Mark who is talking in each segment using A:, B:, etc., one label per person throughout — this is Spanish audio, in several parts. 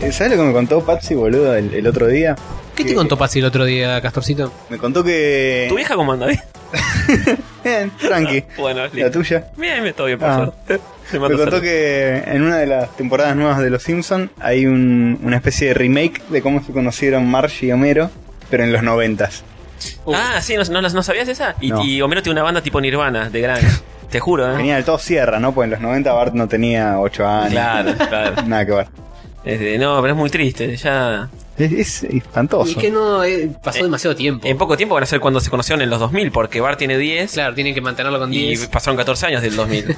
A: Eh, ¿Sabes lo que me contó Patsy, boludo, el, el otro día?
B: ¿Qué
A: Eh,
B: te contó Patsy el otro día, Castorcito?
A: Me contó que.
C: ¿Tu vieja cómo anda? Bien,
A: Bien, tranqui.
C: bueno,
A: La
C: listo.
A: tuya.
C: Bien, me todo bien, por
A: Ah.
C: suerte. Te mando
A: Me contó
C: saludos.
A: que en una de las temporadas nuevas de Los Simpsons hay un- una especie de remake de cómo se conocieron Marge y Homero, pero en los noventas.
B: Uh.
C: Ah, sí, ¿no, no, no sabías esa? Y,
A: No.
C: y Homero tiene una banda tipo Nirvana, de granja. Te juro, ¿eh?
A: Genial, todo cierra, ¿no? Pues en los 90 Bart no tenía 8 años.
C: Claro, claro.
A: Nada que ver.
C: Este, no, pero es muy triste. Ya
A: Es, es
B: Y
A: espantoso.
B: que no eh, pasó
C: Eh,
B: demasiado tiempo.
C: en poco tiempo van a ser cuando se conocieron en los 2000, porque Bart tiene 10
B: Claro, tienen que mantenerlo con
C: y
B: 10.
C: pasaron 14 años del 2000.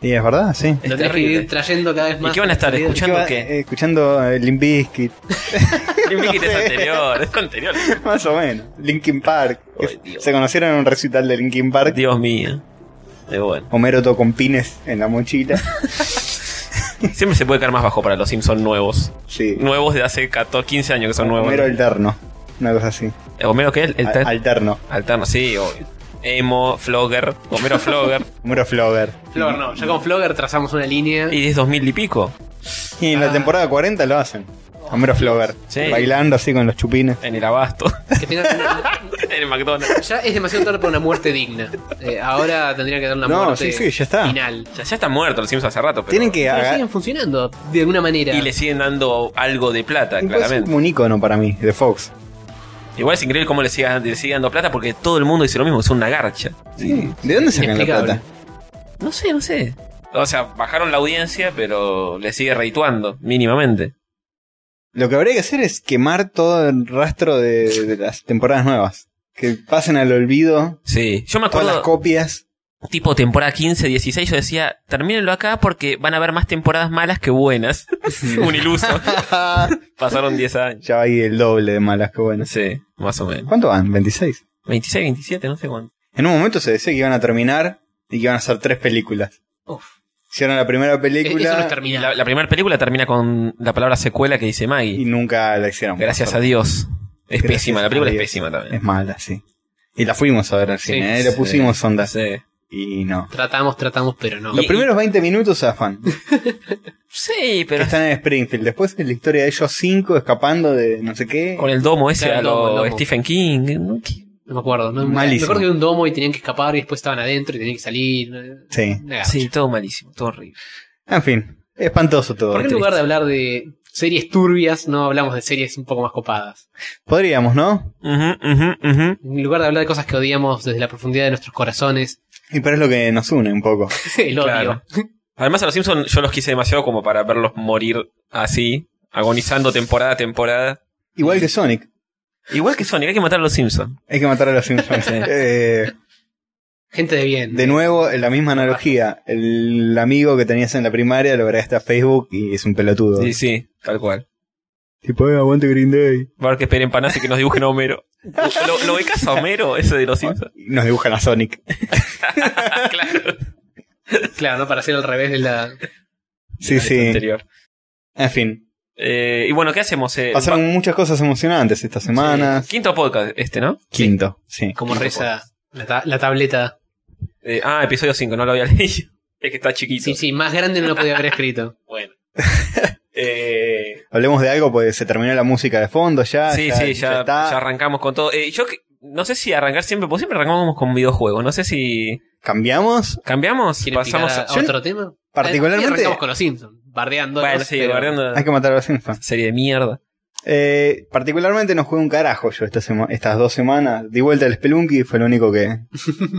A: Y es verdad, sí.
B: Lo
C: es
B: tenés que ir
C: terrible.
B: trayendo cada vez más.
C: qué van a estar
B: realidad.
C: escuchando?
A: Escuchaba-
C: qué?
A: eh, escuchando eh, Limp Bizkit,
C: Limp Bizkit es
A: No sé.
C: anterior, es anterior.
A: más o menos. Linkin Park. que
C: Ay, Dios.
A: se conocieron en un recital de Linkin Park.
C: Dios mío. Eh, bueno.
A: Homero tocó con pines en la mochila.
C: Siempre se puede caer más bajo para los Simpsons nuevos.
A: Sí.
C: Nuevos de hace 14, 15 años que son nuevos.
A: Homero alterno. Una cosa así.
C: Eh, Homero que el, el
A: Al-
C: ter-
A: Alterno.
C: alterno, sí, obvio. Emo, Flogger, Homero Flogger.
A: Homero Flogger.
B: Flogger no, ya con Flogger trazamos una línea.
C: y es 2000 y pico.
A: Y en
B: Ah.
A: la temporada 40 lo hacen. Homero Flogger.
C: Sí.
A: Bailando así con los chupines.
C: En el abasto.
B: Que tenga una-
C: en el McDonald's.
B: ya es demasiado tarde para una muerte digna. Eh, ahora tendría que dar una
A: No, sí,
B: muerte
A: sí, ya está.
B: final.
C: Ya, ya están muertos los Simpsons hace rato. Pero...
A: Tienen que
B: Pero
A: aga-
B: siguen funcionando de alguna manera. Eh,
C: Y le siguen dando algo de plata,
A: Igual Es
C: claramente.
A: como un icono para mí, de Fox.
C: Igual es increíble cómo le sigue, le sigue dando plata porque todo el mundo dice lo mismo, es una garcha.
A: ¿De dónde sacan la
B: Inexplicable.
A: plata?
C: No sé, no sé. O sea, bajaron la audiencia, pero le sigue reituando, mínimamente.
A: Lo que habría que hacer es quemar todo el rastro de, de las temporadas nuevas. Que pasen al olvido
C: Sí. Yo me
A: todas las
C: acuerdo,
A: copias.
C: tipo temporada 15, 16, yo decía, termínenlo acá porque van a haber más temporadas malas que buenas. Un iluso. Pasaron 10 años.
A: ya hay el doble de malas, que bueno.
C: Sí, más o menos.
A: ¿Cuánto van? ¿26?
C: 26, 27, no sé cuánto.
A: En un momento se decía que iban a terminar y que iban a hacer tres películas.
B: Uf.
A: Hicieron la primera
B: Eh, Eso no es
A: película
B: terminar.
C: La, la primera película termina con la palabra secuela que dice
A: y
C: Maggie.
A: nunca la hicieron.
C: Gracias a Dios. Es
A: Gracias
C: pésima, la
A: a
C: película es
A: Dios.
C: pésima también.
A: Es mala, sí. Y la fuimos a ver al
B: Sí,
A: cine, ¿eh? le pusimos onda.
C: Sí.
A: Y no.
B: Tratamos, tratamos, pero no.
A: Los
C: Y-
A: primeros 20 minutos afan.
C: Sí,
A: Que
C: pero
A: están en Springfield. Después es la historia de ellos cinco escapando de no sé qué.
C: con el domo ese
B: Claro,
C: a
B: el domo, el
C: lo
B: domo.
C: Stephen King. ¿no?
B: No me acuerdo. No,
A: Malísimo.
B: Me acuerdo que había un domo y tenían que escapar y después estaban adentro y tenían que salir. eh,
A: Sí.
B: una garcha.
C: Sí, todo malísimo, todo horrible.
A: En fin, espantoso todo.
B: ¿Por qué en
A: Triste.
B: lugar de hablar de series turbias, no hablamos de series un poco más copadas?
A: Podríamos, ¿no?
C: Ujú, ujú, ujú.
B: En lugar de hablar de cosas que odiamos desde la profundidad de nuestros corazones,
A: Y pero es lo que nos une un poco.
B: el odio.
C: Claro. Además a los Simpsons yo los quise demasiado como para verlos morir así, agonizando temporada a temporada.
A: Igual que Sonic.
C: Igual que Sonic, hay que matar a los Simpsons.
A: Hay que matar a los Simpsons. Eh,
B: Gente de bien.
A: de nuevo, la misma analogía. El amigo que tenías en la primaria lo agregaste a Facebook y es un pelotudo.
C: Sí, sí, tal cual.
A: Tipo, eh, aguante Green Day.
C: Va a haber que esperen panas y que nos dibujen a Homero. ¿Lo, lo ubicás a Homero, ese
B: Ah,
C: de los Simpsons?
A: Y nos dibujan a Sonic.
C: claro.
B: Claro, no para hacer al revés de la.
A: Sí, sí.
C: Anterior.
A: En fin.
C: Eh, y bueno, ¿qué hacemos? Eh,
A: Pasaron muchas cosas emocionantes estas semanas.
C: Quinto podcast este, ¿no?
A: Quinto, sí.
B: Como
C: Quinto
B: reza la, ta- la tableta.
C: Eh, ah, episodio 5, no lo había leído. Es que está chiquito.
B: Sí, sí, más grande no lo podía haber escrito.
C: Bueno. Eh,
A: Hablemos de algo, pues se terminó la música de fondo ya.
C: sí,
A: Ah, ya,
C: sí, ya,
A: está.
C: ya arrancamos con todo. Eh, yo que- no sé si arrancar siempre, porque siempre arrancamos con videojuegos. No sé si Eh,
A: Cambiamos.
C: cambiamos,
B: ¿Quieren
C: pasamos
B: picar a,
C: Yo-
B: otro tema?
A: Particularmente-
B: Y arrancamos con los Simpsons, bardeando.
C: Bueno, sí, guardando
A: Hay que matar a los Simpsons.
C: serie de mierda.
A: Eh, particularmente no jugué un carajo yo esta sema- estas dos semanas. Di vuelta al Spelunky, fue lo único que,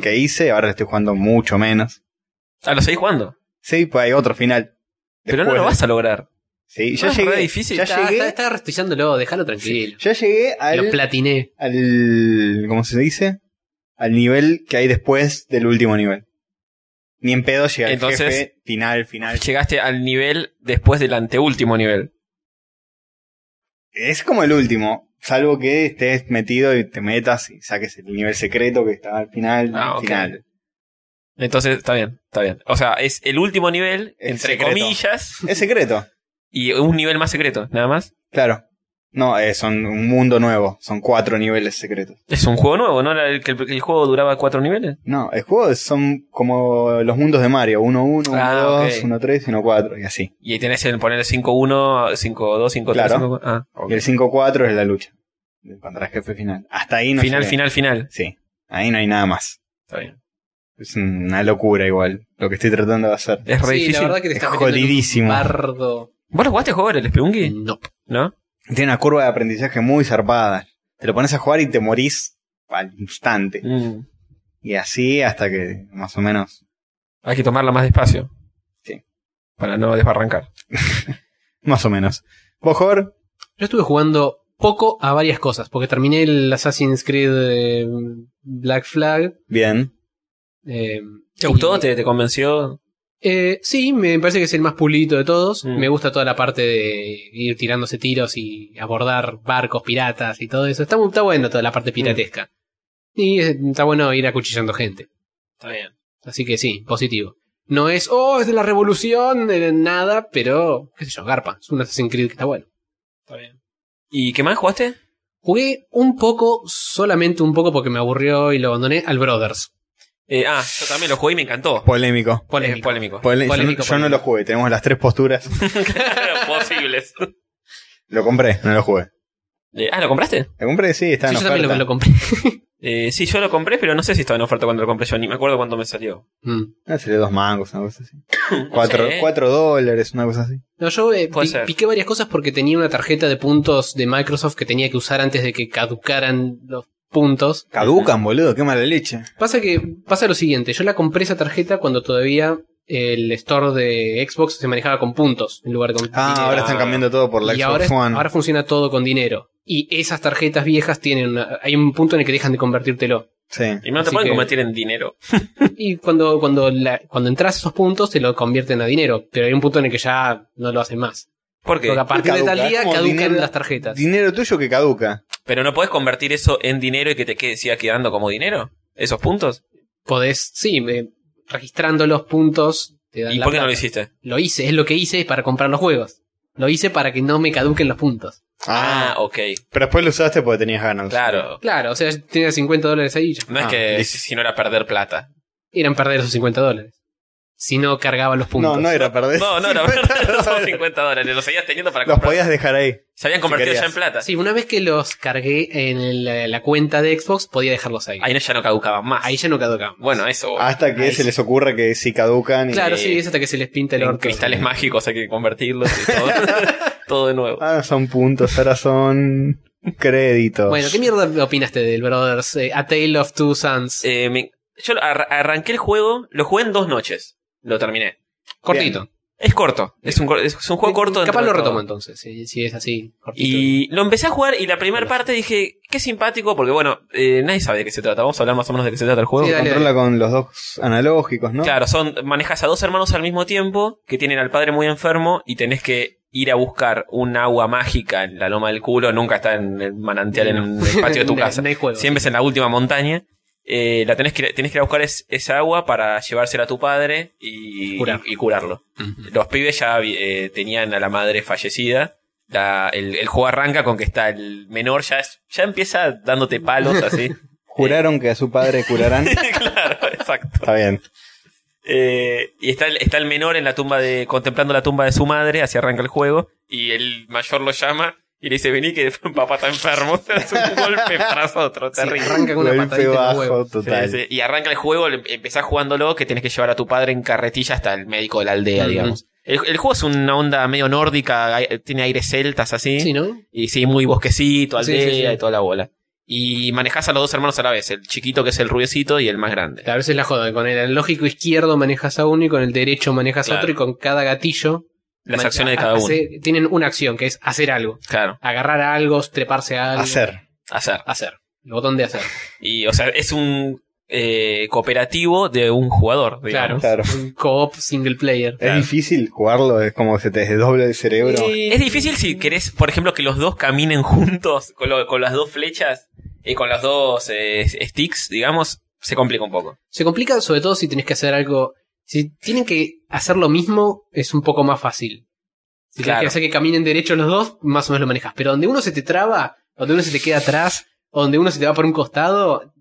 A: que hice. Ahora estoy jugando mucho menos.
C: Ah, lo seguís jugando.
A: Sí, pues hay otro final.
C: Pero no lo
A: Después-
C: vas a lograr.
A: Sí, ya
C: no, es
A: llegué.
C: re difícil, Ah,
A: ya,
B: Está,
A: llegué
B: está, está restudiándolo, déjalo tranquilo.
A: ya llegué
B: Lo
A: al,
B: platiné.
A: al. ¿Cómo se dice? Al nivel que hay después del último nivel. Ni en pedo llega al
C: Entonces-
A: jefe final, final.
C: Llegaste al nivel después del anteúltimo nivel.
A: Es como el último, salvo que estés metido y te metas y saques el nivel secreto que está al final.
C: Ah,
A: al
C: ok.
A: final.
C: Entonces, está bien, está bien. O sea, es el último nivel,
A: El
C: entre
A: secreto.
C: comillas,
A: Es secreto,
C: y un nivel más secreto, nada más.
A: claro. No, eh, son un mundo nuevo, son cuatro niveles secretos.
C: Es un juego nuevo, ¿no? Era El, que el, que el juego duraba cuatro niveles.
A: No, el juego es- son como los mundos de Mario, 1-1,
C: Ah,
A: 1-2,
C: ok.
A: 1-3, 1-4 y así.
C: Y ahí tenés el poner 5-1, 5-2, 5-3,
A: Claro.
C: 5-4. Ah, ok.
A: Y el 5-4 es la lucha. Contra el jefe final. Hasta ahí no
C: final,
A: llegué.
C: final, final.
A: Sí, ahí no hay nada más.
C: Está bien.
A: Es una locura igual, lo que estoy tratando de hacer.
C: Es
B: Sí,
C: re
B: la
C: difícil.
B: verdad que te
A: Es
B: está metiendo en un
A: jodidísimo.
B: Bardo.
C: ¿Vos lo jugaste a jugar el
A: Mm.
C: Spelunky?
B: No.
C: ¿No?
A: Tiene una curva de aprendizaje muy zarpada. Te lo pones a jugar y te morís al instante.
C: Mm.
A: Y así hasta que más o menos.
C: Hay que tomarla más despacio.
A: Sí.
C: Para no desbarrancar.
A: Más o menos. ¿Vos, Jor?
B: Yo estuve jugando poco a varias cosas, porque terminé el Assassin's Creed eh, Black Flag.
A: Bien.
B: eh,
C: ¿Te gustó?
B: y-
C: ¿Te, te convenció?
B: Eh, sí, me parece que es el más pulito de todos.
C: Mm.
B: Me gusta toda la parte de ir tirándose tiros y abordar barcos piratas y todo eso. Está, mu- está bueno toda la
C: Mm.
B: parte piratesca. Y eh, está bueno ir acuchillando gente.
C: Está bien.
B: Así que sí, positivo. No es, oh, es de la revolución, de nada, pero, qué sé yo, garpa. Es un Assassin's Creed que está bueno.
C: Está bien. ¿Y qué más jugaste?
B: Jugué un poco, solamente un poco porque me aburrió y lo abandoné, al Brothers.
C: Eh, ah, yo también lo jugué y me encantó.
A: Polémico.
C: Es
B: Polémico.
C: polémico.
A: Pole- yo no-
B: Polémico,
A: yo, no
B: polémico.
A: lo jugué, tenemos las tres posturas.
C: Claro, posibles.
A: Lo compré, no lo jugué.
C: Eh, ah, ¿lo compraste?
A: Lo compré, sí, está
B: Sí,
A: en
B: yo también
A: oferta.
B: lo, lo compré.
C: Eh, sí, yo lo compré, pero no sé si estaba en oferta cuando lo compré yo, ni me acuerdo cuándo me salió.
B: Mm.
A: Ah, salió dos mangos, una cosa así. Cuatro,
C: sé.
A: cuatro dólares, una cosa así.
B: No, yo eh,
C: Puede
B: pi-
C: ser.
B: piqué varias cosas porque tenía una tarjeta de puntos de Microsoft que tenía que usar antes de que caducaran los puntos.
A: Caducan, boludo, qué mala leche.
B: Pasa que pasa lo siguiente, yo la compré esa tarjeta cuando todavía el store de Xbox se manejaba con puntos en lugar de con
A: Ah,
B: dinero.
A: ahora están cambiando todo por la
B: y ahora,
A: Xbox
B: es-
A: One.
B: ahora funciona todo con dinero. Y esas tarjetas viejas tienen una- hay un punto en el que dejan de convertírtelo.
A: Sí.
C: Y no te
B: Así
C: pueden
B: que-
C: convertir en dinero.
B: Y cuando, cuando, la- cuando entras a esos puntos te lo convierten a dinero, pero hay un punto en el que ya no lo hacen más.
C: ¿Por qué?
B: Porque a partir de
A: Caduca,
B: tal día
A: es como
B: caducan
A: dinero-
B: las tarjetas.
A: Dinero tuyo que caduca.
C: Pero no puedes convertir eso en dinero y que te quede, siga quedando como dinero. ¿Esos puntos?
B: podés, sí, me- registrando los puntos. Te dan
C: ¿Y
B: la
C: por qué no lo
B: plata.
C: hiciste?
B: Lo hice, es lo que hice para comprar los juegos. Lo hice para que no me caduquen los puntos.
C: Ah, ok.
A: Pero después lo usaste porque tenías ganas.
C: Claro.
B: Claro, o sea, yo tenía 50 dólares ahí, ya.
C: No es
A: Ah,
C: que
A: listo.
C: si no era perder plata.
B: eran perder esos 50 dólares. Si no cargaba los puntos.
A: No, no era perder.
C: No, no, no,
A: 50
C: no son
A: dólares.
C: 50 dólares. Los seguías teniendo para
A: Los
C: comprar.
A: podías dejar ahí.
C: Se habían convertido
A: si
C: ya
A: querías.
C: en plata.
B: Sí, una vez que los cargué en el- la cuenta de Xbox, podía dejarlos ahí.
C: Ahí no- ya no caducaban más.
B: Ahí ya no caducaban.
C: Bueno, eso.
A: Hasta que
B: Ahí
A: se
B: sí.
A: les ocurra que si caducan y...
B: Claro, sí, es hasta que se les pinta el
C: en
B: orto.
C: cristales mágicos hay que convertirlos y todo. todo de nuevo.
A: Ah, son puntos, ahora son créditos.
B: Bueno, ¿qué mierda opinaste del Brothers? eh, A Tale of Two Sons.
C: Eh, me- yo ar- arranqué el juego, lo jugué en dos noches. Lo terminé.
B: cortito. Eh,
C: Es corto. Es un, cor- es un juego corto. dentro
B: Capaz
C: de
B: lo
C: todo.
B: retomo entonces, si, si es así. cortito.
C: Y lo empecé a jugar y la primera parte dije, qué simpático, porque bueno, eh, nadie sabe de qué se trata. Vamos a hablar más o menos de qué se trata el juego.
B: Sí, dale.
A: Controla con los dos analógicos, ¿no?
C: Claro, son manejas a dos hermanos al mismo tiempo que tienen al padre muy enfermo y tenés que ir a buscar un agua mágica en la loma del culo, nunca está en el manantial en el patio de tu
B: No,
C: casa.
B: no hay juego.
C: Siempre es en la última montaña. Eh, la tenés que, tenés que ir a buscar es- esa agua para llevársela a tu padre y,
B: Curar.
C: y curarlo.
B: Ujú.
C: Los pibes ya vi- eh, tenían a la madre fallecida. La- el, el juego arranca con que está el menor, ya, es- ya empieza dándote palos así. Eh,
A: Juraron que a su padre curarán.
C: claro, exacto.
A: Está bien.
C: Eh, y está el, está el menor en la tumba de. contemplando la tumba de su madre, así arranca el juego. Y el mayor lo llama y le dice, vení que papá está enfermo. es un golpe tras otro,
B: Sí,
C: terrible.
B: arranca con una patadita
A: Golpe
B: en los
A: bajo,
B: huevos.
A: total.
C: Sí, sí. Y arranca el juego, le- empezás jugándolo, que tenés que llevar a tu padre en carretilla hasta el médico de la aldea,
B: Ujú.
C: Eh, digamos. El, el juego es una onda medio nórdica, ai- tiene aires celtas así.
B: Sí, ¿no?
C: Y sí, muy bosquecito,
B: Sí,
C: aldea
B: sí, sí.
C: y toda la bola. Y manejás a los dos hermanos a la vez, el chiquito que es el rubiecito y el más grande.
B: A veces la joda, con el analógico izquierdo manejas a uno y con el derecho manejas
C: Claro.
B: a otro y con cada gatillo...
C: Las
B: manejas-
C: acciones de cada uno.
B: hace- tienen una acción, que es hacer algo.
C: Claro,
B: Agarrar a algo, treparse a algo.
A: Hacer.
C: hacer.
B: Hacer. El botón de hacer.
C: Y, o sea, es un eh, cooperativo de un jugador, digamos.
A: Claro.
B: Un co-op single player.
A: Es difícil jugarlo, es como que se te desdobla el cerebro.
B: Eh,
C: Es difícil si querés, por ejemplo, que los dos caminen juntos con, lo- con las dos flechas y con los dos eh, sticks, digamos. se complica un poco.
B: Se complica sobre todo si tenés que hacer algo. Si tienen que hacer lo mismo, es un poco más fácil. Si tienes
C: Claro.
B: que hacer que caminen derecho los dos, más o menos lo manejas. Pero donde uno se te traba, donde uno se te queda atrás, o donde uno se te va por un costado,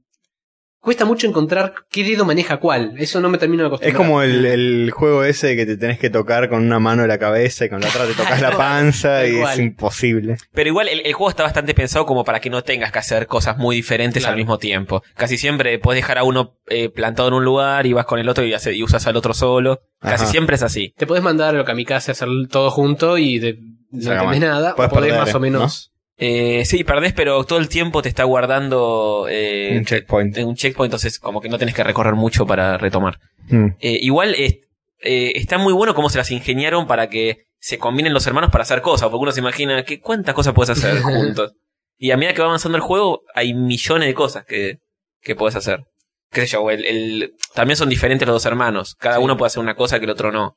B: cuesta mucho encontrar qué dedo maneja cuál. Eso no me termino de acostumbrar.
A: Es como el, el juego ese que te tenés que tocar con una mano la cabeza y con la otra te tocas la panza
B: Tal
A: y es
B: cual.
A: imposible.
C: Pero igual el, el juego está bastante pensado como para que no tengas que hacer cosas muy diferentes
B: Claro.
C: al mismo tiempo. Casi siempre puedes dejar a uno eh, plantado en un lugar y vas con el otro y, hace- y usas al otro solo. Casi
A: Ajá.
C: siempre es así.
B: Te podés mandar a lo kamikaze a hacer todo junto y de- no
A: Saca
B: entendés
A: mal.
B: nada.
A: Podés
B: o podés
A: perder,
B: más o menos.
C: Eh, sí, perdés, pero todo el tiempo te está guardando eh,
A: un checkpoint.
C: en un checkpoint, entonces como que no tenés que recorrer mucho para retomar.
A: Mm.
C: Eh, igual es- eh, está muy bueno cómo se las ingeniaron para que se combinen los hermanos para hacer cosas, porque uno se imagina que cuántas cosas puedes hacer juntos. Y a medida que va avanzando el juego, hay millones de cosas que, que puedes hacer. Qué sé yo, el, el- también son diferentes los dos hermanos. Cada
B: Sí.
C: uno puede hacer una cosa que el otro no.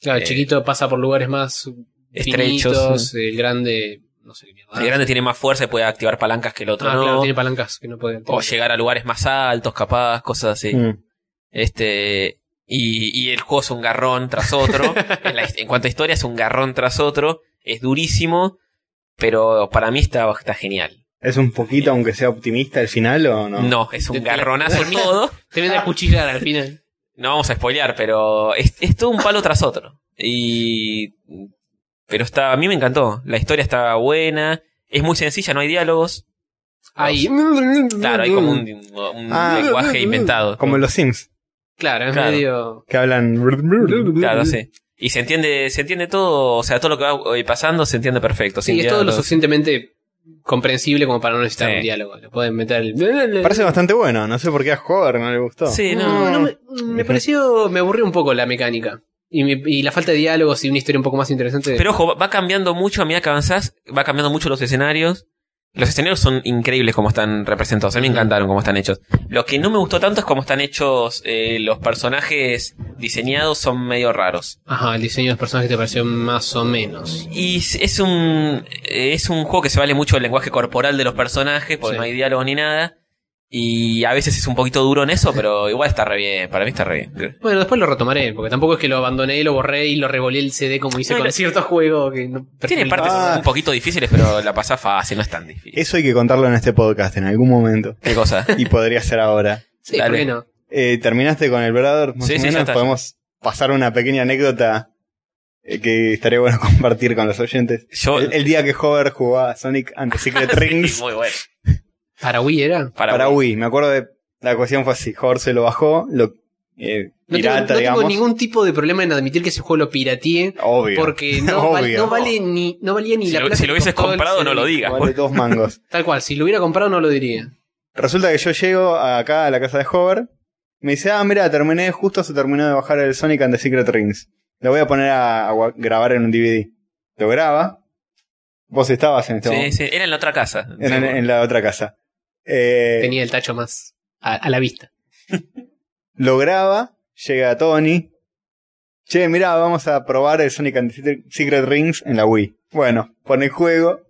B: Claro, el
C: Eh,
B: chiquito pasa por lugares más
C: Estrechos,
B: finitos, el grande, no sé qué mierda.
C: El grande tiene más fuerza y puede activar palancas que el otro
B: Ah,
C: no.
B: claro, tiene palancas que no puede.
C: O llegar a lugares más altos, capaz, cosas así.
A: Mm.
C: Este. Y, y el juego es un garrón tras otro. en, la his- en cuanto a historia, es un garrón tras otro. Es durísimo. Pero para mí está, está genial.
A: ¿Es un poquito, aunque sea optimista, el final o no?
C: No, es
B: Te-
C: un
B: te la- te
C: garronazo
B: la-
C: todo.
B: Te viene a cuchillar al final.
C: No vamos a spoilear, pero es, es todo un palo tras otro. Y. Pero está. A mí me encantó. La historia está buena. Es muy sencilla, no hay diálogos.
B: Ahí.
C: Claro, hay como un, un
A: Ah.
C: lenguaje inventado.
A: Como los Sims,
B: Claro, es
C: Claro.
B: medio.
A: que hablan...
C: Claro, sí. Y se entiende, se entiende todo, o sea, todo lo que va eh, pasando se entiende perfecto.
B: Sí,
C: sin
B: es todo lo
C: diálogos.
B: suficientemente comprensible como para no necesitar
C: Sí.
B: un diálogo. Le pueden meter el.
A: Parece bastante bueno, no sé por qué a Hover no le gustó.
C: Sí, no.
B: No, no me, me pareció. Me aburrió un poco la mecánica. Y, me- y la falta de diálogos y una historia un poco más interesante.
C: Pero ojo, va- va cambiando mucho a medida que avanzás, va cambiando mucho los escenarios. Los escenarios son increíbles como están representados, a mí me encantaron cómo están hechos. Lo que no me gustó tanto es cómo están hechos eh, los personajes diseñados, son medio raros.
B: Ajá, el diseño de los personajes te pareció más o menos.
C: Y es- es un, eh, es un juego que se vale mucho el lenguaje corporal de los personajes, porque
B: Sí.
C: no hay diálogo ni nada. Y a veces es un poquito duro en eso, pero igual está re bien, para mí está re bien.
B: Bueno, después lo retomaré, porque tampoco es que lo abandoné, lo borré y lo revolé el CD como hice
C: No,
B: con
C: lo-
B: ciertos juegos que no
C: Tiene partes
A: Ah.
C: un poquito difíciles, pero la pasás fácil, no es tan difícil.
A: Eso hay que contarlo en este podcast en algún momento.
C: ¿Qué cosa?
A: Y podría ser ahora.
B: Sí, ¿por
C: Dale.
B: qué no?
A: Eh, ¿Terminaste con el Brother? Más
C: Sí,
A: o
C: sí, ya
A: menos?
C: está.
A: podemos pasar una pequeña anécdota eh, que estaría bueno compartir con los oyentes.
C: Yo...
A: El, el día que Hover jugaba a Sonic ante Secret Rings
C: Oh, Sí, muy bueno.
B: Para Wii era.
C: Para,
A: para
C: Wii.
A: Wii. Me acuerdo de la cuestión fue así, Hover se lo bajó, lo eh,
B: No,
A: pirata,
B: tengo, no tengo
A: digamos.
B: ningún tipo de problema en admitir que ese juego lo pirateé.
A: Obvio.
B: Porque no, val-
A: Obvio.
B: no vale ni, no valía ni
C: Si
B: la
C: lo-
B: plata
C: si
B: que
C: lo hubieses
B: costó el
C: comprado, no
B: CD.
C: lo digas.
A: Vale dos mangos.
B: Tal cual, si lo hubiera comprado no lo diría.
A: Resulta que yo llego acá a la casa de Hover. Me dice, ah, mira, terminé, justo se terminó de bajar el Sonic and the Secret Rings. Lo voy a poner a, a gua- grabar en un DVD. Lo graba. Vos estabas en este
C: Sí,
A: momento,
C: sí, era en la otra casa.
A: en, en- en la otra casa. Eh,
B: Tenía el tacho más a, a la vista.
A: Lo graba, llega Tony. Che, mirá, vamos a probar el Sonic and the Secret- Secret Rings en la Wii. Bueno, pone el juego.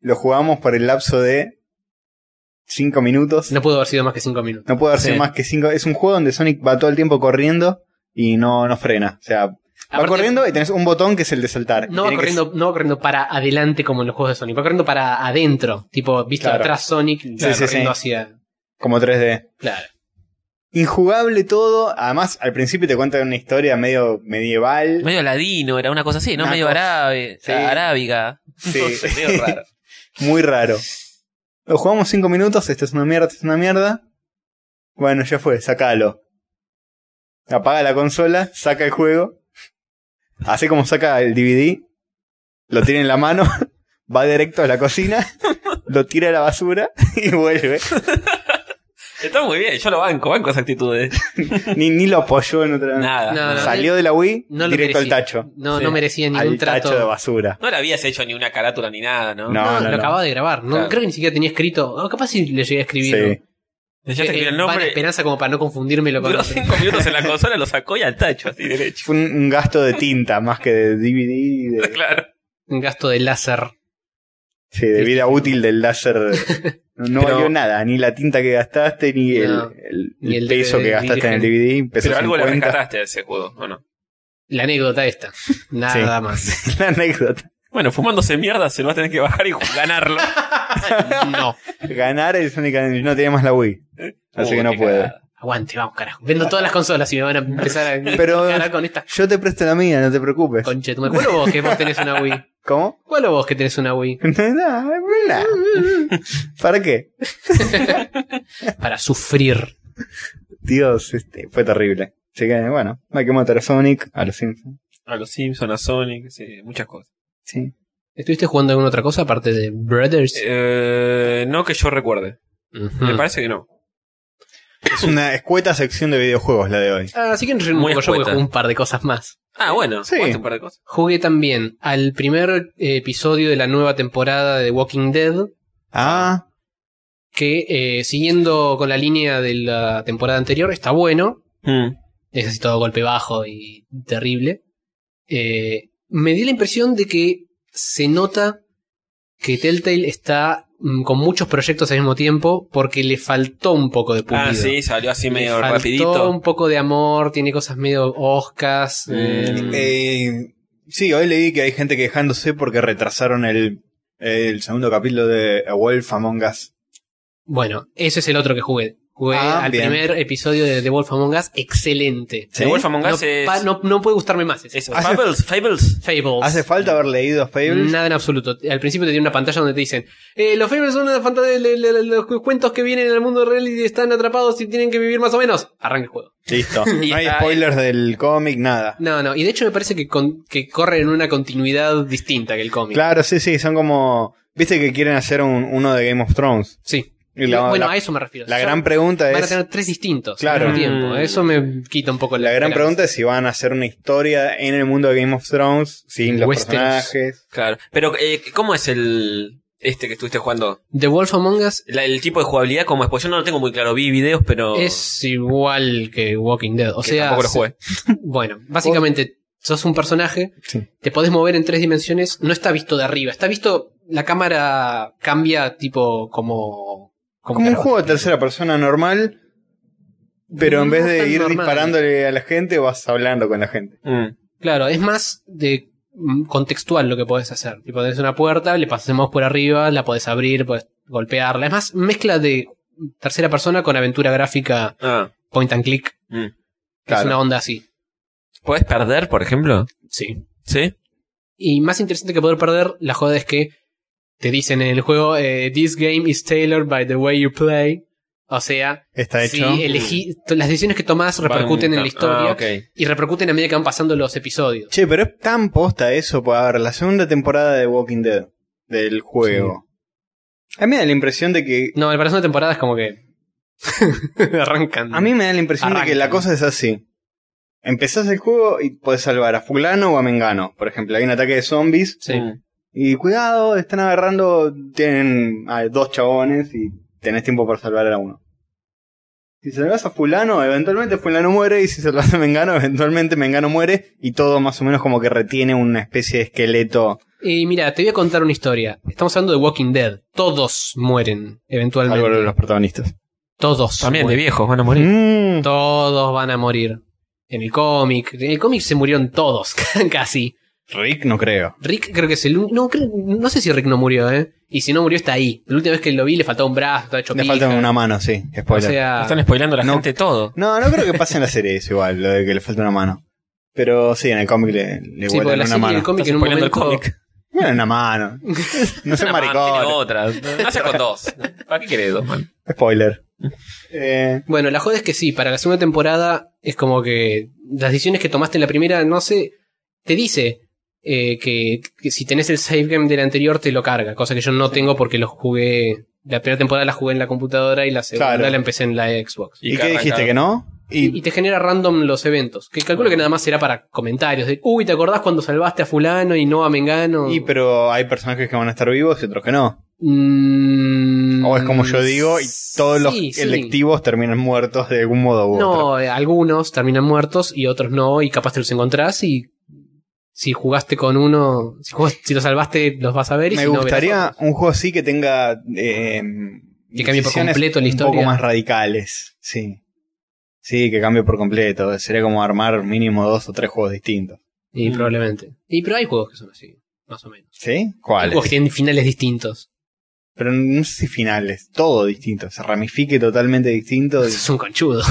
A: Lo jugamos por el lapso de 5 minutos.
B: No pudo haber sido más que cinco minutos.
A: No puede hacer
C: Sí.
A: más que cinco. Es un juego donde Sonic va todo el tiempo corriendo y no, no frena. O sea, va
B: Aparte,
A: corriendo y tenés un botón que es el de saltar.
B: No va,
A: Tiene que-
B: corriendo, no va corriendo para adelante como en los juegos de Sonic, va corriendo para adentro. Tipo, visto
A: Claro.
B: atrás Sonic, claro,
A: sí, sí.
B: corriendo hacia.
A: como 3D.
B: Claro.
A: Injugable todo. Además, al principio te cuentan una historia medio medieval.
C: Medio ladino, era una cosa así, ¿no?
A: Una
C: medio
A: cosa-
C: árabe,
A: sí.
C: arábiga.
A: Sí.
C: No sé, medio raro.
A: Muy raro. Lo jugamos cinco minutos. Esto es una mierda, esto es una mierda. Bueno, ya fue, sacalo. Apaga la consola, saca el juego. Así como saca el DVD, lo tiene en la mano, va directo a la cocina, lo tira a la basura y vuelve.
C: Está muy bien, yo lo banco, banco esas actitudes.
A: Ni, ni lo apoyó en otra.
C: Nada.
B: No,
C: No,
B: no.
A: Salió de la Wii
B: No lo
A: directo al
B: merecía.
A: tacho.
B: No,
C: Sí.
B: no merecía ningún
A: Al
B: trato.
A: tacho de basura.
C: le habías hecho ni una carátula ni nada, ¿no?
A: No.
B: No, lo acababa de grabar. No,
C: Claro.
B: Creo que ni siquiera tenía escrito. Ah, capaz si le llegué a escribir.
A: Sí.
B: ¿no?
C: Le echaste
B: Eh,
C: escribir el
B: eh, Van
C: nombre.
B: Esperanza como para no confundírmelo con
C: Duró
B: otro.
C: cinco minutos en la consola, lo sacó y al tacho, así derecho.
A: Fue un, un gasto de tinta más que de DVD. y de-
C: Claro.
B: un gasto de láser.
A: Sí, de
B: Sí.
A: vida útil del láser. No, no
C: Pero-
A: valió nada, ni la tinta que gastaste, ni el,
B: No.
A: el-
B: Ni el
A: el peso
B: DVD
A: que gastaste en el DVD. Peso
C: Pero algo le
A: 50.
C: rescataste a ese juego, ¿o no?
B: La anécdota esta. Nada más.
A: la anécdota.
C: Bueno, fumándose mierda se lo va a tener que bajar y ganarlo.
B: No.
A: Ganar el Sonic and- no tiene más la Wii. Así
C: Uh,
A: que no
C: qué
A: puede.
C: cagada.
B: Aguante, vamos, carajo. Vendo todas las consolas y me van a empezar a
A: Pero-
B: cagar con esta
A: Yo te presto la mía, no te preocupes.
B: concha. de tu madre. ¿Cuál o vos que vos tenés una Wii?
A: ¿Cómo?
B: ¿Cuál o vos que tenés una Wii?
A: Nada, nada. ¿Para qué?
B: Para sufrir.
A: Dios, este, fue terrible. Así que, bueno, hay que matar a Sonic, a los Simpsons.
C: A los Simpsons, a Sonic, sí, muchas cosas.
A: Sí.
B: ¿Estuviste jugando alguna otra cosa aparte de Brothers?
C: Eh, no que yo recuerde.
B: Ujú.
C: Me parece que no.
A: Es una escueta sección de videojuegos la de hoy.
B: Ah, Así que entré un
C: Muy
B: poco yo porque
C: escueta.
B: jugué un par de cosas más.
C: Ah, bueno,
A: Sí.
C: jugaste un par de cosas.
B: Jugué también al primer eh, episodio de la nueva temporada de Walking Dead,
A: Ah,
B: que eh, siguiendo con la línea de la temporada anterior está bueno,
C: Mm.
B: es así todo golpe bajo y terrible. Eh, me dio la impresión de que se nota que Telltale está mm, con muchos proyectos al mismo tiempo porque le faltó un poco de pulido.
C: Ah, sí, salió así
B: Le
C: medio
B: faltó
C: rapidito.
B: un poco de amor, tiene cosas medio oscas.
C: Mm.
B: mm,
A: eh, sí, hoy leí que hay gente quejándose porque retrasaron el, el segundo capítulo de A Wolf Among Us.
B: Bueno, ese es el otro que jugué. Jugué
A: Ah,
B: al
A: bien.
B: primer episodio de The Wolf Among Us, excelente.
A: Sí.
C: The Wolf Among
B: No,
C: Us es,
B: pa- no- no puede gustarme más. ese.
C: es
A: Hace-
C: Fables, Fables.
B: Fables.
A: ¿Hace falta haber leído Fables?
B: Nada en absoluto. Al principio te tiene una pantalla donde te dicen, eh, los Fables son una fantasía de de- de- los cuentos que vienen al mundo real y están atrapados y tienen que vivir más o menos. Arranca el juego.
A: Listo.
C: Y
A: No hay
C: está-
A: spoilers del cómic, nada.
B: No, no. Y de hecho me parece que, con- que corre en una continuidad distinta que el cómic.
A: Claro, sí, sí, son como... Viste que quieren hacer un- uno de Game of Thrones.
B: Sí.
A: Y la,
B: bueno,
A: la-
B: a eso me refiero.
A: la
B: Ya
A: gran pregunta
B: Van a
A: es...
B: tener tres distintos
A: Claro.
B: al mismo tiempo.
C: Mm.
B: Eso me quita un poco
A: La gran
B: esperanza.
A: pregunta es si van a hacer una historia en el mundo de Game of Thrones sin los
B: Westeros.
A: personajes.
C: Claro. Pero, eh, ¿cómo es el este que estuviste jugando?
B: The Wolf Among Us
C: La- el tipo de jugabilidad, como es, pues yo no lo tengo muy claro. Vi videos, pero.
B: Es igual que Walking Dead. O
C: que
B: sea,
C: Tampoco lo jugué.
B: bueno, básicamente sos un personaje,
A: Sí.
B: te podés mover en tres dimensiones, no está visto de arriba, está visto, la cámara cambia tipo como...
A: Como un
B: carabas.
A: juego de tercera persona normal, pero en
B: No
A: vez de
B: tan
A: ir
B: normal.
A: disparándole a la gente, vas hablando con la gente.
C: Mm.
B: Claro, es más de mm, contextual lo que podés hacer. Tipo, tenés una puerta, le pasamos por arriba, la podés abrir, podés golpearla. Es más, mezcla de tercera persona con aventura gráfica
C: Ah.
B: point and click.
C: Mm.
B: Es
A: Claro.
B: una onda así.
C: ¿Puedes perder, por ejemplo?
B: Sí.
C: Sí.
B: Y más interesante que poder perder, la joda es que te dicen en el juego, eh, this game is tailored by the way you play. O sea,
A: Está
B: si
A: hecho.
B: elegí, to- las decisiones que tomás repercuten en la historia
C: Ah, ok.
B: y repercuten a medida que van pasando los episodios.
A: Che, pero es tan posta eso, pues a ver, la segunda temporada de Walking Dead, del juego. A mí me da la impresión de que...
B: No, el parecer de temporada es como que arrancan.
A: A mí me da la impresión de que la
B: Arranca.
A: cosa es así. Empezás el juego y podés salvar a fulano o a mengano. Por ejemplo, hay un ataque de zombies
B: Sí.
C: Mm.
A: Y cuidado, están agarrando, tienen a dos chabones y tenés tiempo para salvar a uno. Si salvas a fulano, eventualmente fulano muere y si salvas a Mengano, eventualmente Mengano muere y todo más o menos como que retiene una especie de esqueleto.
B: Y mira, te voy a contar una historia. Estamos hablando de Walking Dead. Todos mueren eventualmente.
A: Algo de los protagonistas.
B: Todos.
C: También de
B: mueren.
C: viejos van a morir.
A: Mm.
B: Todos van a morir. En el cómic. En el cómic se murieron todos, casi.
A: Rick no creo.
B: Rick creo que es el único. No, creo- no sé si Rick no murió, ¿eh? Y si no murió, está ahí. La última vez que lo vi le faltaba un brazo, estaba hecho
A: Le
B: pija.
A: falta una mano, sí.
B: O
A: Spoiler.
B: sea,
C: Ah. Están spoilando a la
A: No.
C: gente todo.
A: No, no creo que pase en la serie eso igual, lo de que le falta una mano. Pero sí, en el cómic le, le
B: sí, porque
A: vuelan
B: la
A: una
B: serie y el
A: mano.
B: cómic
C: Estás
B: en un momento.
C: spoileando el cómic.
A: Bueno, una mano. No
C: Una
A: soy
C: mano,
A: maricón.
C: tiene otra. Hace con dos. ¿Para qué querés dos, man?
A: Spoiler. Eh,
B: Bueno, la joda es que sí, para la segunda temporada es como que las decisiones que tomaste en la primera, no sé, te dice eh, que, que si tenés el save game del anterior te lo carga, cosa que yo no tengo porque lo jugué, la primera temporada la jugué en la computadora y la segunda
A: Claro.
B: la empecé en la Xbox.
A: ¿Y, qué dijiste? ¿Que no?
B: Y, y te genera random los eventos. Que calculo que nada más será para comentarios. De, Uy, ¿te acordás cuando salvaste a fulano y no a Mengano?
A: Y pero hay personajes que van a estar vivos y otros que no.
B: Mm,
A: O es como yo digo, y todos los
B: sí, sí.
A: electivos terminan muertos de algún modo u otro.
B: No, eh, algunos terminan muertos y otros no, y capaz te los encontrás y si jugaste con uno, si, jugas- si lo salvaste, los vas a ver. Y
A: Me
B: si no, verás
A: gustaría
B: otros.
A: un juego así que tenga. eh,
B: Que cambie por
A: decisiones
B: completo la
A: Un
B: historia.
A: poco más radicales, sí. Sí, que cambie por completo. Sería como armar mínimo dos o tres juegos distintos.
B: Y
C: Mm.
B: probablemente. Y pero hay juegos que son así, más o menos.
A: ¿Sí?
B: Hay
A: ¿Cuáles?
B: juegos que tienen finales distintos.
A: Pero no sé si finales, todo distinto. Se ramifique totalmente distinto. y-
B: Es un conchudo.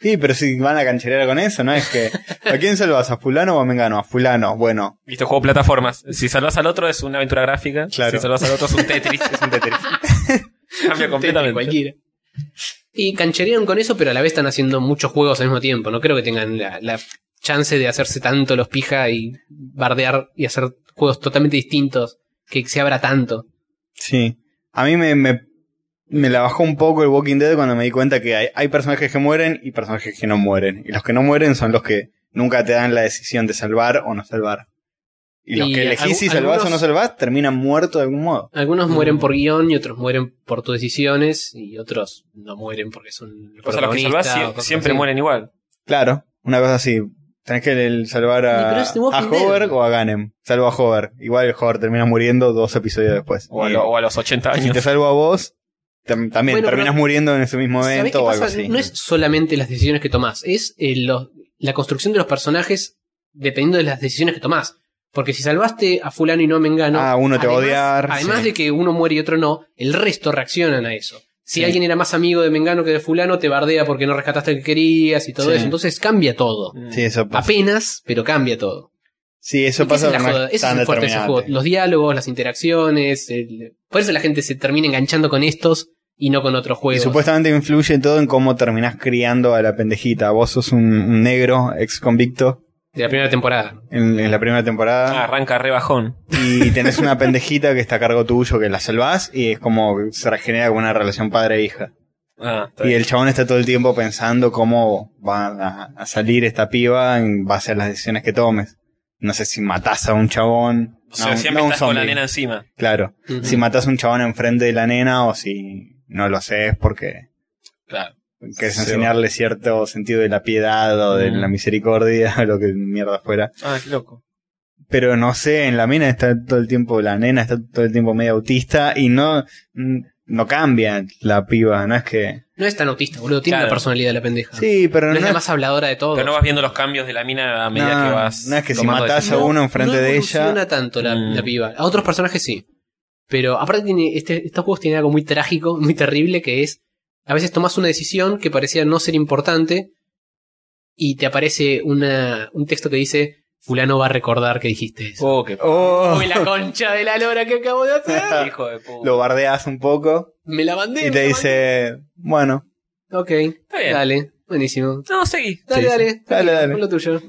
A: Sí, pero si van a cancherear con eso, ¿no? Es que. ¿A quién salvas? ¿A Fulano o a Mengano? A Fulano. Bueno,
C: Listo, juego plataformas. Si salvas al otro es una aventura gráfica.
A: Claro.
C: Si salvas al otro es un Tetris.
A: es un Tetris.
C: Cambia completamente.
B: Cualquiera. Y cancherearon con eso, pero a la vez están haciendo muchos juegos al mismo tiempo. No creo que tengan la, la chance de hacerse tanto los pija y bardear y hacer juegos totalmente distintos que se abra tanto.
A: Sí. A mí me, me, me la bajó un poco el Walking Dead cuando me di cuenta que hay, hay personajes que mueren y personajes que no mueren. Y los que no mueren son los que nunca te dan la decisión de salvar o no salvar. Y los
B: Y
A: que elegís si
B: algu-
A: salvás o no
B: algunos-
A: salvás terminan muertos de algún modo.
B: Algunos mueren
C: Mm.
B: por guión y otros mueren por tus decisiones y otros no mueren porque son
C: O sea, los que salvas
B: protagonistas
C: sie-
B: o cosas
C: siempre
B: así.
C: mueren igual.
A: Claro, una cosa así. Tenés que el- salvar
B: Y pero
A: a,
B: es The Walking
A: a Hover
B: Dead.
A: o a Ganem. Salvo a Hover. Igual el Hover termina muriendo dos episodios después.
C: O a,
A: Y
C: lo- o a los 80
A: si
C: años.
A: te salvo a vos, tam- también
B: Bueno,
A: terminas
B: pero-
A: muriendo en ese mismo
B: ¿Sabés qué
A: evento o algo
B: pasa?
A: así.
B: No es solamente las decisiones que tomás, es eh, lo- la construcción de los personajes dependiendo de las decisiones que tomás. Porque si salvaste a fulano y no a Mengano,
A: Ah, uno te va a
B: además-
A: odiar,
B: Además
A: sí.
B: de que uno muere y otro no, el resto reaccionan a eso. Si
A: Sí.
B: alguien era más amigo de Mengano que de fulano, te bardea porque no rescataste el que querías y todo
A: Sí.
B: eso. Entonces cambia todo.
C: Mm.
A: Sí, eso pasa.
B: Apenas, pero cambia todo.
A: Sí, eso
B: Y que esa
A: pasa
B: es la
A: pero no
B: joda,
A: es
B: ese es
A: tan
B: el fuerte de ese juego.
A: determinante.
B: Los diálogos, las interacciones. el- Por eso la gente se termina enganchando con estos y no con otros
A: Y
B: juegos.
A: supuestamente influye todo en cómo terminás criando a la pendejita. Vos sos un, un negro ex convicto
B: de la primera temporada.
A: en, en la primera
C: Ah,
A: temporada
C: arranca re bajón.
A: y tenés una pendejita que está a cargo tuyo que la salvás y es como que se regenera como una relación padre-hija.
C: Ah, está
A: Y
C: bien.
A: el chabón está todo el tiempo pensando cómo va a, a salir esta piba en base a las decisiones que tomes. No sé si matás a un chabón.
C: o sea,
A: no,
C: siempre
A: no un
C: estás con la
A: zombie,
C: nena encima.
A: Claro.
B: Ujú.
A: Si matás a un chabón enfrente de la nena o si no lo haces porque
C: Claro.
A: Querés
C: Sí,
A: enseñarle cierto sentido de la piedad o de
C: Mm.
A: la misericordia o lo que mierda fuera.
C: Ah, qué loco.
A: Pero no sé, en la mina está todo el tiempo, la nena está todo el tiempo medio autista y no, mm, no cambia la piba, no es que...
B: No es tan autista, boludo. Tiene
C: Claro.
B: una personalidad la pendeja.
A: Sí, pero
B: no,
A: no,
B: es la más habladora de todos.
C: Pero no vas viendo los cambios de la mina a medida
A: no,
C: que vas.
A: no es que si
C: tomando
A: matás a
C: decisiones.
A: uno enfrente
B: No
A: de ella...
B: evoluciona tanto la,
C: Mm.
B: la piba. A otros personajes sí. Pero aparte tiene, este- estos juegos tienen algo muy trágico, muy terrible, que es a veces tomás una decisión que parecía no ser importante y te aparece una, un texto que dice fulano va a recordar que dijiste eso.
C: Oh, qué p-
A: Oh,
B: Uy, la concha de la lora que acabo de hacer.
C: hijo de puta.
A: Ah, lo bardeas un poco
B: Me la mandé.
A: y
B: me
A: te
B: la
A: dice, bueno,
B: mandé. Ok,
C: Está bien.
B: dale. Buenísimo.
C: No, seguí.
B: Dale,
A: Sí, sí.
B: dale.
A: dale,
B: Pon
A: dale.
B: lo tuyo.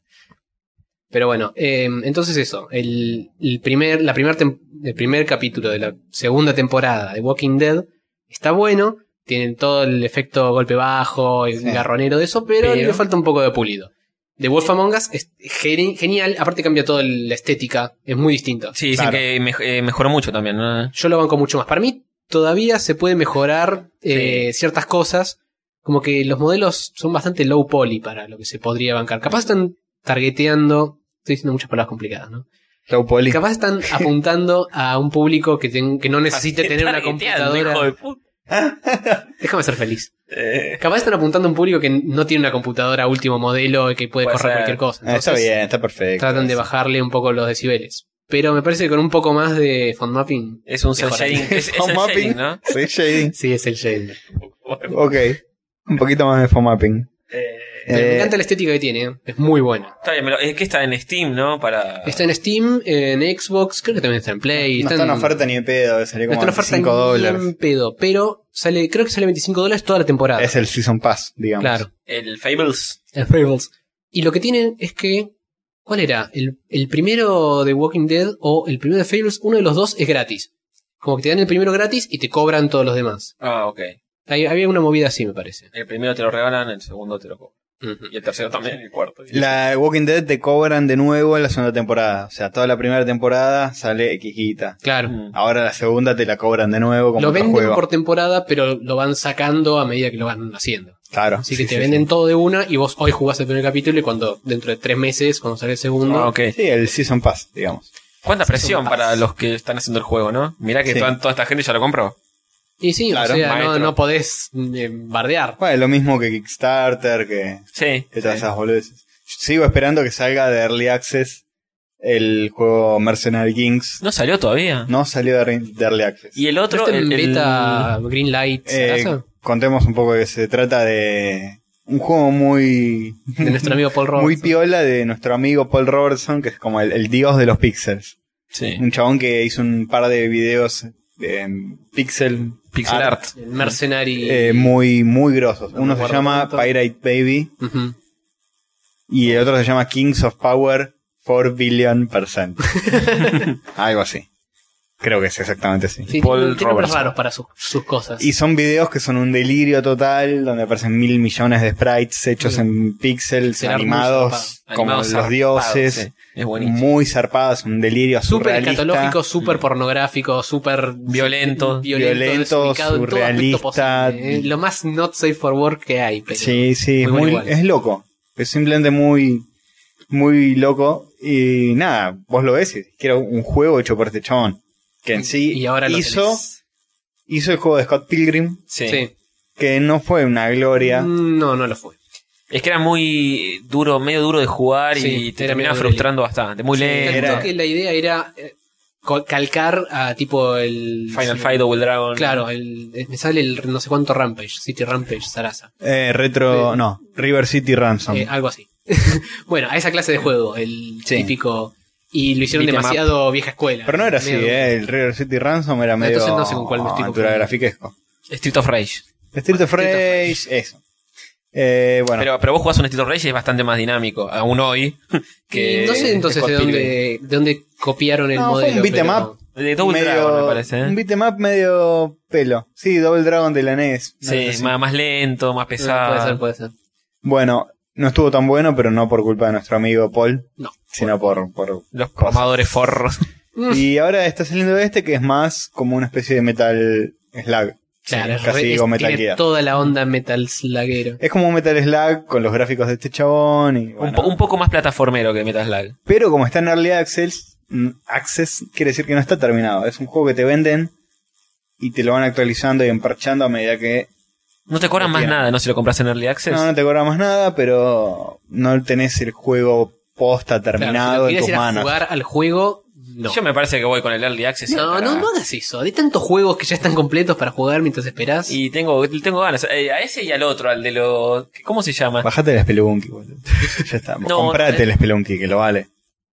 B: Pero bueno, eh, entonces eso. El, el primer, la primer tem- el primer capítulo de la segunda temporada de Walking Dead está bueno. Tiene todo el efecto golpe bajo, el
A: Sí.
B: garronero de eso, pero,
C: Pero-
B: le falta un poco de pulido. The Wolf Among Us es geni- genial, aparte cambia toda la estética, es muy distinto.
C: Sí, dicen
A: Claro.
C: que mej- eh, mejoró mucho también, ¿no?
B: Yo lo banco mucho más. Para mí todavía se puede mejorar eh, ciertas cosas. Como que los modelos son bastante low poly para lo que se podría bancar. Capaz están targeteando. Estoy diciendo muchas palabras complicadas, ¿no?
A: Low poly.
B: Capaz están apuntando a un público que, ten- que no necesite tener una
C: Targeteando, hijo
B: computadora.
C: de puta.
B: Déjame ser feliz.
C: Eh,
B: Capaz están apuntando a un público que no tiene una computadora último modelo y que puede,
C: Puede
B: correr
C: ser.
B: cualquier cosa.
A: Ah, está
B: Entonces,
A: bien, está perfecto.
B: Tratan de bajarle un poco los decibeles. Pero me parece que con un poco más de font mapping.
C: Es un cel
B: Mejora.
C: shading. Es, es
A: Home
C: cel
A: mapping.
C: shading, ¿no?
A: Sí, shading.
B: Sí, es el shading.
A: Ok. Un poquito más de formapping.
B: Pero
A: Eh,
B: me encanta la estética que tiene, ¿eh? es muy buena.
C: Está bien, me lo- es que está en Steam, ¿no? Para.
B: Está en Steam, en Xbox, creo que también está en Play.
A: Ah. No está en oferta ni de pedo, eh, salió
B: no
A: como
B: está en oferta
A: 5
B: ni en
A: dólares.
B: pedo, pero sale, creo que sale 25 dólares toda la temporada.
A: Es el Season Pass, digamos.
B: claro,
C: El Fables.
B: el Fables. Y lo que tienen es que, ¿cuál era? El, el primero de Walking Dead o el primero de Fables, uno de los dos es gratis. Como que te dan el primero gratis y te cobran todos los demás.
C: Ah, ok.
B: Hay- había una movida así, me parece.
C: El primero te lo regalan, el segundo te lo cobran.
B: Ujú.
C: Y el tercero también, y el cuarto. Y-
A: La Walking Dead te cobran de nuevo en la segunda temporada. O sea, toda la primera temporada sale Xquita.
B: Claro.
C: Mm.
A: Ahora la segunda te la cobran de nuevo como
B: Lo
A: otro
B: venden
A: juego.
B: por temporada, pero lo van sacando a medida que lo van haciendo.
A: Claro.
B: Así
A: sí,
B: que te
A: sí,
B: venden todo de una y vos hoy jugás el primer capítulo y cuando dentro de tres meses, cuando sale el segundo,
C: Ah, ok.
A: sí. Sí, el Season Pass, digamos.
C: Cuánta presión
B: más.
C: para los que están haciendo el juego, ¿no? Mirá que
A: Sí.
C: toda, toda esta gente ya lo compró.
B: Y sí,
A: Claro,
B: o sea, no,
C: maestro.
B: no podés eh, bardear.
A: Bueno, lo mismo que Kickstarter, que,
C: Sí.
A: que todas esas boludeces. Sigo esperando que salga de Early Access el juego Mercenary Kings.
C: No salió todavía.
A: No salió de, re- de Early Access.
C: Y el otro,
B: ¿Otro este en
C: el, el-
B: beta Greenlight
A: Eh,
B: Sarasa?
A: contemos un poco que se trata de un juego muy
B: de nuestro amigo Paul Roberts.
A: muy piola de nuestro amigo Paul Robertson, que es como el, el dios de los pixels.
C: Sí.
B: Mm.
A: Un chabón que hizo un par de videos de em, pixel,
C: Pixel
B: Ah,
A: art,
C: art.
B: El Mercenary.
A: eh, muy muy grosos.
B: No me
A: Uno se
B: acuerdo
A: llama
B: tanto.
A: Pirate Baby
B: Ujú.
A: y el otro se llama Kings of Power 4 Billion Percent. Algo así. Creo que es exactamente así.
B: Sí,
C: Paul
B: tiene- tiene nombres
C: Robertson.
B: raros para sus- sus cosas.
A: Y son videos que son un delirio total, donde aparecen mil millones de sprites hechos
B: Sí.
A: en pixels,
B: Será muy
A: animados
C: zarpado.
A: como
C: Animados
A: los
C: zarpados,
A: dioses,
C: sí. Es buenísimo.
A: muy zarpados, un delirio
B: Súper
A: surrealista,
B: escatológico, súper pornográfico, súper
C: Violento.
A: Violento,
B: desubicado en todo aspecto
A: surrealista.
B: posible, eh. Lo más not safe for work que hay. pero-
A: Sí, sí,
B: muy
A: es
B: bueno
A: muy-
B: igual.
A: es loco, es simplemente muy, muy loco y nada, vos lo ves, y decís, quiero un juego hecho por este chabón, que en sí
B: Y ahora lo
A: hizo,
B: tenés.
A: hizo el juego de Scott Pilgrim,
C: Sí.
B: Sí.
A: que no fue una gloria.
B: Mm, No, no lo fue.
C: Es que era muy duro, medio duro de jugar
B: Sí,
C: y te
B: era
C: terminaba
B: medio
C: frustrando bastante. Muy
B: Sí,
C: lento.
A: Eh, era-
B: Creo que la idea era eh, co- calcar a tipo el.
C: Final
B: sí,
C: Fight, Double Dragon.
B: Claro, el, eh, me sale el no sé cuánto Rampage, City Rampage, Sarasa,
A: Eh, retro,
B: Sí.
A: no, River City Ransom.
B: eh, algo así. bueno, a esa clase de juego, el
A: Sí.
B: típico. Y lo hicieron
C: Beat 'em up.
B: demasiado vieja escuela.
A: Pero no era así,
B: Medio-
A: ¿eh? El River City Ransom era medio
B: Entonces no sé con cuál me estoy
A: aventura
B: confundiendo.
A: grafiquesco.
C: Street of Rage.
A: Street of
B: Street of
A: Rage, eso. Eh, bueno,
C: Pero, pero vos jugás un Street of Rage y es bastante más dinámico, aún hoy. Que
B: Y no sé entonces
C: Scott
B: de
C: Pilgrim.
B: dónde, de dónde copiaron el
A: No, fue
B: modelo.
A: un beat 'em
B: pero-
A: up.
C: De Double
A: medio-
C: Dragon, me parece. ¿eh?
A: un beatmap medio pelo. Sí, Double Dragon de la E NES. una
C: Sí,
A: cosa así.
C: más, más lento, más
B: Ah,
C: pesado.
B: Puede ser, puede ser.
A: Bueno, no estuvo tan bueno, pero no por culpa de nuestro amigo Paul,
B: No.
A: sino por... por...
C: Los comadores forros.
B: Mm.
A: Y ahora está saliendo este que es más como una especie de Metal Slug.
B: Claro,
A: casi
B: re-
A: digo
B: es-
A: Metal
B: tiene
A: Gear.
B: toda la onda metal slaguero.
A: Es como un Metal Slug con los gráficos de este chabón y
C: Un,
A: bueno.
C: po- un poco más plataformero que Metal Slug.
A: Pero como está en Early Access, mm, Access quiere decir que no está terminado. Es un juego que te venden y te lo van actualizando y emparchando a medida que...
C: No te cobran
A: No
C: más
A: tiene.
C: nada, ¿no? Si lo compras en Early Access.
A: No, no te cobra más nada, pero no tenés el juego posta terminado
B: Claro, si
A: en
B: lo quieres
A: tus
B: ir a
A: manos.
B: jugar al juego, no.
C: Yo me parece que voy con el Early Access.
B: No, no, no hagas eso. Hay tantos juegos que ya están completos para jugar mientras esperás.
C: Y tengo, tengo ganas. Eh, a ese y al otro, al de los. ¿Cómo se llama?
A: Bajate el Spelunky, boludo. Ya está.
C: No,
A: Comprate
C: eh.
A: el Spelunky, que lo vale.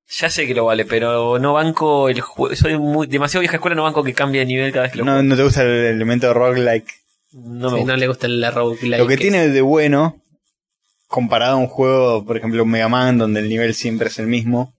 C: Ya sé que lo vale, pero no banco el juego. Soy muy, demasiado vieja escuela, no banco que cambie de nivel cada vez que lo
A: No, no te gusta el elemento roguelike.
C: juego. No me
B: Si
C: gusta.
B: no le gusta la roguelike.
A: Lo que tiene de bueno, comparado a un juego, por ejemplo, un Mega Man, donde el nivel siempre es el mismo,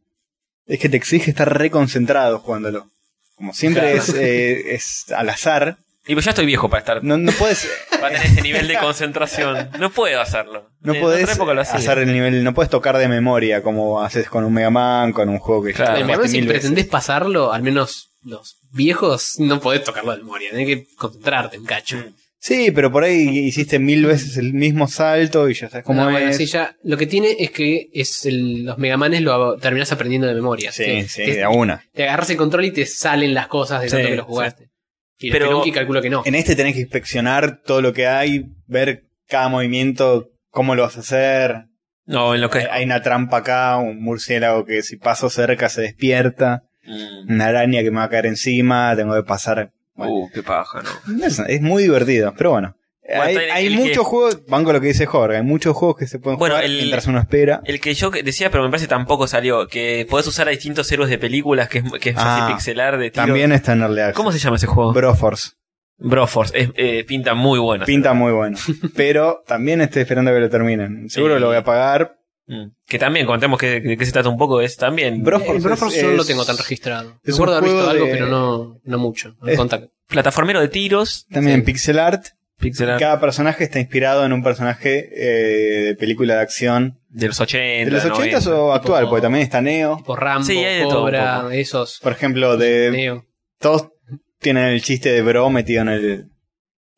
A: es que te exige estar reconcentrado jugándolo. Como siempre
C: Claro.
A: es, eh, es al azar,
C: Y pues ya estoy viejo para estar.
A: no, no puedes,
C: Para tener ese nivel de concentración. No puedo hacerlo.
A: no
C: En
A: podés
C: otra época lo hacía.
A: hacer el nivel, no puedes tocar de memoria como haces con un Mega Man, con un juego que ya
C: Claro.
B: El Mega Man,
A: jugaste
B: si
A: mil veces.
B: pretendés pasarlo, al menos los viejos, no podés tocarlo de memoria. Tenés que concentrarte un cacho.
A: Mm. Sí, pero por ahí hiciste mil veces el mismo salto y ya sabes cómo
B: Ah,
A: es.
B: bueno, sí, ya. Lo que tiene es que es el- los Megamanes lo terminás aprendiendo de memoria.
A: Sí,
B: Te-
A: sí,
B: te,
A: de a una.
B: te agarras el control y te salen las cosas de
C: Sí,
B: tanto que lo
C: sí.
B: jugaste. Y el
C: Pero-
B: Spelunky calculo que no.
A: En este tenés que inspeccionar todo lo que hay, ver cada movimiento, cómo lo vas a hacer.
C: No, en lo que.
A: Hay, hay una trampa acá, un murciélago que si paso cerca se despierta,
C: Mm.
A: una araña que me va a caer encima, tengo que pasar. Bueno,
C: Uh, qué paja, ¿no?
A: es, es muy divertido, pero bueno.
C: Bueno,
A: hay
C: está el-
A: hay
C: el
A: muchos
C: que-
A: juegos, banco lo que dice Jorge, hay muchos juegos que se pueden
C: Bueno,
A: jugar
C: el-
A: mientras uno espera.
C: El que yo que- decía, pero me parece tampoco salió, que podés usar a distintos héroes de películas, que es, que es
A: Ah,
C: así pixelar de tiro.
A: También está en Early Access.
C: ¿Cómo se llama ese juego?
A: Broforce.
C: Broforce. Es, eh, pinta muy bueno.
A: Pinta muy bueno. pero también estoy esperando que lo terminen. Seguro
C: Sí.
A: lo voy a pagar.
C: Mm. Que también, contemos que, de qué se trata un poco, es también
A: Bro-
B: el Broforce yo no
A: es-
B: lo tengo tan registrado.
A: es un
B: Recuerdo haber visto
A: juego
B: algo,
A: de-
B: pero no, no mucho. No
A: Es-
B: contacto.
C: plataformero de tiros.
A: También
B: Sí.
A: pixel art.
C: Pixelar
A: Cada personaje está inspirado en un personaje eh, de película de acción.
C: de los 80.
A: ¿De los 80
C: 90.
A: o actual?
B: Tipo-
A: Porque también está Neo.
B: Tipo Rambo,
C: Sí, hay de todo un poco.
B: Cobra, esos.
A: Por ejemplo, de
B: Neo.
A: todos tienen el chiste de bro metido en el,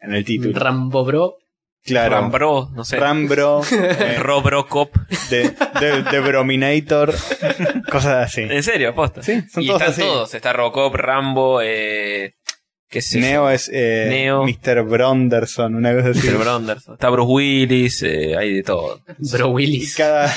A: en el título.
B: Rambo Bro.
A: Claro.
C: Rambro, no sé.
A: Rambro. eh,
C: Robrocop.
A: de, de, de Brominator. cosas así.
C: En serio, aposta.
A: Sí, son
C: Eh, y
A: todos
C: están
A: así.
C: todos. Está Robocop, Rambo, eh, qué sé yo.
A: Neo es eh,
C: Neo.
A: Mr. Bronderson, una cosa así.
C: Peter Bronders. Está Bruce Willis, eh, hay de todo.
B: Bro
A: Y
B: Willis.
A: cada-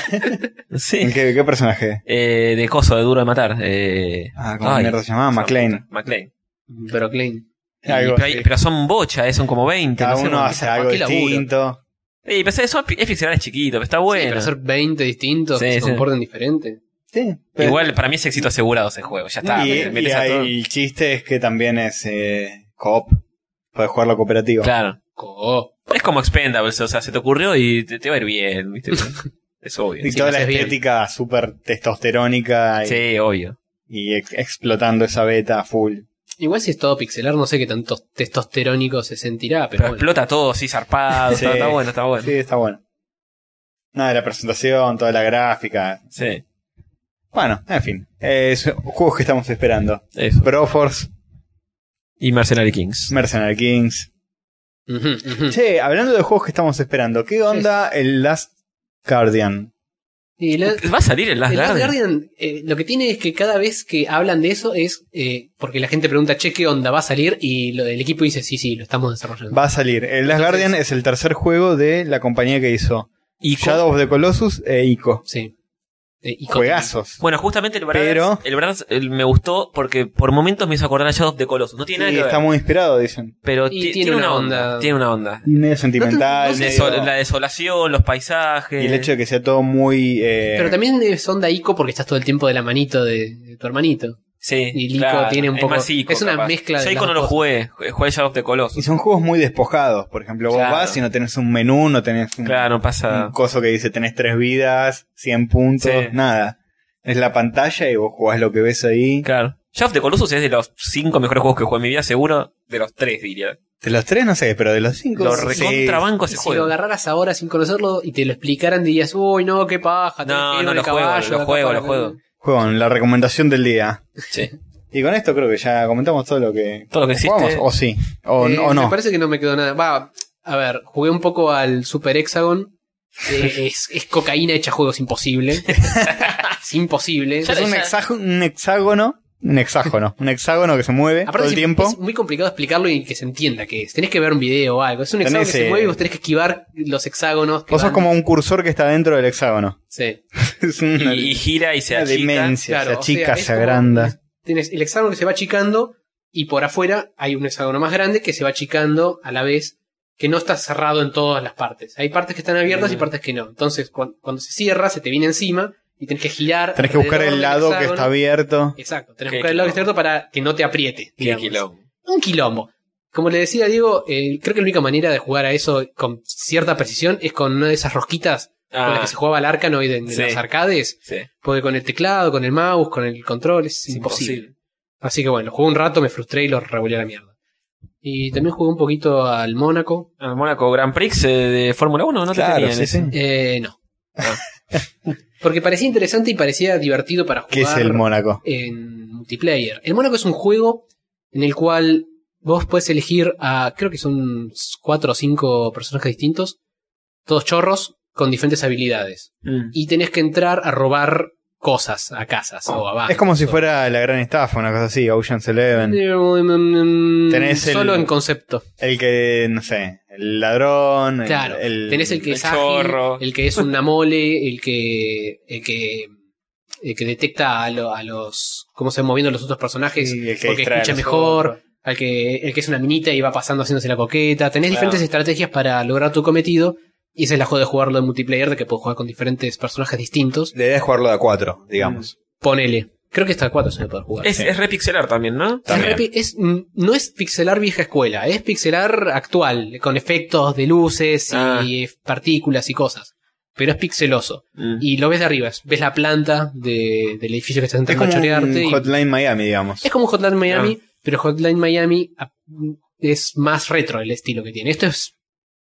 C: Sí.
A: ¿Qué, qué personaje?
C: Eh, de coso, de duro de matar. Eh,
A: Ah, ¿cómo
C: ay,
A: mierda se llamaba?
C: esa
A: McLean.
C: puta, McLean.
B: Bro Klein.
C: Y-
A: Algo
C: pero,
A: así.
C: hay- pero son bocha, eh, son como 20.
A: Cada
C: no sé,
A: uno
C: no-
A: hace
B: ¿para
A: algo
B: qué laburo?
A: distinto.
C: Ey, pero eso es es ficcional, es chiquito, pero está
B: Sí,
C: bueno.
B: para hacer 20 distintos
C: Sí,
B: que
C: sí.
B: se comporten diferente.
A: Sí, pero-
C: Igual para mí es éxito asegurado ese juego, ya está.
A: y,
C: me-
A: y
C: metes a
A: ahí
C: todo.
A: el chiste es que también es eh, coop. Puedes jugarlo cooperativo.
C: Claro.
B: Co.
C: Es como Expendables, o sea, se te ocurrió y te, te va a ir bien, ¿viste? es obvio.
A: Y
B: Sí,
A: toda
B: lo
A: la
B: haces bien.
A: estética súper testosterónica y,
C: Sí, obvio.
A: y ex- explotando esa beta a full.
B: Igual si es todo pixelar, no sé qué tanto testosterónico se sentirá, pero,
C: Pero
B: bueno.
C: explota todo, sí, zarpado.
A: Sí.
C: Está, está bueno, está bueno.
A: Sí, está bueno. Nada, la presentación, toda la gráfica.
C: Sí,
A: Bueno, en fin. Eh, es- juegos que estamos esperando.
C: eso.
A: Broforce,
C: Y Mercenary Kings.
A: Mercenary Kings.
B: Ujú,
C: Mm.
B: ujú.
A: Che, hablando de juegos que estamos esperando, ¿qué onda el Last Guardian?
B: Y la-
C: Va a salir el Last
B: El Last
C: Guardian.
B: Guardian, eh, lo que tiene es que cada vez que hablan de eso es eh, porque la gente pregunta, che, ¿qué onda? ¿Va a salir? Y lo, el equipo dice, sí, sí, lo estamos desarrollando.
A: Va a salir. El Last
B: Entonces-
A: Guardian es el tercer juego de la compañía que hizo
C: Y con-
A: Shadow of the Colossus e Ico.
B: Sí. Eh, y con-
A: Juegazos.
C: Bueno, justamente el Brothers,
A: Pero-
C: el Brothers el- me gustó porque por momentos me hizo acordar a Shadow of the Colossus. No tiene nada
A: Y
C: que ver,
A: está muy inspirado, dicen.
C: pero
B: Y tiene
C: ti- tiene una
B: una
C: onda,
B: onda.
C: Tiene una onda.
A: Medio sentimental.
B: no sé,
A: medio-
C: Deso- la desolación, los paisajes.
A: Y el hecho de que sea todo muy... eh,
B: Pero también es onda Ico porque estás todo el tiempo de la manito de, de tu hermanito.
C: Sí,
B: y el Ico tiene un
C: es
B: poco-
C: más Ico,
B: es una
C: capaz.
B: mezcla de
C: Yo Ico
B: las
C: no lo
B: dos
C: jugué, jugué Shadow of the
A: Y
C: Colossus.
A: son juegos muy despojados. Por ejemplo, vos
C: Claro.
A: vas y no tenés un menú, no tenés un,
C: Claro, no
A: un
C: pasa.
A: coso que dice tenés tres vidas, 100 puntos,
C: Sí.
A: nada. Es la pantalla y vos jugás lo que ves ahí.
C: Claro. Shadow of the Colossus es de los cinco mejores juegos que jugué en mi vida, seguro. De los tres, diría.
A: De los tres, no sé, pero de los cinco...
C: Lo
A: sí.
C: recontrabanco ese
B: si
C: juego.
B: lo agarraras ahora sin conocerlo y te lo explicaran, dirías, uy, no, qué paja. tenés
C: No,
B: que ir
C: no,
B: al
C: lo juego,
B: acá
C: lo juego,
B: para
C: lo juego.
A: Juego, la recomendación del día.
C: Sí.
A: Y con esto creo que ya comentamos todo lo que...
C: Todo lo que
A: jugamos,
C: existe.
A: o sí, o,
B: Eh,
A: o no.
B: Me parece que no me quedó nada. Va, a ver, jugué un poco al Super Hexagon. Eh, es, es cocaína hecha juegos imposible. es imposible.
C: Ya
A: Es un,
C: ya-
A: hexago- un hexágono, un hexágono, un hexágono que se mueve
B: Aparte
A: ¿eh? todo el
B: es-
A: tiempo.
B: es muy complicado explicarlo y que se entienda qué es. Tenés que ver un video o algo. Es un
A: Tenés,
B: hexágono que
A: eh,
B: se mueve y vos tenés que esquivar los hexágonos. que
A: Vos sos
B: van-
A: como un cursor que está dentro del hexágono.
B: Sí,
A: es una,
C: Y, y gira y se
A: una
C: achica.
A: dimensión,
B: claro,
A: se
B: o sea,
A: achica,
B: es
A: se
B: como-
A: agranda.
B: Tenés el hexágono que se va achicando y por afuera hay un hexágono más grande que se va achicando a la vez que no está cerrado en todas las partes. Hay partes que están abiertas y
C: Mm.
B: partes que no. Entonces, cuan- cuando, se cierra, se te viene encima y tenés que girar.
A: Tenés que buscar
B: alrededor
A: el
B: del
A: lado que
B: hexágono.
A: está abierto.
B: Exacto, tenés
C: Qué
B: que buscar el lado que está
C: quilombo.
B: abierto para que no te apriete.
C: Qué
B: digamos.
C: quilombo.
B: Un quilombo. Como le decía Diego, eh, creo que la única manera de jugar a eso con cierta precisión es con una de esas rosquitas con las
C: Ah,
B: que se jugaba el Arcanoid en, en
C: Sí.
B: las arcades,
C: sí.
B: porque con el teclado, con el mouse, con el control es,
C: Es
B: imposible.
C: imposible.
B: Así que bueno, jugué un rato, me frustré y lo revolví a la mierda. Y también jugué un poquito al Mónaco.
C: Ah, Mónaco Grand Prix eh, de Fórmula 1, ¿no? te
A: claro,
C: tenían
A: sí,
C: eso?
A: sí.
B: Eh, no.
C: Ah.
B: Porque parecía interesante y parecía divertido para jugar.
A: ¿Qué es el Mónaco?
B: en multiplayer. El Mónaco es un juego en el cual vos puedes elegir a, creo que son cuatro o cinco personajes distintos, todos chorros, con diferentes habilidades.
C: Mm.
B: Y tenés que entrar a robar cosas a casas o a bancos.
A: Es como si
B: o-
A: fuera la gran estafa, una cosa así, Ocean's Eleven. Tenés el-
B: Solo en concepto.
A: El que, no sé, el ladrón. el-
B: Claro.
A: el-
B: Tenés el que
C: el
B: es ágil,
C: chorro.
B: el que es una mole, el que, el que, el que detecta a, lo- a los, cómo se van moviendo los otros personajes,
A: Sí, el que
B: porque
A: distrae a
B: escucha
A: los
B: mejor,
A: otros.
B: al que, el que es una minita y va pasando haciéndose la coqueta. Tenés
C: Claro.
B: diferentes estrategias para lograr tu cometido. Y esa es la joda de jugarlo en multiplayer, de que puedes jugar con diferentes personajes distintos.
A: La idea es jugarlo de a cuatro, digamos.
B: Ponele. Creo que hasta cuatro se puede poder jugar.
C: Es, es repixelar también, ¿no?
B: Es
A: También.
B: repi- es- mm, no es pixelar vieja escuela, es pixelar actual, con efectos de luces
C: Ah.
B: y eh, partículas y cosas. Pero es pixeloso.
C: Mm.
B: Y lo ves de arriba, es- ves la planta de- del edificio que estás
A: Es
B: entrando
A: como
B: a
A: un
B: chorearte. y-
A: Hotline Miami, digamos.
B: es como un Hotline Miami,
C: Ah.
B: pero Hotline Miami ah, es más retro el estilo que tiene. Esto es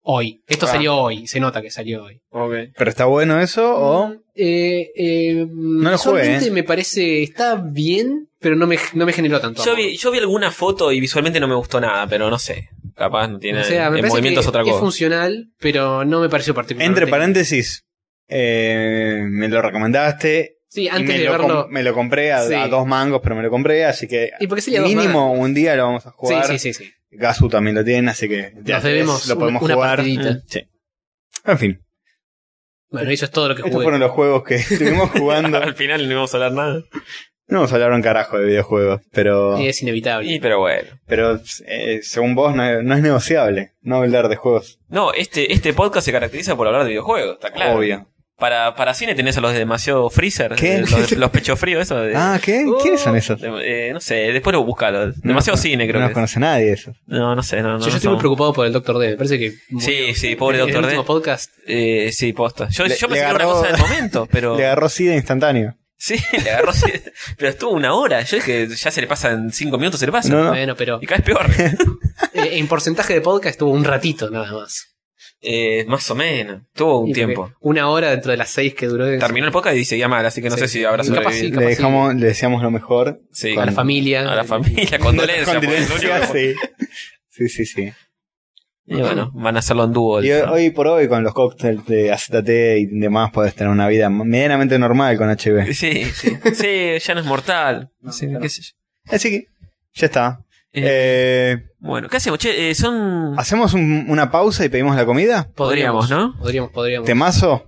B: hoy. Esto
C: Ah.
B: salió hoy, se nota que salió hoy.
C: Ok.
A: ¿Pero está bueno eso o...?
B: Eh, eh,
A: lo jugué,
B: visualmente
A: eh.
B: me parece, está bien, pero no me, no me generó tanto.
C: Yo
B: amor.
C: vi, yo vi alguna foto y visualmente no me gustó nada, pero no sé. capaz no tiene.
B: o sea, me
C: el
B: parece
C: movimiento
B: que
C: es otra
B: es
C: cosa.
B: funcional, pero no me pareció particular.
A: Entre paréntesis, eh, me lo recomendaste.
B: Sí,
A: y
B: antes
A: me,
B: de
A: lo
B: verlo.
A: com- me lo compré a,
B: Sí.
A: a dos mangos, pero me lo compré, así que
B: ¿Y por qué sería dos
A: mínimo un día lo vamos a
B: Sí,
A: jugar.
B: sí, sí, sí.
A: Gasu también lo tiene, así que ya
B: Nos debemos
A: lo podemos
B: una
A: jugar.
B: partidita.
A: Mm, sí. En fin,
B: Bueno, eso es todo lo que
A: estos
B: jugué.
A: fueron los juegos que estuvimos jugando.
C: Al final no íbamos a hablar nada.
A: No vamos a hablar un carajo de videojuegos, pero,
B: Y es inevitable.
C: Y, pero bueno.
A: pero eh, según vos no, no es negociable no hablar de juegos.
C: No, este, este podcast se caracteriza por hablar de videojuegos, está claro.
A: Obvio.
C: Para, para cine tenés a los de demasiado freezer,
A: ¿Qué?
C: eh, los, de- los pechos fríos, eso. de-
A: Ah, ¿qué?
C: Oh,
A: ¿Quiénes
B: Uh,
A: son esos?
C: de- eh, no sé, después lo buscalo. Demasiado cine,
A: no
C: creo que.
A: los
C: es.
A: conoce nadie esos.
C: No, no sé, no, no.
B: yo,
C: no
B: yo estoy muy
C: somos-
B: preocupado por el Dr. D. Me parece que.
C: Sí, sí, pobre
B: en
C: Dr.
B: El último
C: D.
B: podcast.
C: Eh, sí, posta. Yo,
A: Le-
C: yo
A: le
C: pensé que era una
A: agarró-
C: cosa del momento, pero.
A: Le agarró SIDA instantáneo.
C: Sí, le agarró. sí, pero estuvo una hora. Yo dije, ya se le pasa en cinco minutos, se le pasa.
A: No, no.
B: Bueno, pero
C: Y cada vez peor.
B: eh, en porcentaje de podcast estuvo un ratito nada más.
C: Eh, más o menos. Tuvo un
B: Y fue
C: tiempo.
B: Una hora dentro de las seis que duró.
C: Terminó el podcast y seguía mal, así que no
B: Sí.
C: sé si habrá
B: Capaz
C: sobrevivido.
B: capaz
A: Le dejamos, le deseamos lo mejor.
C: Sí,
B: A la familia. Eh,
C: a la familia, condolencias. por el
A: Condolencias,
C: único-
A: sí. Sí, sí, sí.
C: Y bueno, van a hacerlo en dúo.
A: Y hoy,
C: ¿no?
A: hoy por hoy, con los cócteles de AZT y demás, podés tener una vida medianamente normal con HB.
C: Sí, sí. Sí, ya no es mortal. Sí,
A: claro.
C: qué sé yo.
A: Así que, ya está.
C: Eh,
A: Eh,
C: bueno, ¿qué hacemos? Che, eh, son.
A: ¿Hacemos un- una pausa y pedimos la comida?
C: Podríamos, ¿no?
B: Podríamos, podríamos.
A: ¿Temazo?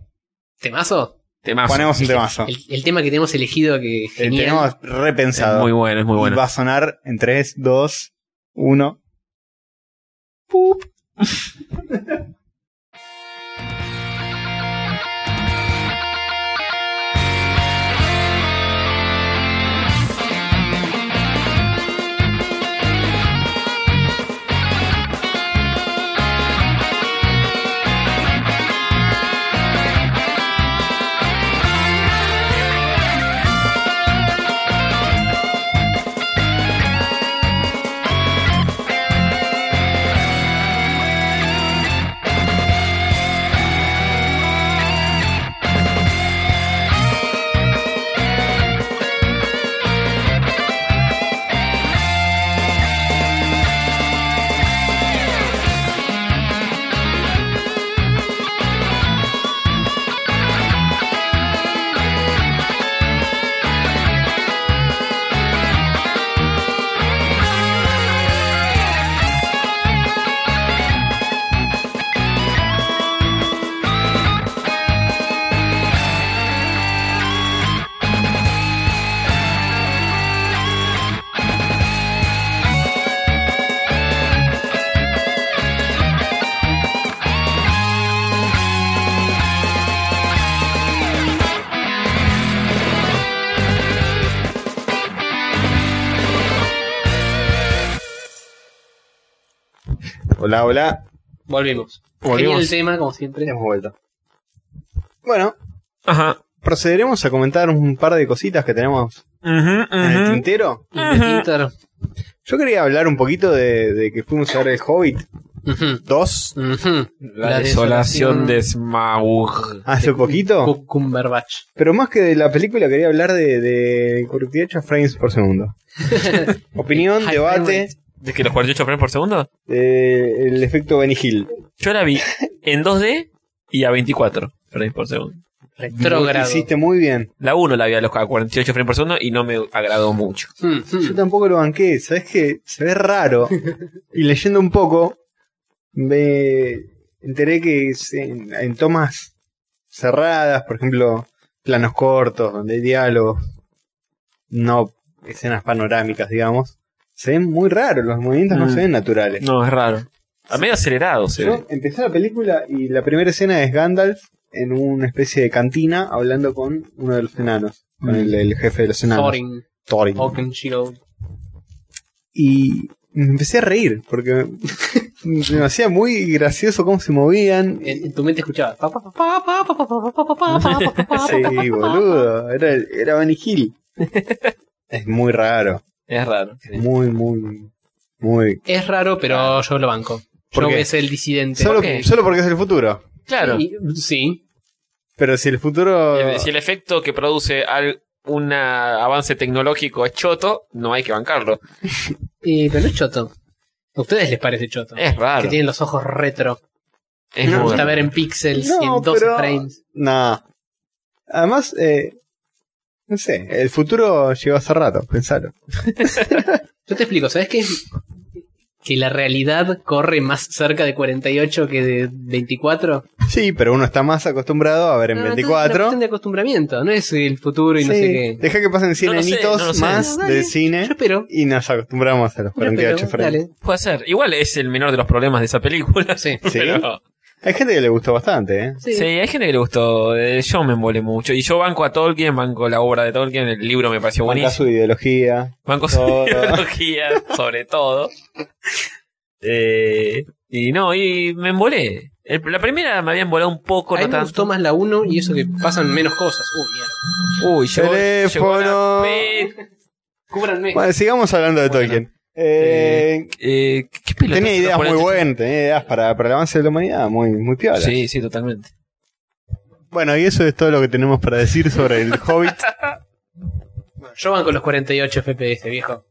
B: ¿Temazo?
C: Temas.
A: Ponemos un temazo.
B: El, el tema que tenemos elegido que
A: Eh,
B: genial.
A: tenemos repensado.
C: muy bueno, es muy
A: Y
C: bueno.
A: va a sonar en 3, 2, 1. ¡Pup! Hola, hola.
B: Volvimos.
A: Volvimos.
B: Genial el tema, como siempre.
A: Hemos vuelto. Bueno,
C: Ajá.
A: procederemos a comentar un par de cositas que tenemos
C: Ujú,
A: en el
C: ujú.
A: tintero.
B: Y de Twitter.
A: Yo quería hablar un poquito de, de que fuimos a ver el Hobbit
B: Ujú,
A: 2
B: ujú.
C: La, desolación de Smaug.
A: hace poquito.
B: Cu- Cumberbatch.
A: Pero más que de la película quería hablar de, de 48 frames por segundo. Opinión,
B: High frame
A: debate,
C: ¿De que los 48 frames por segundo?
A: eh, el efecto Benny Hill.
C: Yo la vi en 2D y a 24 frames por segundo.
B: Retrógrado.
A: Hiciste muy bien.
C: La 1 la vi a los a 48 frames por segundo y no me agradó mucho.
B: Ujú,
A: Yo
B: ujú.
A: tampoco lo banqué, sabes que se ve raro. Y leyendo un poco, me enteré que es en, en tomas cerradas, por ejemplo, planos cortos, donde hay diálogos, no escenas panorámicas, digamos, se ven muy raros, los movimientos no
C: Mm.
A: se ven naturales.
C: No, es raro. A medio acelerado se ve.
A: Yo empecé la película y la primera escena es Gandalf en una especie de cantina hablando con uno de los enanos, con
B: Mm.
A: el, el jefe de los enanos.
B: Thorin,
A: Thorin.
B: Oakenshield.
A: y me empecé a reír porque me hacía muy gracioso cómo se movían.
B: En, en tu mente escuchaba. pa, pa, pa, pa,
A: Sí, boludo, era, era Benny Hill. Es muy raro,
C: Es raro. sí.
A: muy, muy, muy.
B: Es raro, pero yo lo banco.
A: ¿Por
B: Yo
A: qué?
B: es el disidente.
A: Solo,
C: qué?
A: solo porque es el futuro.
C: Claro.
B: Y- sí.
A: Pero si el futuro.
C: El- Si el efecto que produce al, un avance tecnológico es choto, no hay que bancarlo.
B: Eh, pero no es choto. ¿A ustedes les parece choto?
C: Es
B: Que
C: raro.
B: tienen los ojos retro.
C: Es
B: Me
C: muy
B: gusta
C: raro.
B: ver en pixels y
A: No,
B: en 12
A: pero-
B: frames.
A: Nah. Además, eh, no sé, el futuro llegó hace rato, pensalo.
B: Yo te explico, ¿sabes qué? Que la realidad corre más cerca de 48 que de 24.
A: Sí, pero uno está más acostumbrado a ver en
B: No, no, entonces Es una
A: 24.
B: cuestión de acostumbramiento, no es el futuro y no
A: Sí, ¿Eh?
B: sé qué.
A: Deja que pasen 100
C: No lo sé,
A: añitos
C: no lo sé.
A: más
B: Dale.
A: de
B: Yo
A: cine
B: espero.
A: y nos acostumbramos a los
B: yo espero,
A: 48 frames.
B: dale.
C: Puede ser. Igual es el menor de los problemas de esa película.
B: Sí,
A: ¿Sí?
C: Pero-
A: Hay gente que le gustó bastante, ¿eh?
B: sí.
C: Sí. hay gente que le gustó. Eh, Yo me embolé mucho. Y yo banco a Tolkien, banco la obra de Tolkien. El libro me pareció
A: Banca
C: buenísimo.
A: su ideología.
C: Banco su
A: Todo.
C: ideología, sobre todo. Eh, y no, y me embolé. El- la primera me había embolado un poco,
B: A mí
C: no
B: me
C: tanto.
B: gustó más la 1 y eso que pasan menos cosas. Uy, mierda.
C: Uy, llegó-
A: Teléfono.
C: llegó la pe-
B: Cúbranme.
A: Bueno, sigamos hablando de
C: Bueno.
A: Tolkien. Eh,
C: eh, ¿Qué pelotas
A: tenía ideas muy
C: ponete-
A: buenas, tenía ideas para, para el avance de la humanidad, muy, muy piola.
C: Sí, sí, totalmente.
A: Bueno, y eso es todo lo que tenemos para decir sobre el Hobbit.
B: Yo van con los 48 FPS, viejo.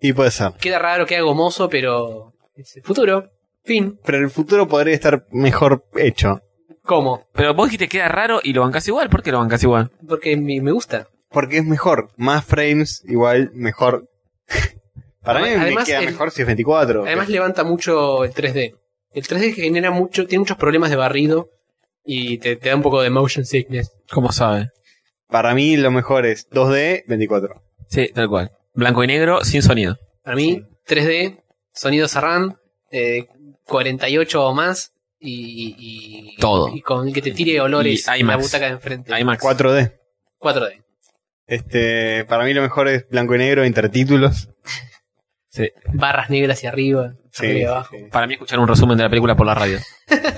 A: Y puede ser.
B: Queda raro, queda gomoso, pero es el futuro. Fin.
A: Pero el futuro podría estar mejor hecho.
B: ¿Cómo?
C: Pero vos dijiste queda raro y lo bancás igual. ¿Por qué lo bancás igual?
B: Porque me, me gusta.
A: Porque es mejor. Más frames, igual mejor. Para mí
B: Además,
A: me queda
B: el-
A: mejor si es 24.
B: Además levanta mucho el 3D. El 3D genera mucho, tiene muchos problemas de barrido y te, te da un poco de motion sickness.
C: ¿Cómo sabe?
A: Para mí lo mejor es 2D, 24.
C: Sí, tal cual. Blanco y negro, sin sonido.
B: Para mí, 3D, sonido Sarran, eh, 48 o más y, y-
C: Todo.
B: Y con el que te tire olores
C: Y
B: en la
C: IMAX.
B: butaca de enfrente.
C: Ahí Max.
A: 4D.
B: 4D.
A: Este, para mí lo mejor es blanco y negro, intertítulos.
B: Barras negras hacia arriba,
A: Sí,
B: arriba y abajo.
A: sí, sí.
C: Para mí escuchar un resumen de la película por la radio.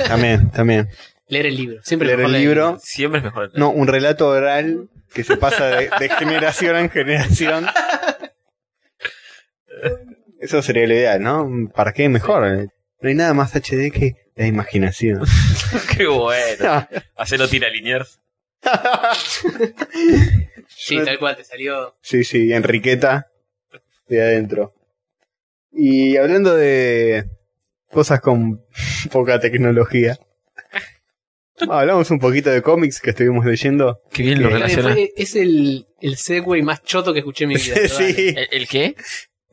A: También, también.
B: Leer el libro. Siempre
A: Leer
B: mejor
A: el libro.
C: Siempre es mejor.
A: No, un relato oral que se pasa de, de generación en generación. Eso sería lo ideal, ¿no? ¿Para qué mejor? No hay nada más HD que la imaginación.
C: Qué bueno. Hacelo tira Liniers.
B: Sí, tal cual, te salió.
A: Sí, sí, Enriqueta de adentro. Y hablando de cosas con poca tecnología, hablamos un poquito de cómics que estuvimos leyendo.
C: Qué bien lo
A: Qué
C: relaciona.
B: Fue- es el, el Segway más choto que escuché en mi vida.
A: sí,
C: ¿El, el qué?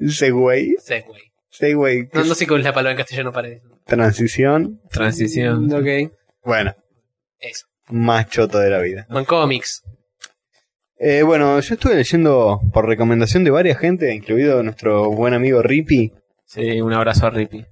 A: Segway,
B: Segway.
A: Segway,
B: No, no sé cómo es la palabra en castellano para eso.
A: transición.
C: Transición.
B: Ok.
A: Bueno,
B: Eso.
A: más choto de la vida.
B: Con cómics.
A: Eh, bueno, yo estuve leyendo por recomendación de varias gente, incluido nuestro buen amigo Rippy.
C: Sí, un abrazo a Rippy.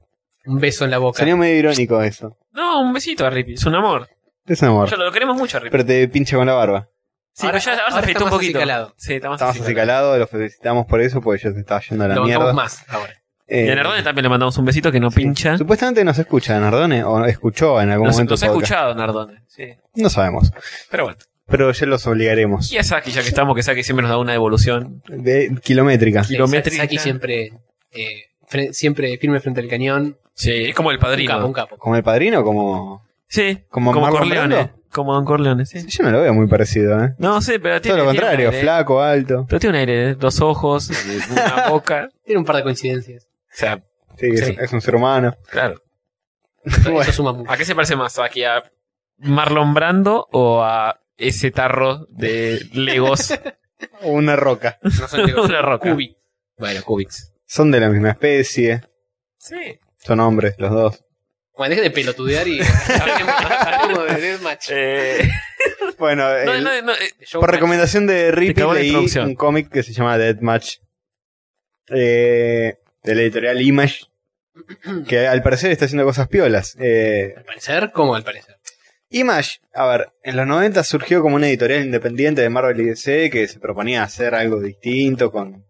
B: Un beso en la boca.
A: Salió medio irónico eso.
C: No, un besito a Rippy. Es un amor.
A: Es un amor.
C: Yo lo, lo queremos mucho a Rippy.
A: Pero te pinche con la barba.
C: sí, pero ya ahora, se
B: ahora
C: afeitó
B: está
C: un
B: más
C: poquito.
B: acicalado.
C: Ah, Sí, está más
A: Estabas
C: acicalado.
A: acicalado, lo felicitamos por eso, porque yo te estaba yendo a la
B: Lo
A: mierda.
B: bancamos más ahora.
A: Eh,
C: Y a Nardone también le mandamos un besito que no
A: sí.
C: pincha.
A: Supuestamente nos escucha Nardone, o escuchó en algún
C: Nos,
A: momento.
C: nos ha
A: el podcast.
C: escuchado Nardone. Sí.
A: No sabemos,
C: Pero bueno.
A: pero ya los obligaremos.
C: Y a Saki, ya que estamos, que Saki siempre nos da una devolución.
A: De kilométrica.
C: Kilométrica.
B: Saki siempre, eh, fre- siempre firme frente al cañón.
C: Sí, es como el
B: Un capo,
C: padrino.
B: un capo.
A: ¿Como el padrino? Como.
C: Sí,
A: ¿Como
C: como,
A: Marlon
C: Corleone.
A: Brando?
C: Como Don Corleone, sí.
A: Yo no lo veo muy parecido, ¿eh?
C: No sé, pero
A: Todo lo
C: tiene. tiene un
A: contrario,
C: aire.
A: flaco, alto.
C: Pero tiene un aire, ¿eh? dos ojos, eh, una boca.
B: Tiene un par de coincidencias.
C: O sea,
A: Sí, es,
C: Sí.
A: es un ser humano.
C: claro.
B: Eso,
A: Bueno.
B: eso suma mucho.
C: ¿A qué se parece más? ¿Aquí a Marlon Brando o a ese tarro de Legos?
A: O una roca.
B: No son negros,
C: Una roca.
B: Cubi.
C: bueno, Cubics.
A: Son de la misma especie,
C: Sí.
A: son hombres los dos.
B: Bueno, deja de pelotudear y hablemos, hablemos de Deathmatch.
C: Eh,
A: Bueno,
C: no,
A: el-
C: no, no, eh,
B: Yo-
A: por recomendación de Rippy
C: cagó la
A: leí
C: introducción.
A: un cómic que se llama Deathmatch. Eh, de la editorial Image. Que al parecer está haciendo cosas piolas. Eh,
B: Al parecer, ¿cómo al parecer?
A: Image, a ver, en los 90 surgió como una editorial independiente de Marvel y DC que se proponía hacer algo distinto con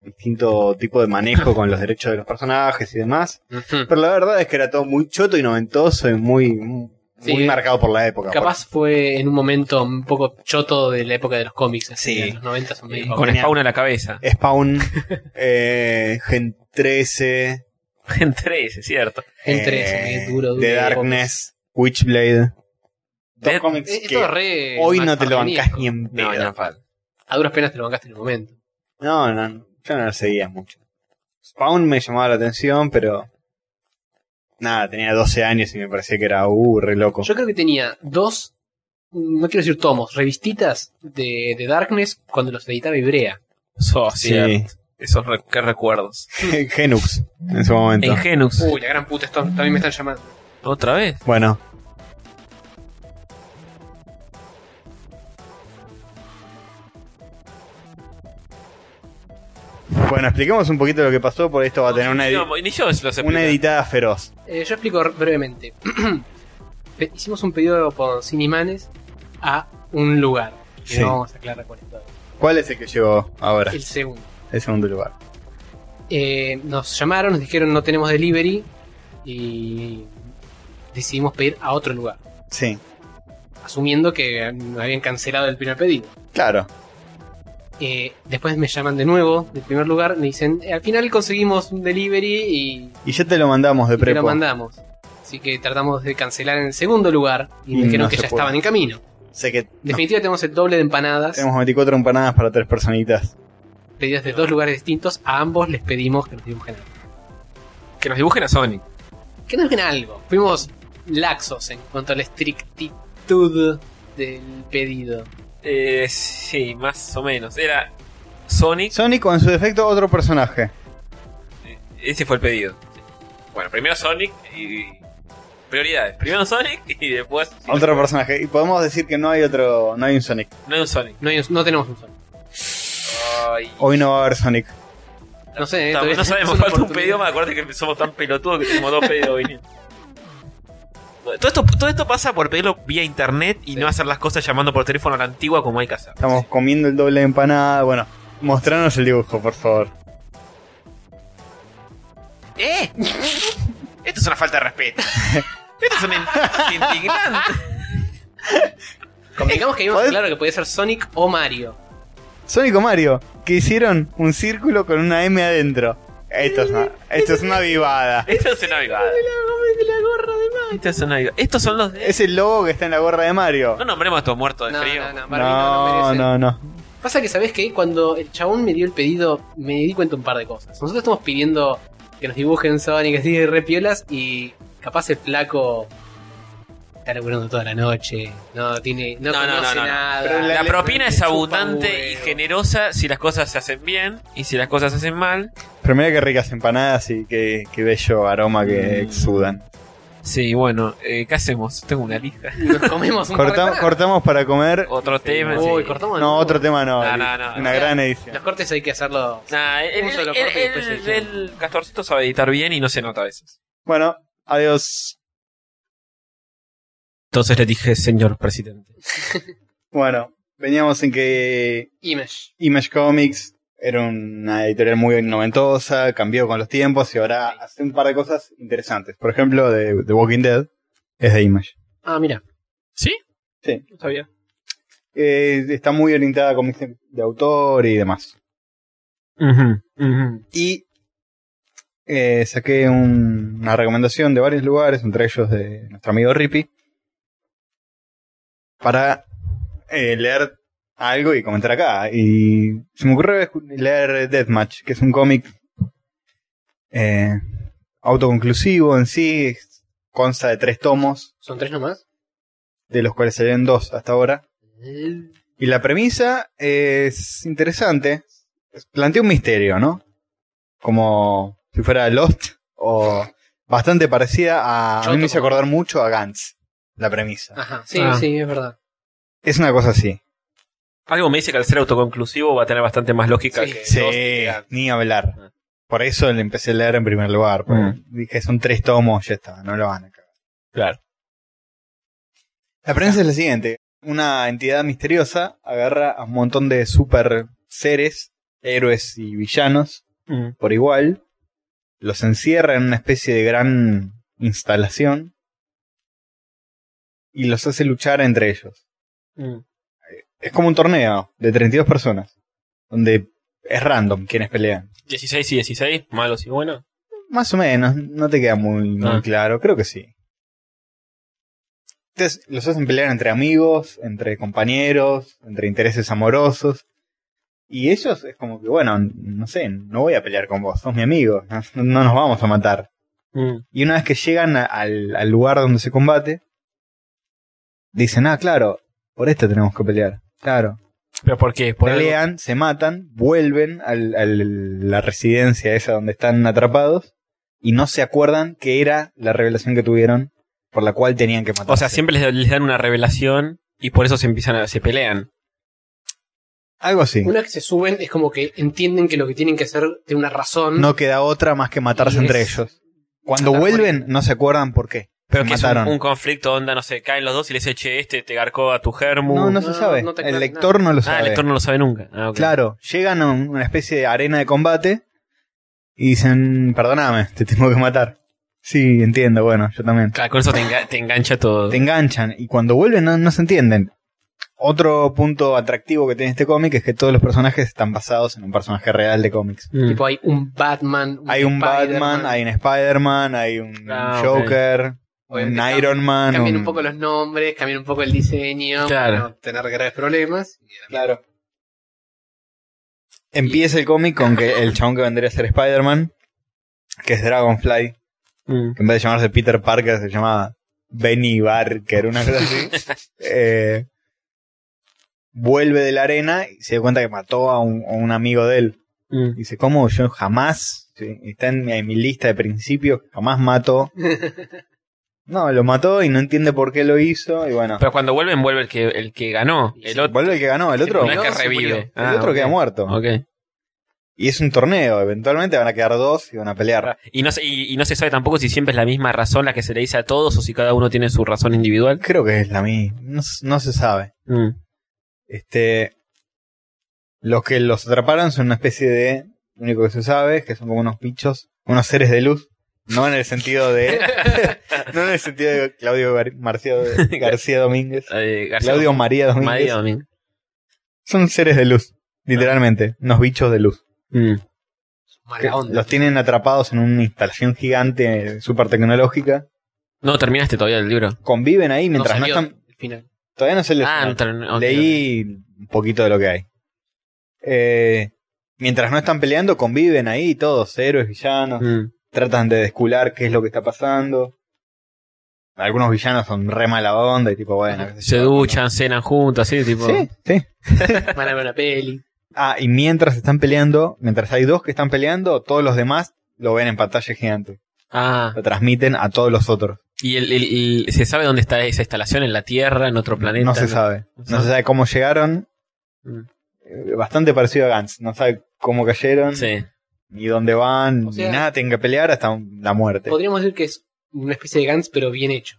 A: distinto tipo de manejo con los derechos de los personajes y demás.
B: Ujú.
A: Pero la verdad es que era todo muy choto y noventoso y muy, muy
B: Sí.
A: marcado por la época.
B: Capaz fue en un momento un poco choto de la época de los cómics. así,
A: Sí.
B: En los 90 son medio
C: con
A: genial.
C: Spawn en la cabeza.
A: Por Spawn, eh, Gen 13,
C: En tres, es cierto.
B: Entre eso,
A: eh,
B: medio duro, duro.
A: The
B: de
A: Darkness, Witchblade. Dos
C: Dead- eh,
A: cómics
B: Es, es
A: que
B: eh, todo re.
A: hoy no te lo bancás
B: McFarlaneesco.
A: ni en
C: No,
A: pedo.
C: no, pal.
B: A duras penas te lo bancaste en el momento.
A: No, no, yo no lo seguía mucho. Spawn me llamaba la atención, pero. Nada, tenía 12 años y me parecía que era uh, re loco.
B: Yo creo que tenía dos, no quiero decir tomos, revistitas de, de Darkness cuando los editaba Ibrea.
C: So, cierto. Esos re- qué recuerdos.
A: Genux, en su momento.
C: En Genus.
B: Uy, la gran puta, esto también me están llamando.
C: ¿Otra vez?
A: Bueno. Bueno, expliquemos un poquito lo que pasó, porque esto va a tener una, edi-
C: No, ni yo se los
A: una
C: explico.
A: editada feroz.
B: Eh, yo explico r- brevemente. Pe- Hicimos un pedido por Sin Imanes a un lugar. Que
A: Sí.
B: no vamos a aclarar cuál es todavía.
A: ¿Cuál es el que llegó ahora?
B: El segundo.
A: El segundo lugar.
B: Eh, nos llamaron, nos dijeron no tenemos delivery y decidimos pedir a otro lugar.
A: Sí,
B: Asumiendo que nos habían cancelado el primer pedido.
A: claro.
B: Eh, después me llaman de nuevo del primer lugar, me dicen, "Eh, al final conseguimos un delivery y
A: Y ya te lo mandamos de
B: te lo
A: prepo.
B: mandamos. Así que tratamos de cancelar en el segundo lugar y
A: Y
B: me dijeron
A: Mm, no
B: que
A: se
B: ya
A: pudo.
B: estaban en camino.
A: sé que
B: En definitiva tenemos el doble de empanadas,
A: tenemos 24 empanadas para tres personitas.
B: pedidas de dos lugares distintos, a ambos les pedimos que nos dibujen algo.
C: Que nos dibujen a Sonic.
B: Que nos dibujen algo. Fuimos laxos en cuanto a la estrictitud del pedido.
C: Eh, sí, más o menos. Era Sonic. eh,
A: Sonic o en su defecto otro personaje.
C: Ese fue el pedido. Bueno, primero Sonic y... Prioridades. Primero Sonic y después...
A: Otro personaje. Y podemos decir que no hay otro, no hay un Sonic.
C: No hay un Sonic.
B: No, hay un- no tenemos un solo.
C: Ay.
A: Hoy no va a haber Sonic.
B: No sé, eh,
C: Está,
B: todavía
C: no sabemos,
B: es una
C: falta un
B: oportunidad.
C: pedido más. Acuérdate que somos tan pelotudos que tenemos dos pedidos hoy. Todo esto, todo esto pasa por pedirlo vía internet y
B: Sí.
C: no hacer las cosas llamando por teléfono a la antigua como hay que hacer.
A: Estamos comiendo el doble de empanada. Bueno, mostranos el dibujo, por favor.
C: ¡Eh! Esto es una falta de respeto. Esto es un in- indignante.
B: Convengamos Eh, que vimos
A: ¿Podés?
B: claro que podía ser Sonic o Mario.
A: Sonic o Mario, que hicieron un círculo con una M adentro. Esto es una, esto es una vivada.
C: Esto es una vivada.
B: la gorra de Mario.
C: Esto es una vivada. Estos son los. de-
A: Es el logo que está en la gorra de Mario.
C: No nombremos a estos muertos de
B: No,
C: frío.
B: no, no, Barbie no, no
A: No,
B: merece.
A: no, no.
B: Pasa que, ¿sabés qué? Cuando el chabón me dio el pedido, me di cuenta un par de cosas. Nosotros estamos pidiendo que nos dibujen Sonic así de re piolas y capaz el flaco está laburando toda la noche. No tiene, no,
C: No, no,
B: conoce
C: no, no, no.
B: nada.
A: Pero
C: La
A: Le-
C: propina
B: le
C: es
B: chupa
C: abundante
B: un
C: y
B: huevo.
C: generosa si las cosas se hacen bien y si las cosas se hacen mal.
A: Pero mira qué ricas empanadas y qué, qué bello aroma que
C: Mm.
A: exudan.
C: Sí, bueno, eh, ¿qué hacemos? Tengo una lija.
B: Y nos comemos un
A: Corta-
B: par de
A: cortamos para comer.
C: Otro tema.
B: empanadas.
C: sí.
B: Uy, cortamos.
A: No, otro tema no.
C: Oh, No,
A: Liz.
C: no, no.
A: Una
B: O sea,
A: gran
B: Los
A: edición.
B: cortes hay que hacerlo.
C: Nah, el,
B: Un solo
C: el-
B: corte y
C: el-
B: después se
C: el castorcito sabe editar bien y no se nota a veces.
A: Bueno, adiós.
C: Entonces le dije, señor presidente.
A: Bueno, veníamos en que
B: Image.
A: Image Comics era una editorial muy noventosa, cambió con los tiempos y ahora hace un par de cosas interesantes. Por ejemplo, de The Walking Dead es de Image.
B: Ah, mira.
C: ¿Sí?
A: Sí.
C: No sabía.
A: Eh, está muy orientada a cómics de autor y demás. Y eh, saqué un- una recomendación de varios lugares, entre ellos de nuestro amigo Rippy, para eh, leer algo y comentar acá. Y se me ocurrió escu- leer Deathmatch, que es un cómic eh, autoconclusivo en sí, es- consta de tres tomos,
B: ¿Son tres nomás?
A: de los cuales salieron dos hasta ahora. Y la premisa es interesante. Plantea un misterio, ¿no? Como si fuera Lost o bastante parecida a... A mí
B: Choto,
A: me hizo
B: como-
A: acordar mucho a Gantz, la premisa.
B: Ajá. Sí,
C: Ah.
B: sí, es verdad.
A: Es una cosa así.
C: Algo me dice que al ser autoconclusivo va a tener bastante más lógica
B: Sí.
C: que.
A: Sí,
C: Lost y Gantz.
A: ni hablar.
C: Ah.
A: Por eso le empecé a leer en primer lugar. porque
C: Mm.
A: Dije, son tres tomos, ya está, no lo van a cagar.
C: Claro.
A: La premisa es la siguiente. Una entidad misteriosa agarra a un montón de super seres, héroes y villanos, por igual, los encierra en una especie de gran instalación y los hace luchar entre ellos.
C: mm.
A: Es como un torneo de 32 personas, donde es random quienes pelean.
C: 16 y 16, malos y buenos.
A: Más o menos, no te queda muy, muy
C: Ah.
A: claro, creo que sí. Entonces, los hacen pelear entre amigos, entre compañeros, entre intereses amorosos. Y ellos es como que, bueno, no sé, no voy a pelear con vos, sos mi amigo, no, no nos vamos a matar.
C: Mm.
A: Y una vez que llegan a- al, al lugar donde se combate, dicen, ah, claro, por este tenemos que pelear. Claro.
D: ¿Pero por qué? Por algo-
A: Pelean, se matan, vuelven a la residencia esa donde están atrapados y no se acuerdan que era la revelación que tuvieron por la cual tenían que matar.
C: O sea, siempre les, les dan una revelación y por eso se empiezan a, se pelean.
A: Algo así.
B: Una vez que se suben es como que entienden que lo que tienen que hacer tiene una razón.
A: No queda otra más que matarse
B: Y
A: entre
B: es-
A: ellos. Cuando
B: Matar por-
A: vuelven, no se acuerdan por qué.
C: Pero
A: Se
C: que es
A: mataron.
C: un- un, conflicto onda, no sé, caen los dos y les eche este, te garcó a tu germu.
A: No, no se
B: No,
A: sabe.
B: no te
A: el
B: aclaran
A: lector no lo sabe.
C: ah, el lector no lo sabe nunca. Ah, ok.
A: Claro, llegan a un- una especie de arena de combate y dicen, perdóname, te tengo que matar. Sí, entiendo, bueno, yo también.
C: Claro, Ah, con eso te, enga- te engancha todo.
A: Te enganchan y cuando vuelven no, no se entienden. Otro punto atractivo que tiene este cómic es que todos los personajes están basados en un personaje real de cómics.
C: Mm.
B: Tipo, hay un Batman.
A: Hay un
B: Spider-Man,
A: Batman, hay un Spider-Man, hay un
C: Ah, ok.
A: Joker,
B: Obviamente
A: un
B: cam-
A: Iron Man.
B: Cambian un
A: un-
B: poco los nombres, cambian un poco el diseño.
C: Claro.
B: Para no tener graves problemas.
A: Claro. Empieza el cómic con que el chabón que vendría a ser Spider-Man, que es Dragonfly,
C: Mm.
A: que en vez de llamarse Peter Parker se llamaba Benny Barker, una cosa así. Eh, vuelve de la arena y se da cuenta que mató a un, a un amigo de él.
C: Mm.
A: Dice, ¿cómo? Yo jamás, sí, está en mi, en mi lista de principios, jamás mató. No, lo mató y no entiende por qué lo hizo y bueno.
C: Pero cuando vuelven, vuelve el que, el que ganó.
B: Y
C: El
B: se
C: otro,
A: Vuelve el que ganó, el otro,
C: no es
A: el
C: que
B: se murió.
C: revive.
B: El
C: Ah,
A: otro
C: ok.
A: queda muerto.
C: Ok.
A: Y es un torneo, eventualmente van a quedar dos y van a pelear.
C: Y no, se, y, y no se sabe tampoco si siempre es la misma razón la que se le dice a todos o si cada uno tiene su razón individual.
A: Creo que es la misma, no, s- no se sabe.
C: Mm.
A: Este, los que los atraparon son una especie de, lo único que se sabe es que son como unos bichos, unos seres de luz. No en el sentido de, no en el sentido de Claudio Gar- Marcio- García Domínguez.
C: Eh, García
A: Claudio
C: Domínguez.
A: María Domínguez.
C: María Domínguez.
A: Son seres de luz, literalmente, unos bichos de luz.
C: Mm.
B: Mala onda.
A: Los tienen atrapados en una instalación gigante, eh, súper tecnológica.
C: No, terminaste todavía el libro.
A: Conviven ahí mientras no,
B: salió
A: están...
B: el final.
A: Todavía no se les...
C: Ah, no terminé. ok,
A: Leí un poquito de lo que hay. Eh, mientras no están peleando, conviven ahí todos, héroes, villanos.
C: ok. Mm.
A: Tratan de descular qué es lo que está pasando. Algunos villanos son re mala onda y tipo, bueno. qué sé
C: Se
A: yo,
C: duchan, cenan juntos, así,
A: ¿no?
C: tipo.
A: Sí, sí.
B: Van a ver una peli.
A: Ah, y mientras están peleando, mientras hay dos que están peleando, todos los demás lo ven en pantalla gigante.
C: Ah,
A: Lo transmiten a todos los otros.
C: y el, el- el- se sabe dónde está esa instalación, en la Tierra, en otro planeta.
A: no se sabe.
C: no se
A: No se sabe cómo llegaron.
C: Mm.
A: Eh, Bastante parecido a Gantz. No sabe cómo cayeron.
C: Sí.
A: ni dónde van,
B: O sea-
A: ni nada, tienen que pelear hasta un- la muerte.
B: Podríamos decir que es una especie de Gantz, pero bien hecho.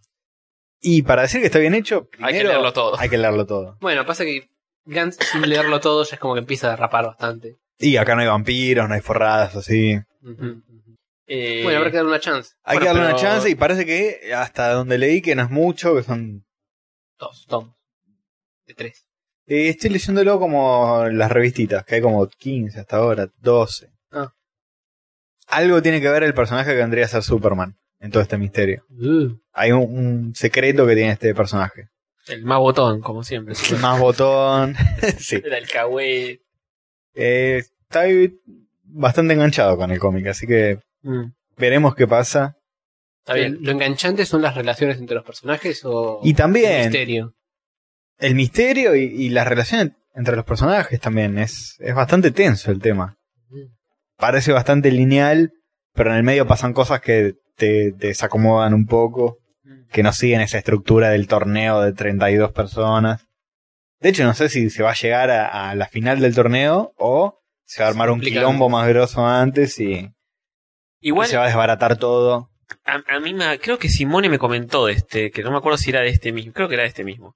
A: Y para decir que está bien hecho,
C: Hay que
A: primero
C: leerlo todo.
A: hay que leerlo todo.
B: Bueno, pasa que Gantz, sin leerlo todo, ya es como que empieza a derrapar bastante.
A: Y acá no hay vampiros, no hay forradas, así.
B: Ujú, ujú.
C: Eh,
B: Bueno, habrá que darle una chance.
A: Hay
C: Bueno,
A: que darle
C: pero-
A: una chance y parece que hasta donde leí que no es mucho, que son...
B: Dos tomos. De tres.
A: Eh, estoy leyéndolo como las revistitas, que hay como 15 hasta ahora, 12.
B: Ah.
A: Algo tiene que ver el personaje que vendría a ser Superman en todo este misterio.
B: Uh,
A: Hay un, un secreto que tiene este personaje.
C: el más botón, como siempre.
A: Más botón. sí.
C: el alcahuete.
A: Eh, está bastante enganchado con el cómic, así que
C: Mm.
A: veremos qué pasa.
B: Está bien. Lo enganchante son las relaciones entre los personajes o.
A: Y
B: el
A: también el,
B: misterio.
A: misterio y, y las relaciones entre los personajes también. Es, es bastante tenso el tema. Parece bastante lineal, pero en el medio pasan cosas que te, te desacomodan un poco, que no siguen esa estructura del torneo de 32 personas. De hecho, no sé si se va a llegar a, a la final del torneo o se va a armar un
B: Complicado.
A: quilombo más grosso antes y- y
C: Igual,
A: se va a desbaratar todo.
C: A, a mí me- creo que Simone me comentó de este, que no me acuerdo si era de este mismo, creo que era de este mismo.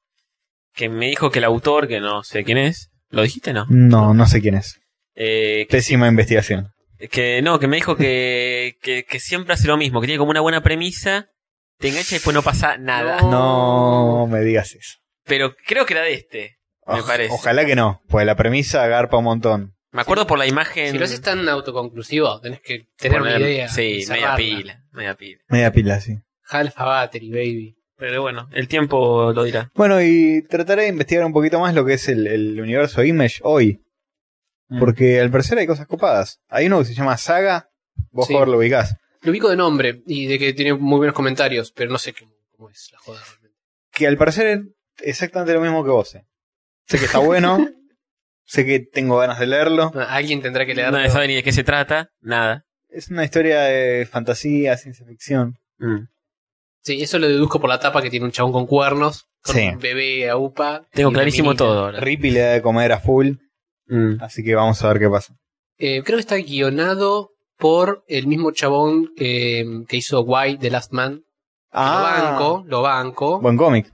C: Que me dijo que el autor, que no sé quién es, ¿lo dijiste no?
A: No, no sé quién es.
C: Eh,
A: Pésima investigación.
C: que, que no, que me dijo que, que, que siempre hace lo mismo, que tiene como una buena premisa, te engancha y después no pasa nada.
A: No me digas eso.
C: Pero creo que era de este, me
A: Oj-
C: parece.
A: Ojalá que no, pues la premisa agarpa un montón.
C: Me acuerdo por la imagen.
B: Si lo haces tan autoconclusivo, tenés que tener
C: poner-
B: una idea.
C: Sí,
B: y
C: media
B: cerrarla.
C: pila, media pila.
A: Media pila, sí.
B: Half a battery, baby.
C: Pero bueno, el tiempo lo dirá.
A: Bueno, y trataré de investigar un poquito más lo que es el, el universo Image hoy. Porque al parecer hay cosas copadas. Hay uno que se llama Saga, vos
B: Sí.
A: Jorge, lo ubicás.
B: Lo ubico de nombre y de que tiene muy buenos comentarios, pero no sé qué- cómo es la joda realmente.
A: Que al parecer es exactamente lo mismo que vos. eh. Sé que está bueno, sé que tengo ganas de leerlo.
B: Ah, Alguien tendrá que leerlo.
C: Nadie sabe ni de qué se trata, nada.
A: Es una historia de fantasía, ciencia ficción.
C: Mm.
B: Sí, eso lo deduzco por la tapa que tiene un chabón con cuernos, con
A: Sí.
B: un bebé a upa. y
C: Tengo
B: una
C: clarísimo
B: minita.
C: todo ahora.
A: Rippy le da de comer a full,
C: Mm.
B: Ah.
A: así que vamos a ver qué pasa.
B: Eh, creo que está guionado por el mismo chabón eh, que hizo Why The Last Man.
A: Ah.
B: Lo banco, lo banco.
A: buen cómic.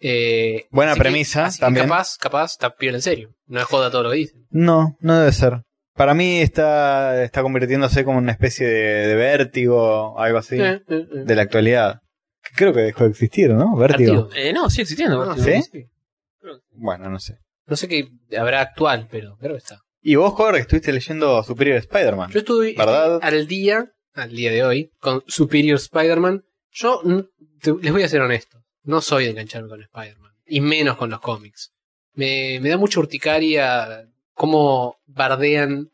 B: Eh,
A: Buena
B: así que-
A: premisa,
B: así que
A: también.
B: capaz, capaz, está piola en serio. No es joda todo lo que dicen.
A: No, no debe ser. Para mí está, está convirtiéndose como en una especie de, de vértigo, algo así,
B: Eh, eh, eh.
A: de la actualidad. Que Creo que dejó de existir, ¿no? Vértigo.
B: Vértigo.
C: Eh, no, sigue existiendo.
B: No,
A: ¿Sí?
B: sí.
A: Bueno, no sé.
B: No sé qué habrá actual, pero creo que está.
A: Y vos, Jorge, estuviste leyendo Superior Spider-Man.
B: Yo estuve
A: ¿Verdad?
B: estuve al día, al día de hoy, con Superior Spider-Man. Yo mm, te- les voy a ser honesto. No soy de engancharme con Spider-Man. Y menos con los cómics. Me, me da mucha urticaria cómo bardean,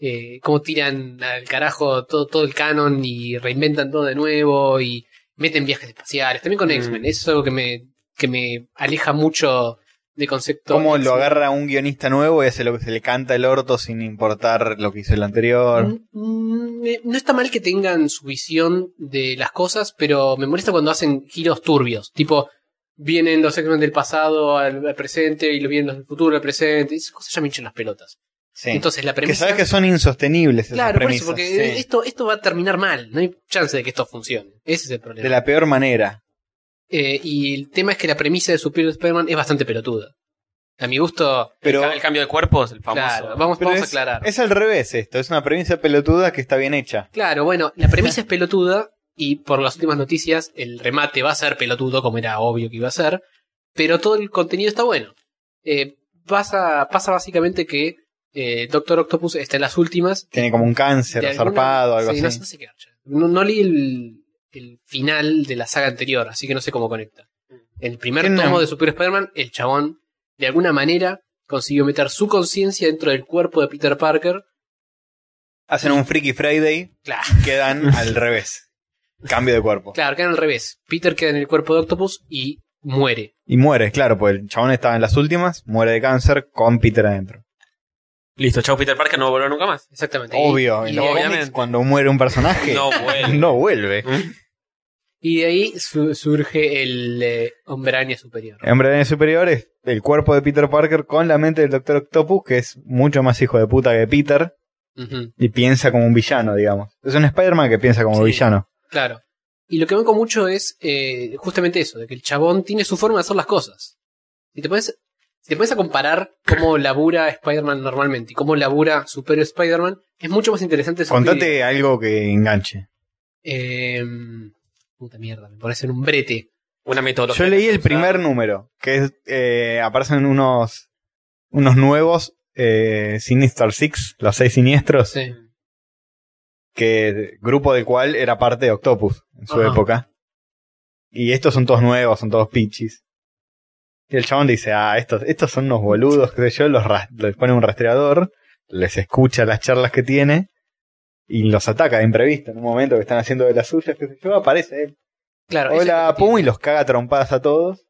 B: eh, cómo tiran al carajo todo, todo el canon y reinventan todo de nuevo y meten viajes espaciales. También con
C: Mm.
B: X-Men. Eso es algo que me, que me aleja mucho de concepto.
A: ¿Cómo lo
B: X-Men.
A: agarra un guionista nuevo y hace lo que se le canta el orto sin importar lo que hizo el anterior?
B: Mm, me- No está mal que tengan su visión de las cosas, pero me molesta cuando hacen giros turbios. Tipo, vienen los X-Men del pasado al, al presente y lo vienen los del futuro al presente. Esas cosas ya me hinchan las pelotas.
A: Sí.
B: Entonces, la
A: que
B: premisa.
A: sabes que son insostenibles esas
B: claro, por
A: premisas.
B: eso, porque
A: sí.
B: esto, esto va a terminar mal. No hay chance de que esto funcione. Ese es el problema.
A: De la peor manera.
B: Eh, y el tema es que la premisa de Superior Spider-Man es bastante pelotuda. A mi gusto,
A: Pero,
C: El cambio de cuerpos, el famoso.
B: claro, vamos,
A: pero
B: vamos a
A: es-
B: aclarar.
A: es al revés esto. Es una premisa pelotuda que está bien hecha.
B: Claro, bueno, la premisa es pelotuda y por las últimas noticias el remate va a ser pelotudo como era obvio que iba a ser, pero todo el contenido está bueno. Eh, pasa, pasa básicamente que eh, Doctor Octopus está en las últimas.
A: Tiene como un cáncer
B: De alguna-
A: zarpado, algo
B: sí, No,
A: así.
B: no sé qué garcha. No- no leí el, el final de la saga anterior, así que no sé cómo conecta. El primer
A: Tiene una-
B: tomo de Super Spider-Man, el chabón, de alguna manera, consiguió meter su conciencia dentro del cuerpo de Peter Parker.
A: Hacen un Freaky Friday,
B: Claro.
A: quedan al revés. Cambio de cuerpo.
B: Claro, quedan al revés. Peter queda en el cuerpo de Octopus y muere.
A: Y muere, claro, porque el chabón estaba en las últimas, muere de cáncer con Peter adentro.
C: Listo, chao Peter Parker, no va a volver nunca más.
B: Exactamente.
A: Obvio,
B: Y,
A: en
B: y
A: los
B: de, ahí-
C: obviamente.
A: cómics, cuando muere un personaje,
C: No
A: no, vuelve.
C: vuelve. Mm.
B: y de ahí su- surge el eh, hombre araña superior.
A: Hombre de superior es el cuerpo de Peter Parker con la mente del Doctor Octopus, que es mucho más hijo de puta que Peter,
B: Ujú,
A: y piensa como un villano, digamos. Es un Spider-Man que piensa como
B: Sí.
A: villano.
B: claro. Y lo que vengo mucho es eh, justamente eso, de que el chabón tiene su forma de hacer las cosas. Si te pones, si te pones a comparar cómo labura Spider-Man normalmente y cómo labura Super Spider-Man, es mucho más interesante. su
A: Contate algo que enganche.
B: Eh, puta mierda, me pones en un brete.
C: Una metodología.
A: Yo leí
C: que se
A: el
C: usa.
A: primer número, que es, eh, aparecen unos, unos nuevos eh, Sinister Six, los seis siniestros,
B: Sí.
A: que grupo del cual era parte de Octopus en su
B: Ajá.
A: época. Y estos son todos nuevos, son todos pichis. Y el chabón dice, ah, estos, estos son unos boludos, qué sé yo, los ras- les pone un rastreador, les escucha las charlas que tiene y los ataca de imprevisto en un momento que están haciendo de las suyas, qué sé yo, aparece, él,
B: Claro, ese es
A: hola,
B: lo que
A: pum,
B: tiene.
A: y los caga a trompadas a todos.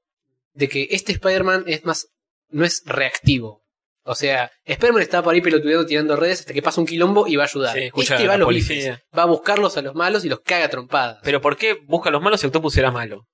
B: de que este Spider-Man es más, no es reactivo. O sea, Spider-Man está por ahí pelotudeando, tirando redes hasta que pasa un quilombo y va a ayudar.
C: Sí, escucha
B: este
C: a
B: va a
C: la
B: los
C: policía.
B: bifes, va a buscarlos a los malos y los caga a trompadas.
C: Pero ¿por qué busca a los malos si Octopus era malo?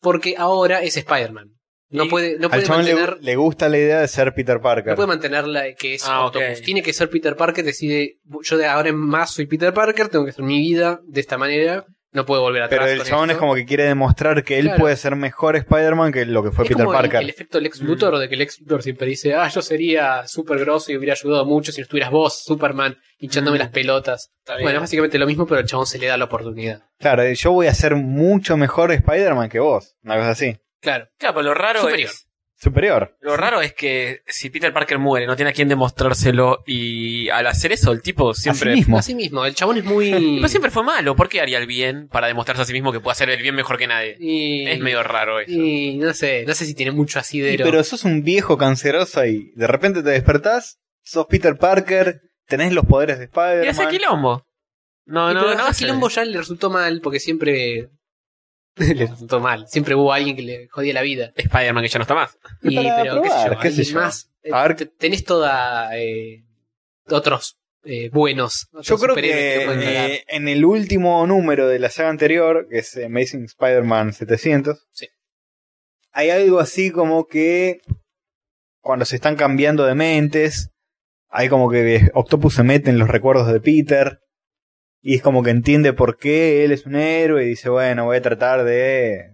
B: Porque ahora es Spider-Man. No
C: Y
B: puede, no
A: Al
B: puede
A: chabón le,
B: mantener,
A: le gusta la idea de ser Peter Parker.
B: no puede mantener la que es
C: Ah,
B: Octopus.
C: ok.
B: Tiene que ser Peter Parker, decide, yo de ahora en más soy Peter Parker, tengo que hacer mi vida de esta manera, no puedo volver atrás.
A: pero el
B: con
A: chabón es
B: esto.
A: como que quiere demostrar que él
B: Claro.
A: puede ser mejor Spider-Man que lo que fue
B: Es
A: Peter
B: como el-
A: Parker.
B: El, efecto Lex Luthor, de que Lex Luthor siempre dice, ah, yo sería súper grosso y hubiera ayudado mucho si no estuvieras vos, Superman, hinchándome
C: Mm.
B: las pelotas.
C: Está
B: Bueno,
C: bien.
B: es básicamente lo mismo, pero el chabón se le da la oportunidad.
A: Claro, eh, yo voy a ser mucho mejor Spider-Man que vos. Una cosa así.
B: Claro.
C: Claro, pero lo raro
B: Superior.
C: es.
A: Superior.
C: Lo raro es que si Peter Parker muere, no tiene a quién demostrárselo y al hacer eso el tipo siempre...
A: Así mismo.
B: Así mismo, el chabón es muy...
C: Pero siempre fue malo, ¿por qué haría el bien para demostrarse a sí mismo que puede hacer el bien mejor que nadie?
B: y,
C: Es medio raro eso.
B: y no sé, no sé si tiene mucho
A: Y
B: asidero.
A: pero sos un viejo canceroso y de repente te despertás sos Peter Parker, tenés los poderes de
C: Y hace
A: Spider-Man.
C: quilombo. No,
B: Y
C: no,
B: pero
C: no.
B: a
C: hace-
B: Quilombo ya le resultó mal porque siempre le resultó mal. Siempre hubo alguien que le jodía la vida.
C: Spider-Man que ya no está más.
B: Y,
A: Para
B: pero qué sé yo,
A: probar, qué sé
B: alguien
A: yo.
B: más. eh,
A: A ver.
B: te- tenés toda eh, otros eh, buenos. otros
A: Yo creo
B: superhéroes
A: que
B: lo pueden cagar.
A: eh, en el último número de la saga anterior, que es eh, Amazing Spider-Man 700,
B: Sí.
A: hay algo así como que cuando se están cambiando de mentes, hay como que Octopus se mete en los recuerdos de Peter y es como que entiende por qué él es un héroe y dice, bueno, voy a tratar de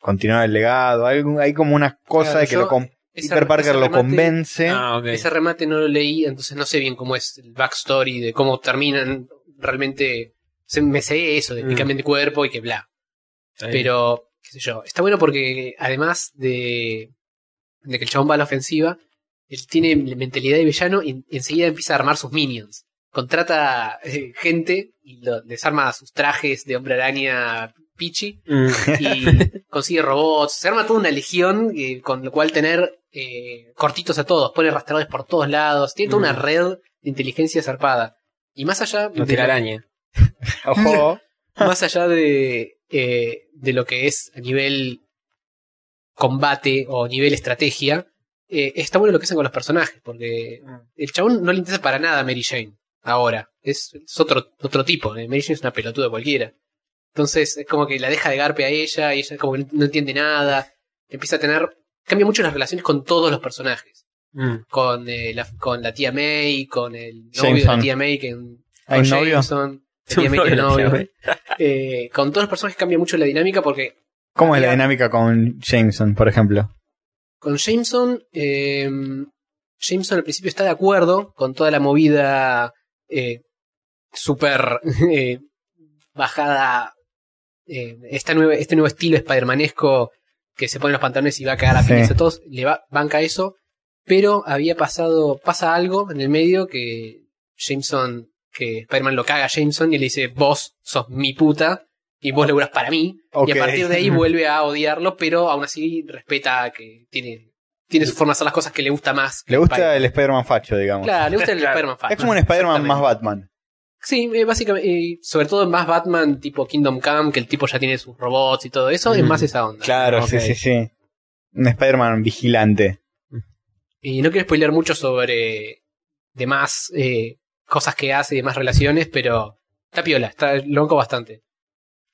A: continuar el legado. Hay, hay como una cosa
B: Claro,
A: de que
B: yo-
A: lo con-
B: Ese
A: Peter
B: re-
A: Parker
B: ese
A: lo
B: remate-
A: convence.
C: Ah, ok.
B: Ese remate no lo leí, entonces no sé bien cómo es el backstory de cómo terminan realmente. se- me sé eso, de que
C: Mm.
B: cambian de cuerpo y que bla.
C: Está bien.
B: Pero, qué sé yo, está bueno porque además de, de que el chabón va a la ofensiva, él tiene la mentalidad de villano y enseguida empieza a armar sus minions. Contrata eh, gente y lo- les arma sus trajes de hombre araña pichi
C: Mm.
B: y consigue robots. Se arma toda una legión eh, con lo cual tener eh, cortitos a todos, pone rastreadores por todos lados, tiene toda una
C: Mm.
B: red de inteligencia zarpada. Y más allá de
C: No tira
B: lo-
C: araña.
A: Ojo.
B: más allá de, eh, de lo que es a nivel combate o nivel estrategia, eh, está bueno lo que hacen con los personajes, porque el chabón no le interesa para nada a Mary Jane ahora. Es, es otro, otro tipo. eh, Mary Jane es una pelotuda cualquiera. Entonces es como que la deja de garpe a ella y ella como que no- no entiende nada. Empieza a tener... Cambia mucho las relaciones con todos los personajes.
C: Mm.
B: Con, eh, la, con la tía May, con el novio de
A: Jameson.
B: la tía May, que con
A: ¿Hay novio?
B: Jameson, la tía May tiene
C: Novio,
B: novio.
C: novio.
B: Eh, con todos los personajes cambia mucho la dinámica porque
A: ¿Cómo es la
B: Había-
A: dinámica con Jameson, por ejemplo?
B: con Jameson, eh, Jameson al principio está de acuerdo con toda la movida eh, super eh, bajada, eh, esta nueva- este nuevo estilo spidermanesco que se pone los pantalones y va a cagar a
A: Sí.
B: piñas a todos, le va, banca eso, pero había pasado, pasa algo en el medio que Jameson, que Spider-Man lo caga a Jameson y le dice, vos sos mi puta y vos laburás para mí.
A: Ok.
B: Y a partir de ahí vuelve a odiarlo, pero aún así respeta que tiene, tiene su forma de hacer las cosas que le gusta más.
A: Le gusta
B: Spider-Man.
A: el Spider-Man facho, digamos.
B: Claro, le gusta el
C: Claro.
B: Spider-Man fan.
A: es como un Spider-Man
B: Exactamente.
A: más Batman.
B: Sí, eh, básicamente, eh, sobre todo más Batman tipo Kingdom Come, que el tipo ya tiene sus robots y todo eso, es
C: Mm.
B: más esa onda.
C: Claro,
A: Sí, sí, sí. Un Spider-Man vigilante.
B: Y no quiero spoilear mucho sobre demás eh, cosas que hace y demás relaciones, pero está piola, está loco bastante.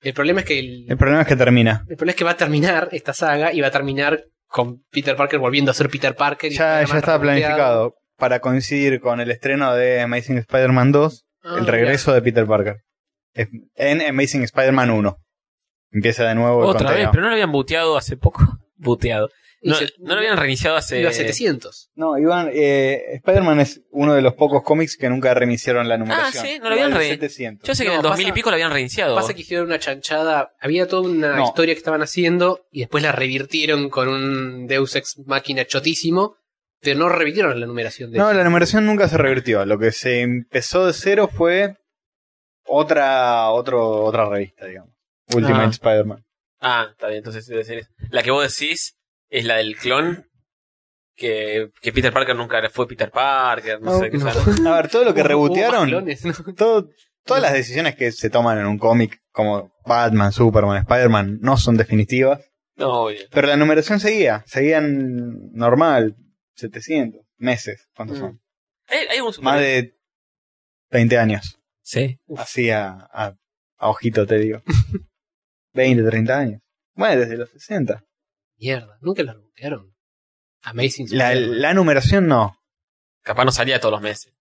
B: El problema es que el,
A: El problema es que termina.
B: el problema es que va a terminar esta saga y va a terminar con Peter Parker volviendo a ser Peter Parker. y
A: Ya, ya
B: Spider-Man
A: estaba
B: reputeado.
A: planificado para coincidir con el estreno de Amazing Spider-Man 2,
B: Ah,
A: el
B: mira.
A: regreso de Peter Parker. Es- En Amazing Spider-Man 1. Empieza de nuevo el
C: Otra vez,
A: conteo.
C: pero no lo habían buteado hace poco. Buteado.
B: Y
C: No,
B: se-
C: no lo habían reiniciado hace.
B: iba a 700.
A: No, Iván, eh, Spider-man es uno de los pocos cómics que nunca reiniciaron
B: Ah,
A: la numeración.
C: sí, no lo habían
A: Igual de
C: re-
A: 700.
C: Yo sé que
B: No,
C: en el 2000 y
B: pasa-
C: pico lo habían reiniciado.
B: Pasa que hicieron una chanchada. Había toda una
A: No.
B: historia que estaban haciendo y después la revirtieron con un Deus Ex Máquina chotísimo. Pero no revirtieron la numeración de
A: No,
B: eso.
A: la numeración nunca se revirtió. Lo que se empezó de cero fue otra, otro, otra revista, digamos. Ultimate
C: Ah.
A: Spider-Man.
C: Ah, está bien, entonces debe ser eso. La que vos decís es la del clon. Que, que Peter Parker nunca fue Peter Parker, no,
A: No,
C: sé qué
B: Ah, no.
C: cosa.
A: A ver, todo lo que
B: Hubo- hubo más
A: rebotearon,
B: clones, ¿no?
A: todo- todas las decisiones que se toman en un cómic, como Batman, Superman, Spider-Man, no son definitivas.
C: No, obvio.
A: Pero la numeración seguía, seguían normal, 700 meses, ¿cuántos
B: Mm.
A: son?
C: ¿Hay, hay un super-
A: Más de 20 años.
C: Sí.
A: Así a, a- a ojito te digo. 20, 30 años. Bueno, desde los 60.
B: Mierda, nunca la revirtieron. Amazing.
A: La,
B: Spider-Man.
A: la numeración no.
C: Capaz no salía todos los meses.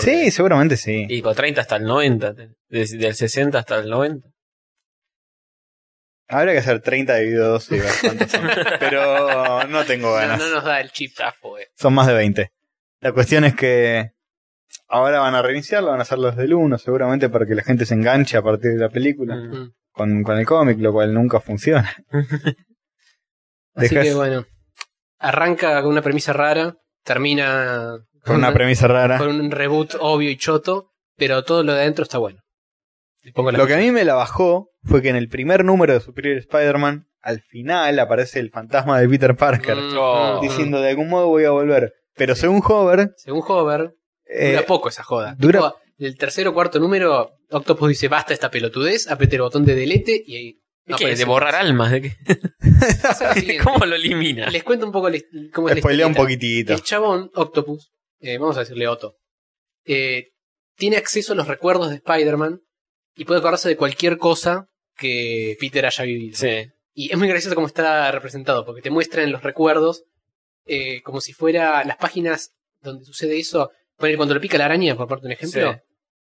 A: Sí, seguramente sí.
C: Y por 30 hasta el 90. de- Desde del 60 hasta el 90.
A: Habría que hacer 30 dividido 2 y ver cuántos son. Pero no tengo
B: no,
A: ganas.
B: no nos da el chip ya fue.
A: Son más de 20. La cuestión es que ahora van a reiniciarlo, van a hacerlo desde el 1, seguramente para que la gente se enganche a partir de la película
C: Mm.
A: con, con el cómic, lo cual nunca funciona.
B: Así
A: Dejas-
B: que bueno. Arranca con una premisa rara. Termina
A: Con una premisa rara.
B: con un reboot obvio y choto. Pero todo lo de adentro está bueno. Le pongo la
A: Lo que a mí me la bajó fue que en el primer número de Superior Spider-Man, al final aparece el fantasma de Peter Parker.
B: Mm,
C: Oh.
B: mm.
A: diciendo de algún modo voy a volver. Pero según Hover,
B: Según Hover,
A: eh,
B: dura poco esa joda.
A: dura-
B: Tipo, el tercer o cuarto número, Octopus dice basta esta pelotudez, aprieta el botón de delete y ahí. no
C: ¿Qué?
B: aparece
C: ¿De borrar
B: más.
C: almas? ¿De qué?
B: Pasa lo siguiente.
C: ¿Cómo lo elimina?
B: Les cuento un poco la- cómo es la
A: spoilea un
B: historieta.
A: poquitito.
B: El chabón, Octopus, eh, vamos a decirle Otto, eh, tiene acceso a los recuerdos de Spider-Man y puede acordarse de cualquier cosa que Peter haya vivido.
C: Sí.
B: Y es muy gracioso como está representado, porque te muestran los recuerdos eh, como si fuera las páginas donde sucede eso. Poner cuando le pica la araña, por parte de un ejemplo,
C: Sí.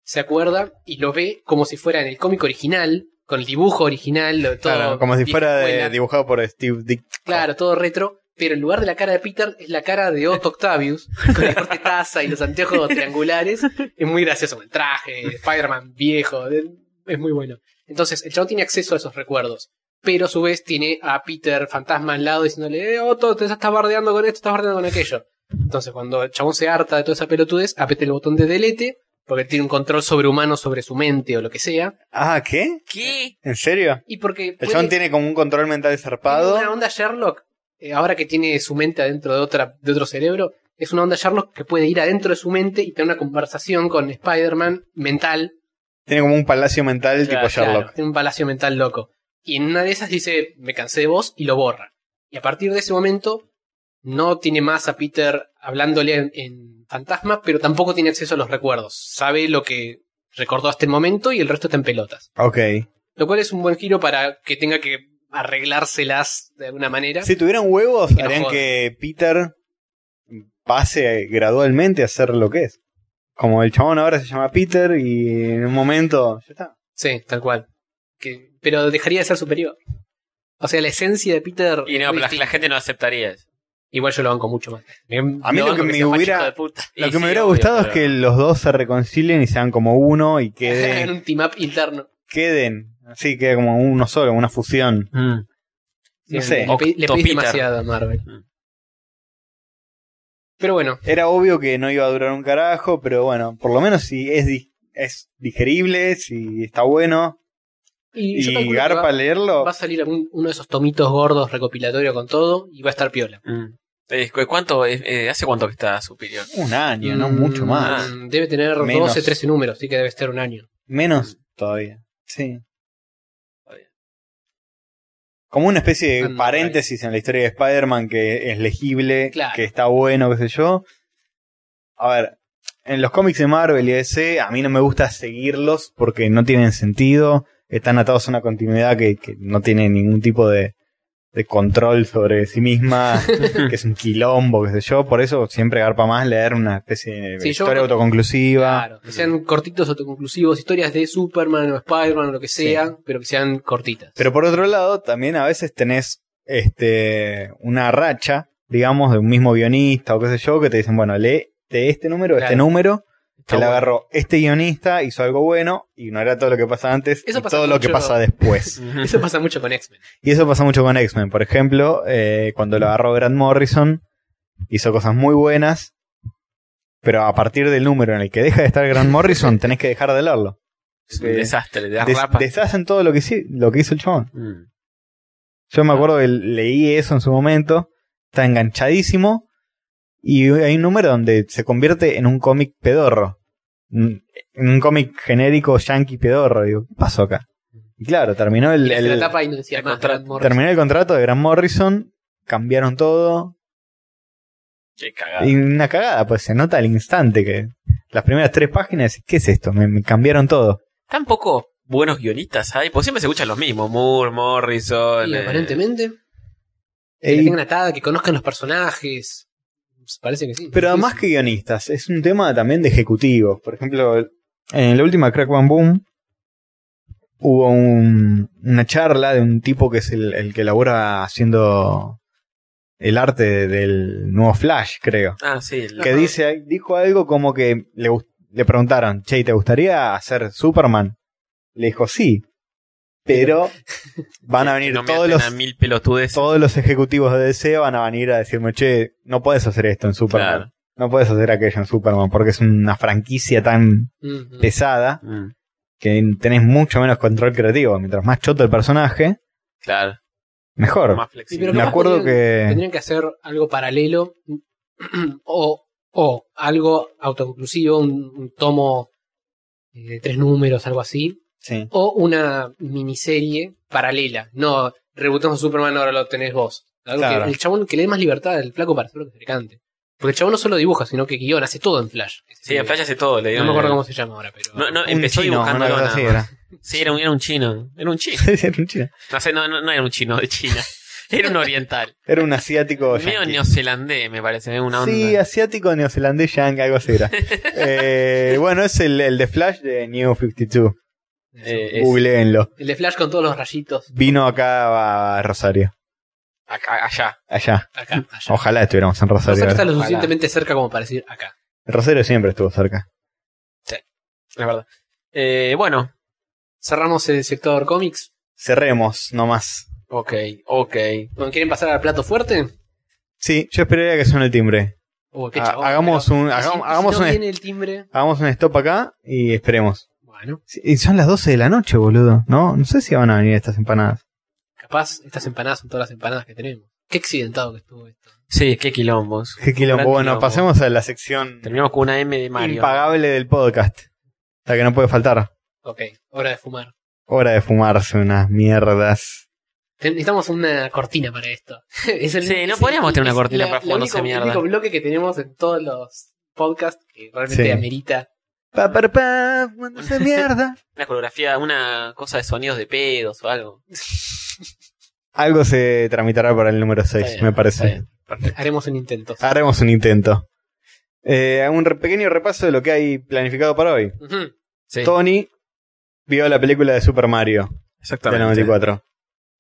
B: se acuerda y lo ve como si fuera en el cómic original, con el dibujo original, lo- todo.
A: Claro, como si fuera de-
B: escuela,
A: dibujado por Steve Dick.
B: Claro, todo retro. Pero en lugar de la cara de Peter, es la cara de Otto Octavius, con la corte taza y los anteojos triangulares. Es muy gracioso, con el traje, Spider-Man viejo, de- es muy bueno. Entonces, el chabón tiene acceso a esos recuerdos. Pero a su vez tiene a Peter fantasma al lado diciéndole, eh, Otto, te estás bardeando con esto, estás bardeando con aquello. Entonces, cuando el chabón se harta de toda esa pelotudez, aprieta el botón de delete, porque tiene un control sobrehumano sobre su mente o lo que sea.
A: Ah, ¿qué?
C: ¿Qué?
A: ¿En serio?
B: Y porque...
A: El
B: puede-
A: chabón tiene como un control mental
B: tiene Una
A: zarpado.
B: onda Sherlock, eh, ahora que tiene su mente adentro de, otra, de otro cerebro, es una onda Sherlock que puede ir adentro de su mente y tener una conversación con Spider-Man mental.
A: Tiene como un palacio mental
C: Claro,
A: tipo Sherlock.
B: Claro, tiene un palacio mental loco. Y en una de esas dice, me cansé de vos y lo borra. Y a partir de ese momento, no tiene más a Peter hablándole en, en fantasma, pero tampoco tiene acceso a los recuerdos. Sabe lo que recordó hasta el momento y el resto está en pelotas.
A: Ok.
B: Lo cual es un buen giro para que tenga que arreglárselas de alguna manera.
A: Si tuvieran huevos,
B: Que no
A: harían
B: jodan.
A: que Peter pase gradualmente a ser lo que es. Como el chabón ahora se llama Peter y en un momento ya está.
B: Sí, tal cual. Que, pero dejaría de ser superior. O sea, la esencia de Peter.
C: Y
B: es
C: no,
B: muy
C: la, la
B: distinta.
C: gente no aceptaría eso.
B: Igual yo lo banco mucho más.
A: Em, A mí lo que me hubiera- Lo que me
C: Y sí,
A: hubiera
C: obvio,
A: gustado es
C: pero-
A: que los dos se reconcilien y sean como uno y
B: En
A: queden,
B: un team up interno.
A: queden, así que como uno solo, una fusión.
C: Mm.
A: No
B: Sí,
A: sé.
B: Le, pedí- le pedís
C: Octopeter.
B: demasiado a Marvel.
C: Mm.
B: Pero bueno,
A: Era obvio que no iba a durar un carajo, pero bueno, por lo menos si es, di- es digerible, si está bueno
B: y, yo
A: y
B: calculo que
A: garpa
B: va,
A: leerlo.
B: va a salir algún- uno de esos tomitos gordos recopilatorio con todo y va a estar piola.
C: Mm. Eh, ¿cu- ¿Cuánto, es- eh, ¿Hace cuánto que está Superior?
A: Un año, no mucho
B: Mm,
A: más.
B: Debe tener
A: Menos.
B: 12, 13 números, así que debe estar un año.
A: Menos todavía. Sí.
C: Todavía.
A: Como una especie de
B: Anda,
A: paréntesis en la historia de Spider-Man que es legible,
B: Claro.
A: que está bueno, qué sé yo. A ver, en los cómics de Marvel y DC, a mí no me gusta seguirlos porque no tienen sentido. Están atados a una continuidad que, que no tiene ningún tipo de, de control sobre sí misma, que es un quilombo, qué sé yo. Por eso siempre garpa más leer una especie de
B: Sí, yo-
A: historia autoconclusiva.
B: Claro, que sean cortitos autoconclusivos, historias de Superman o Spider-Man o lo que sea, pero que sean cortitas.
A: Pero por otro lado, también a veces tenés este una racha, digamos, de un mismo guionista o qué sé yo, que te dicen, bueno, lee de este número, a este
B: Claro.
A: número,
C: Está
A: que le
C: bueno.
A: agarró este guionista, hizo algo bueno, ignora todo lo que pasa antes
B: Eso
A: y
B: pasa
A: todo lo que
B: mucho.
A: pasa después.
C: Ujú.
B: Eso pasa mucho con X-Men.
A: y eso pasa mucho con X-Men. Por ejemplo, eh, cuando lo agarró Grant Morrison, hizo cosas muy buenas, pero a partir del número en el que deja de estar Grant Morrison, tenés que dejar de leerlo.
C: Es
A: Eh,
C: un desastre, de
A: Des-
C: rapa.
A: deshacen todo lo que, hici- lo que hizo el chabón.
C: Mm.
A: Yo me acuerdo que leí eso en su momento, está enganchadísimo, y hay un número donde se convierte en un cómic pedorro. En en un cómic genérico yankee pedorro. Digo, ¿qué pasó acá? Y claro, terminó el,
B: Y hasta
A: el-
B: la tapa y no decía
C: el
B: más.
C: contra-
B: Grant Morrison.
A: terminó el contrato de Grant Morrison, cambiaron todo,
C: Qué cagada.
A: y una cagada, pues se nota al instante que las primeras tres páginas, ¿qué es esto? Me, me cambiaron todo.
C: Tan poco buenos guionistas hay. Pues siempre se escuchan los mismos. Moore, Morrison.
B: Y
C: eh,
B: aparentemente, que la
A: Ey,
B: tengan atada, que conozcan los personajes. Parece que sí.
A: Pero más que guionistas, es un tema también de ejecutivos. Por ejemplo, en la última Crack Bang Boom hubo un- una charla de un tipo que es el, el que labora haciendo el arte del nuevo Flash, creo.
C: Ah, sí. el-
A: Que
B: Ajá.
A: dice, dijo algo como que le, gust- le preguntaron, Che, ¿te gustaría hacer Superman? Le dijo, sí. Pero van a venir
C: no me
A: todos
C: hacen
A: los
C: a mil pelotudes.
A: todos los ejecutivos de DC van a venir a decirme, che, no puedes hacer esto en Superman.
C: Claro.
A: No puedes hacer aquello en Superman porque es una franquicia tan
B: Ujú.
A: pesada
C: Mm,
A: que tenés mucho menos control creativo. Mientras más choto el personaje,
C: claro.
A: mejor.
C: Más
B: Sí,
C: flexible.
B: pero
A: Me
B: capaz
A: acuerdo
B: podrían-
A: que...
B: Tendrían que hacer algo paralelo o, o algo autoconclusivo, un, un tomo eh, de tres números, algo así,
A: Sí.
B: o una miniserie paralela. No, rebotamos a Superman, ahora lo tenés vos. Algo que-
A: Claro.
B: el chabón que le dé más libertad al flaco para hacer lo que se le cante. Porque el chabón no solo dibuja, sino que guión, hace todo en Flash.
C: Sí, en Flash hace todo, le digo.
B: No me acuerdo cómo se llama ahora, pero.
C: Eh, No, no,
A: Un
C: empezó
A: chino,
C: dibujando
A: una cosa
C: nada
A: así
C: más.
A: era.
C: Sí, era un, era un chino. Era un chino.
A: Sí, era un chino.
C: No sé, no, no, no era un chino de China. Era un oriental.
A: Era un asiático.
C: Medio
A: yankee.
C: neozelandés, me parece. ¿eh? Una onda.
A: Sí, asiático, neozelandés, yang, algo así era. Eh, bueno, es el, el de Flash de New 52.
C: Eh, es-
A: Googleenlo.
B: El de Flash con todos los rayitos.
A: Vino acá a Rosario.
C: acá, allá.
A: Allá.
B: Acá, allá.
A: Ojalá estuviéramos en
B: No
A: Rosario.
B: sé que está lo
A: Ojalá.
B: suficientemente cerca como para decir acá.
A: Rosario siempre estuvo cerca.
C: La verdad. Eh, bueno.
B: Cerramos el sector cómics.
A: Cerremos nomás.
C: Ok, ok.
B: Bueno, ¿Quieren pasar al plato fuerte?
A: Sí, yo esperaría que suene el timbre.
B: O qué
A: Ha-
B: chabón,
A: Ah, hagamos
B: pero-
A: un,
B: Y si-
A: hagam-
B: y si
A: hagamos,
B: no
A: un
B: viene el timbre.
A: hagamos un stop acá y esperemos.
B: Bueno,
A: Sí, Y son las 12 de la noche, boludo. No, no sé si van a venir estas empanadas.
B: capaz estas empanadas son todas las empanadas que tenemos. Qué accidentado que estuvo esto.
C: Sí, qué quilombos.
A: Qué quilombo.
C: Gran
A: Bueno,
C: quilombo.
A: pasemos a la sección
C: Terminamos con una M de Mario.
A: impagable del podcast. La que no puede faltar.
B: Ok, hora de fumar.
A: Hora de fumarse unas mierdas.
B: Ten- Necesitamos una cortina para esto. Es el-
C: Sí, no
B: es
C: podríamos
B: el-
C: tener una
B: es
C: cortina
B: la-
C: para
B: la
C: fumarnos
B: único-
C: esa mierda.
B: El único bloque que tenemos en todos los podcasts que realmente
A: Sí.
B: amerita.
A: Pa, pa, pa, fumándose mierda.
C: Una coreografía, una cosa de sonidos de pedos o algo.
A: Algo se tramitará para el número
C: Está
A: 6,
C: bien,
A: me
C: está
A: parece.
C: bien. Perfecto.
B: Haremos un intento.
A: Haremos un intento. Eh, un re- pequeño repaso de lo que hay planificado para hoy.
B: Ujú.
C: Sí,
A: Tony vio la película de Super Mario del
C: exactamente.
A: 94.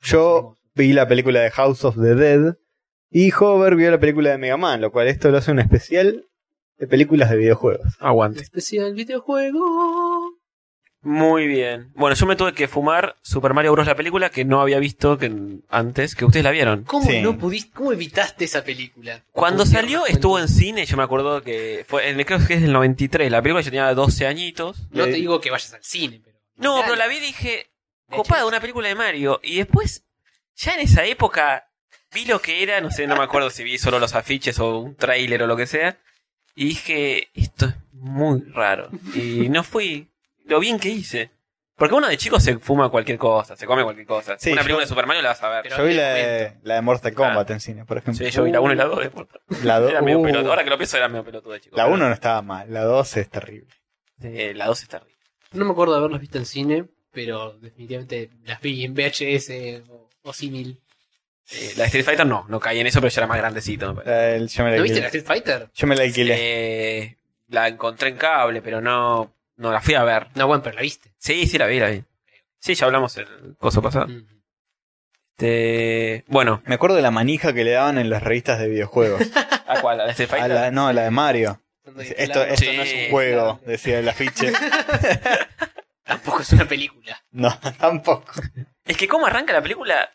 A: Yo vi la película de House of the Dead. Y Hover vio la película de Mega Man, lo cual esto lo hace un especial de películas de videojuegos.
C: Aguante.
B: Especial videojuego.
C: Muy bien. Bueno, yo me tuve que fumar Super Mario Bros. la película que no había visto que antes, que ustedes la vieron.
B: ¿Cómo
A: Sí.
B: no pudiste, cómo evitaste esa película?
C: Cuando
B: Hostia,
C: salió
B: cuento.
C: estuvo en cine, yo me acuerdo que fue, en- creo que es del 93, la película yo tenía 12 añitos.
B: No te digo que vayas al cine, pero.
C: No,
B: Dale.
C: pero la vi y dije, copada, una película de Mario. Y después, ya en esa época, vi lo que era, no sé, no me acuerdo si vi solo los afiches o un tráiler o lo que sea. Y dije, esto es muy raro. Y no fui lo bien que hice. Porque uno de chicos se fuma cualquier cosa, se come cualquier cosa.
A: Sí,
C: una
A: yo-
C: película de Super Mario la vas a ver.
B: Pero
A: Yo vi la
B: te
A: de, la de Mortal Kombat en cine, por ejemplo.
C: Sí, yo vi la 1 y la 2 después.
A: La do-
C: Era medio
A: uh,
C: pelotudo. Ahora que lo pienso era medio pelotudo de chico.
A: la
C: Pero-
A: 1 no estaba mal, la 2 es terrible.
C: Eh, la 2 está rica.
B: No me acuerdo de haberlas visto en cine, pero definitivamente las vi en VHS o, o símil.
C: Eh, la de Street Fighter no, no caí en eso, pero yo era más grandecito. me parece.
A: La del- yo me la
B: ¿No viste
A: alquilé.
B: la Street Fighter?
A: Yo me la alquilé.
C: Eh, la encontré en cable, pero no, no la fui a ver.
B: No, bueno, pero la viste.
C: Sí, sí, la vi, la vi. Sí, ya hablamos el coso
A: Ah.
C: pasado.
B: Mm.
C: Este, bueno,
A: Me acuerdo de la manija que le daban en las revistas de videojuegos.
C: ¿a cuál? ¿A la Street
A: A
C: Fighter?
A: la- no, la de Mario.
B: Cuando
A: Dice,
B: dije,
A: Esto,
B: claro,
A: esto
C: sí.
A: no es un juego, decía el afiche.
B: Tampoco es una película.
A: No, tampoco.
C: Es que como arranca la película,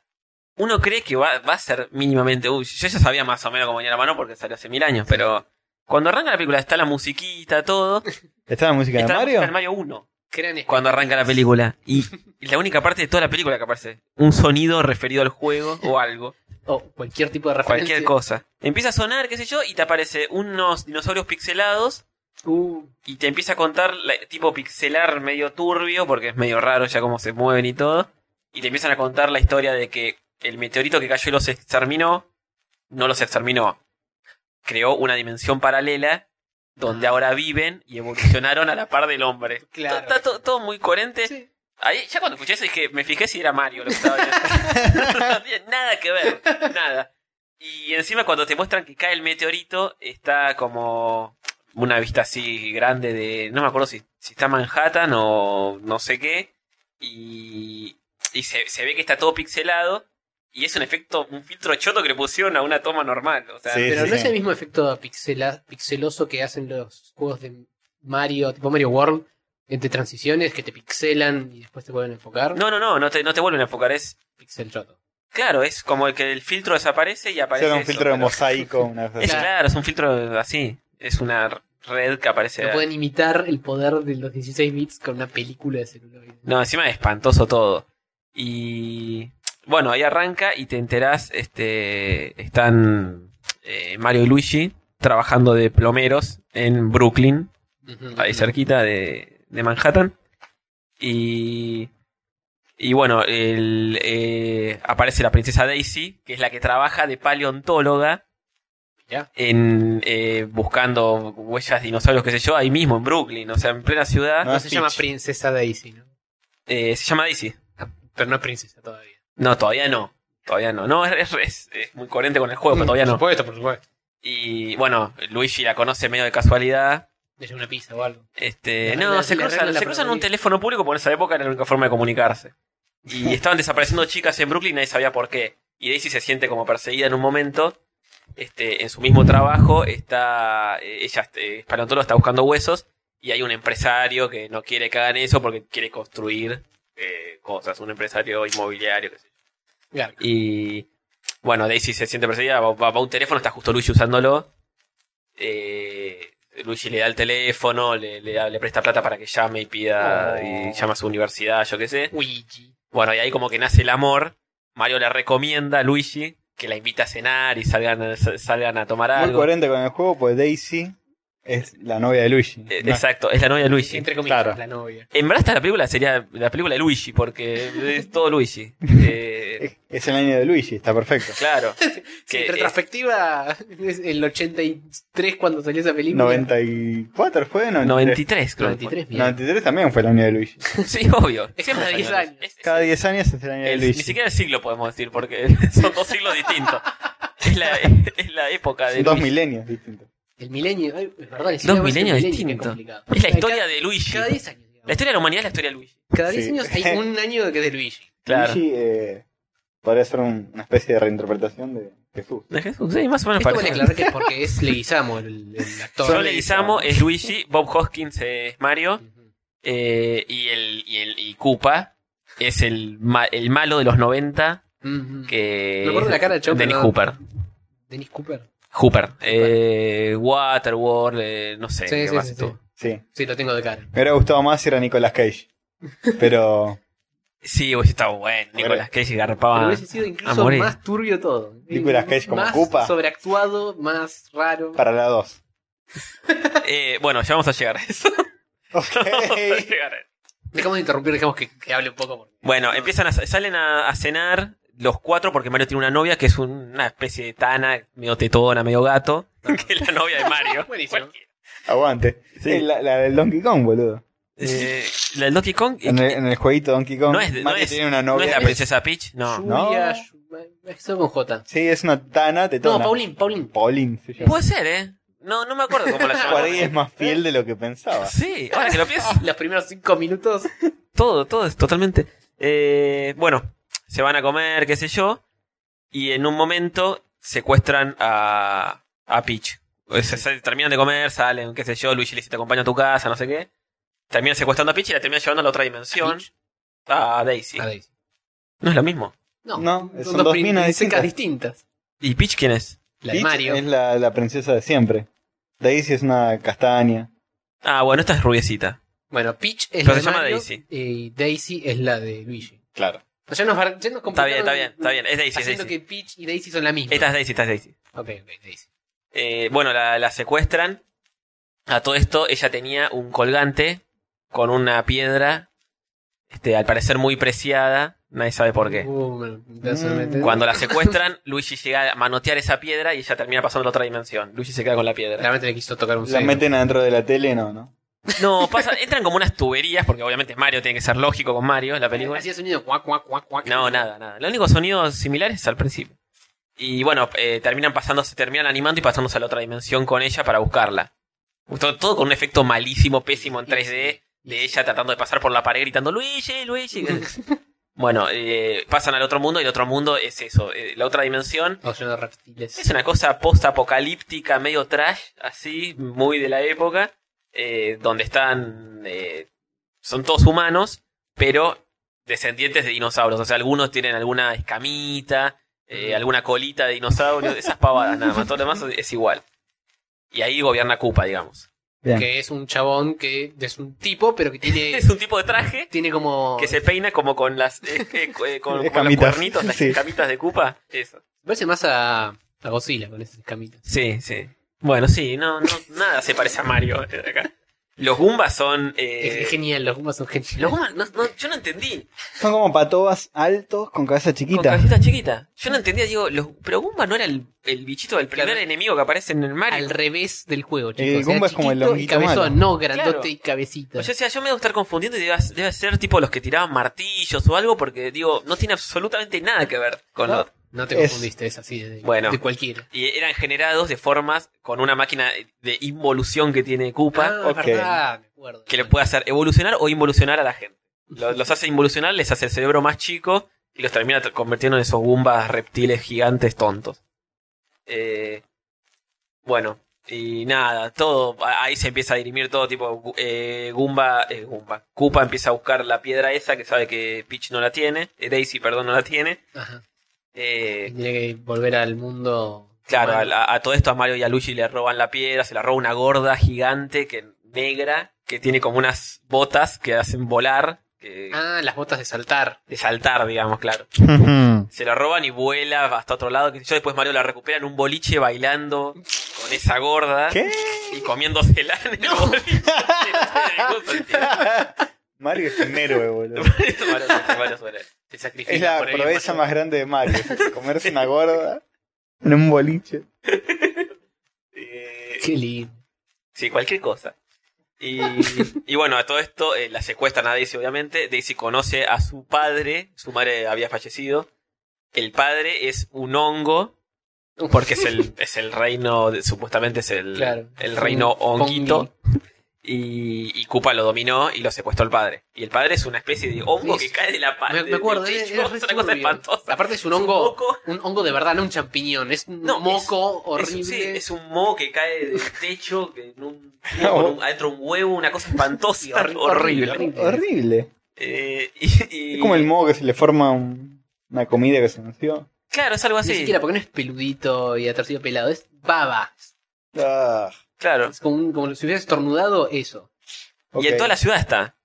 C: uno cree que va, va a ser mínimamente... Uy, yo ya sabía más o menos cómo venía la mano porque salió hace mil años, pero... Cuando arranca la película está la musiquita, todo.
A: ¿Está la música de
C: Está la
A: Mario?
C: música del Mario 1.
B: Que eran
C: Cuando arranca la película. Y la única parte de toda la película que aparece. Un sonido referido al juego o algo.
B: O Oh, cualquier tipo de referencia.
C: cualquier cosa. Empieza a sonar, qué sé yo, y te aparece unos dinosaurios pixelados
B: Uh,
C: y te empieza a contar la- tipo pixelar medio turbio, porque es medio raro ya cómo se mueven y todo. Y te empiezan a contar la historia de que el meteorito que cayó y los exterminó, no los exterminó. Creó una dimensión paralela donde ahora viven y evolucionaron a la par del hombre.
B: Claro.
C: Está to- todo muy coherente.
B: sí.
C: Ahí, ya cuando escuché eso dije, me fijé si era Mario lo que estaba viendo. No tenía nada que ver, nada. Y encima cuando te muestran que cae el meteorito, está como una vista así grande de, no me acuerdo si, si está Manhattan o no sé qué, y, y se, se ve que está todo pixelado, y es un efecto, un filtro choto que le pusieron a una toma normal. O sea,
A: Sí,
B: Pero
A: sí,
B: no
A: sí.
B: es el mismo efecto pixela- pixeloso que hacen los juegos de Mario, tipo Mario World, entre transiciones que te pixelan y después te vuelven a enfocar.
C: No, no, no, no te, no te vuelven a enfocar, es...
B: Pixel choto.
C: Claro, es como el que el filtro desaparece y aparece...
A: Era un
C: eso,
A: filtro de
C: pero-
A: mosaico, una cosa
C: Es
A: así.
B: Claro.
C: claro, es un filtro así. Es una red que aparece.
B: No pueden imitar el poder de los 16 bits con una película de celuloide.
C: No, encima es espantoso todo. Y bueno, ahí arranca y te enterás, este, están eh, Mario y Luigi trabajando de plomeros en Brooklyn,
B: Ujú.
C: ahí cerquita de, de Manhattan. Y, y bueno, el, eh, aparece la princesa Daisy, que es la que trabaja de paleontóloga
B: Ya.
C: en eh, buscando huellas de dinosaurios, qué sé yo, ahí mismo en Brooklyn, o sea, en plena ciudad.
B: No
A: Ah,
B: se llama
A: Peach.
B: Princesa Daisy, ¿no?
C: Eh, se llama Daisy.
B: Pero no es princesa todavía.
C: No, todavía no. Todavía no. No, es, es- es muy coherente con el juego, pero todavía
B: Mm, Por
C: no.
B: supuesto, por supuesto.
C: Y bueno, Luigi la conoce medio de casualidad.
B: Ella una pizza o algo.
C: Este,
B: Le
C: no,
B: arregla-
C: se
B: le
C: cruzan,
B: arregla la
C: se cruzan un
B: protagonista.
C: teléfono público porque en esa época era la única forma de comunicarse. Y estaban desapareciendo chicas en Brooklyn, nadie sabía por qué. Y Daisy se siente como perseguida en un momento. Este, en su mismo trabajo está eh, ella este, es paleontóloga, está buscando huesos y hay un empresario que no quiere que hagan eso porque quiere construir eh, cosas, un empresario inmobiliario, qué sé yo.
B: Claro.
C: Y bueno, Daisy se siente perseguida, va, va- va a un teléfono, está justo Luigi usándolo. Eh, Luigi le da el teléfono, le, le da- le presta plata para que llame y pida,
B: Oh.
C: y llama a su universidad, yo qué sé.
B: Luigi.
C: Bueno, y ahí como que nace el amor. Mario le recomienda a Luigi que la invita a cenar y salgan, a- sa- salgan a tomar
A: Muy
C: algo.
A: coherente con el juego, pues Daisy es la novia de Luigi.
C: Eh,
A: No,
C: Exacto, es la novia de Luigi.
B: Entre comillas,
A: claro.
B: la novia.
C: En verdad esta la película sería la película de Luigi, porque es todo Luigi. Eh,
A: es- Es el año de Luigi, está perfecto.
C: claro.
B: Sí,
C: Que, eh,
B: retrospectiva es el 83 cuando salió esa película.
A: 94 fue, ¿no?
C: 93, creo. que fue.
B: 93, mira.
A: 93 también fue el año de Luigi.
C: Sí, obvio.
B: Es cada 10 años.
C: Es- es-
A: Cada 10 años es el año de
C: es-
A: Luigi.
C: ni siquiera el siglo podemos decir, porque son dos siglos distintos. Es la, es la época de
A: Son dos
C: Luigi.
A: milenios distintos.
B: El milenio. ay, es verdad, el
C: Dos
B: milenio
C: milenios
B: es
C: distintos.
B: complicado.
C: Es la
B: Cada-
C: historia de Luigi.
B: Cada 10 años. digamos.
C: La historia de la humanidad es la historia de Luigi.
B: Cada 10
A: Sí.
B: años hay un año que es de Luigi.
C: Claro.
A: Luigi eh, podría ser un- una especie de reinterpretación de Jesús.
C: De Jesús, sí, más o menos
B: Esto vale
C: parece.
B: aclarar que es porque es Leguizamo, el, el actor.
C: Solo Leguizamo es Luigi, Bob Hoskins es Mario, eh, y el y el y Koopa es el, ma- el malo de los 90
B: Ujú.
C: que
B: Me acuerdo de la cara del chabón,
C: Dennis
B: pero no-
C: Hooper.
B: Dennis Cooper.
C: Hooper, eh, Waterworld, eh, no sé
B: Sí,
C: qué
B: sí,
C: más
B: sí,
C: estuvo.
A: Sí.
B: Sí, lo tengo de cara.
A: Me hubiera gustado más si era Nicolas Cage. Pero
C: Sí, hubiese estado bueno. Nicolas Cage
B: Pero
C: garpaba.
B: hubiese sido
C: Ah, a
B: incluso
C: morir.
B: más turbio todo.
A: Nicolas Cage como
B: más
A: Koopa.
B: sobreactuado, más raro.
A: para la 2.
C: Eh, bueno, ya vamos a llegar a eso. Vamos a
A: Ok.
C: llegar a eso.
B: Dejamos de interrumpir, dejamos que, que hable un poco. porque-
C: Bueno,
B: No.
C: empiezan a, salen a, a cenar los cuatro porque Mario tiene una novia que es un- una especie de tana, medio tetona, medio gato, que es la novia de Mario.
B: Buenísimo.
A: Aguante.
C: Sí.
A: Eh, La, la del Donkey Kong, boludo.
C: Eh, la del Donkey Kong eh,
A: En el, en el jueguito Donkey Kong.
C: no es, no
A: Mario
C: es-
A: tiene una
C: no
A: novia.
C: es la
A: que es-
C: princesa Peach, no.
A: No.
B: Julia, Ju- esto con J.
A: sí, es una tana tetona.
B: No, Pauline, Pauline.
A: Pauline se llama.
C: Puede ser, ¿eh? No, no me acuerdo cómo la
A: Por ahí
C: llamaban.
A: es más fiel de lo que pensaba.
C: Sí, ahora que lo pienso,
B: Los primeros cinco minutos.
C: Todo, todo, es totalmente. Eh, bueno, se van a comer, qué sé yo. Y en un momento secuestran a, a Peach. O sea, se- terminan de comer, salen, qué sé yo. Luigi le dice: Te acompaño a tu casa, no sé qué. Terminan secuestrando a Peach y la terminan llevando a la otra dimensión. A, Daisy.
B: Ah, Daisy.
C: No es lo mismo.
B: No,
A: No, son
B: son
A: dos
B: dos
A: minas
B: princesas distintas.
C: ¿Y Peach quién es?
B: La de
A: Peach
B: Mario.
A: Es la, la princesa de siempre. Daisy es una castaña.
C: Ah, bueno, esta es rubiecita.
B: Bueno, Peach es
C: Pero
B: la de
C: se llama
B: Mario
C: Daisy.
B: y Daisy es la de Luigi.
A: Claro.
B: No, Ya nos, bar- ya nos
C: Está
B: complicaron
C: bien, está bien, está bien. Es Daisy, es
B: Haciendo
C: Daisy.
B: que Peach y Daisy son la misma.
C: Esta es Daisy, esta es Daisy.
B: Ok, ok, Daisy.
C: Eh, bueno, la, la secuestran. A todo esto, ella tenía un colgante con una piedra, este, al parecer muy preciada, nadie sabe por qué.
B: Uh, bueno, entonces
A: Mm.
B: me-
C: Cuando la secuestran, Luigi llega a manotear esa piedra y ella termina pasando a la otra dimensión. Luigi se queda con la piedra.
B: Claramente le quiso tocar un
A: La
B: cero.
A: meten adentro de la tele, no, ¿no?
C: No, pasa, entran como unas tuberías, porque obviamente Mario tiene que ser lógico con Mario en la película.
B: Hacía sonido cuac, cuac, cuac, cuac.
C: No, nada, nada. Los únicos sonidos similares es al principio. Y bueno, eh, terminan pasando, se terminan animando y pasándose a la otra dimensión con ella para buscarla. Todo, todo con un efecto malísimo, pésimo en 3D, de ella tratando de pasar por la pared gritando Luigi, Luigi. bueno, eh, pasan al otro mundo y el otro mundo es eso, eh, la otra dimensión.
B: O lleno de reptiles.
C: Es una cosa post-apocalíptica, medio trash, así, muy de la época, eh, donde están. eh, son todos humanos, pero descendientes de dinosaurios. O sea, algunos tienen alguna escamita, eh, alguna colita de dinosaurio, esas pavadas nada más. Todo lo demás es igual. Y ahí gobierna Cupa, digamos.
A: Bien.
B: Que es un chabón que es un tipo, pero que tiene,
C: Es un tipo de traje
B: tiene como.
C: que se peina como con las. eh, eh, cu- eh, con, con los
A: Escamitas.
C: cuernitos, las
A: Sí.
C: escamitas de Cupa. Eso.
B: Parece más a, a Godzilla con esas escamitas.
C: Sí, sí. Bueno, sí, no, no, nada se parece a Mario de acá. Los Goombas son.
B: Es,
C: eh,
B: es genial, los Goombas son geniales.
C: los Goombas, no- no, yo no entendí.
A: Son como patobas altos con cabeza
C: Con
A: chiquita.
C: cabecita chiquita. Yo no entendía, digo, los, pero Goomba no era el, el bichito del primer
B: Claro.
C: enemigo que aparece en el Mario.
B: al revés del juego, chicos.
A: El
B: Era
A: Goomba es como el
B: chiquito y
A: honguito
B: cabezón,
A: malo.
B: no, grandote
C: Claro. Pues
B: y cabecita.
C: O sea, o sea, yo me debo estar confundiendo y debe, debe ser tipo los que tiraban martillos o algo, porque digo, no tiene absolutamente nada que ver con
A: No.
C: los.
B: no te
A: es-
B: confundiste, es así de,
C: Bueno.
B: de cualquiera.
C: Y eran generados de formas con una máquina de involución que tiene Koopa,
B: Ah,
A: ok.
B: verdad, me acuerdo.
C: que le puede hacer evolucionar o involucionar a la gente. Lo- Los, hace involucionar, les hace el cerebro más chico y los termina t- convirtiendo en esos Goombas reptiles gigantes tontos. Eh, bueno, y nada, todo. a- Ahí se empieza a dirimir todo tipo. gu- Eh, Goomba, eh, Goomba. Koopa empieza a buscar la piedra esa que sabe que Peach no la tiene. eh, Daisy, perdón, no la tiene.
B: Ajá.
C: Eh,
B: Tiene que volver al mundo.
C: Claro,
B: humano.
C: a, a todo esto a Mario y a Luigi le roban la piedra, se la roba una gorda gigante que negra, que tiene como unas botas que hacen volar, que,
B: Ah, las botas de saltar.
C: de saltar, digamos, claro.
A: Ujú.
C: Se la roban y vuela hasta otro lado, que yo después Mario la recupera en un boliche bailando con esa gorda
A: ¿Qué?
C: y comiéndosela en el boliche. No tiene ningún sentido.
A: Mario es un héroe, boludo.
C: Mario- Mario suena.
B: Se sacrifican
A: Es la
B: por el
A: proeza
B: hermano.
A: más grande de Mario. Comerse una gorda en un boliche.
C: Eh,
B: Qué lindo.
C: Sí, cualquier cosa. Y, y bueno, a todo esto eh, la secuestran a Daisy, obviamente. Daisy conoce a su padre, su madre había fallecido. El padre es un hongo, porque es el, es el reino, de- supuestamente es el,
B: Claro.
C: el reino
B: Un
C: honguito. Y, y Koopa lo dominó y lo secuestró el padre. Y el padre es una especie de hongo
B: Sí,
C: que cae de la
B: Me,
C: pared.
B: me acuerdo, era-
C: es
B: era re
C: una cosa
B: turbio.
C: espantosa.
B: Aparte es un
C: Es un
B: hongo,
C: moco.
B: un hongo de verdad, no un champiñón, es un
C: No, es-
B: moco
C: Es un-
B: horrible.
C: sí, es un moho que cae del techo, que en un,
A: No.
C: con un- adentro un huevo, una cosa espantosa,
B: Sí, horri-
C: horrible.
B: horrible.
A: Horrible.
C: Eh, y, y-
A: Es como el modo que se le forma un- una comida que se nació.
C: Claro, es algo
B: Ni
C: así.
B: siquiera porque no es peludito y atorcido pelado, es baba.
A: Ah,
C: Claro.
B: Es como, un- como si hubiera estornudado eso.
A: ok.
C: Y en toda la ciudad está.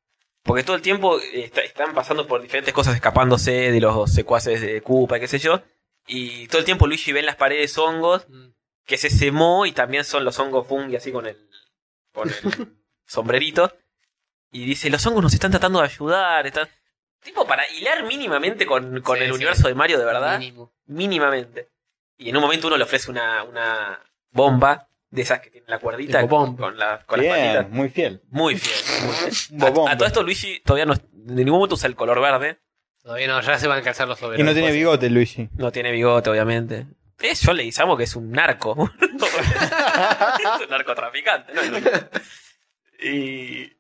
C: Porque todo el tiempo eh, está- están pasando por diferentes cosas, escapándose de los secuaces de Koopa, qué sé yo. Y todo el tiempo Luigi ve en las paredes hongos,
B: Mm.
C: que se semó y también son los hongos fungi así con el, con el sombrerito. Y dice, los hongos nos están tratando de ayudar. Están... Tipo, para hilar mínimamente con, con
B: Sí,
C: el
B: sí.
C: universo de Mario de verdad.
B: Mínimo.
C: mínimamente. Y en un momento uno le ofrece una, una bomba de esas que tiene la cuerdita
B: Tipo bomb.
C: con, la, con las
A: Bien,
C: patitas.
A: muy fiel. pues.
C: Muy fiel. muy fiel.
A: Un
C: A,
A: bobombo.
C: a todo esto Luigi todavía no, en ningún momento usa el color verde.
B: Todavía no, ya se van a calzar los soberanos.
A: Y no tiene bigote, Luigi.
C: No tiene bigote, obviamente. Es Eh, yo le Leguizamo que es un narco. es un narcotraficante. ¿no? Y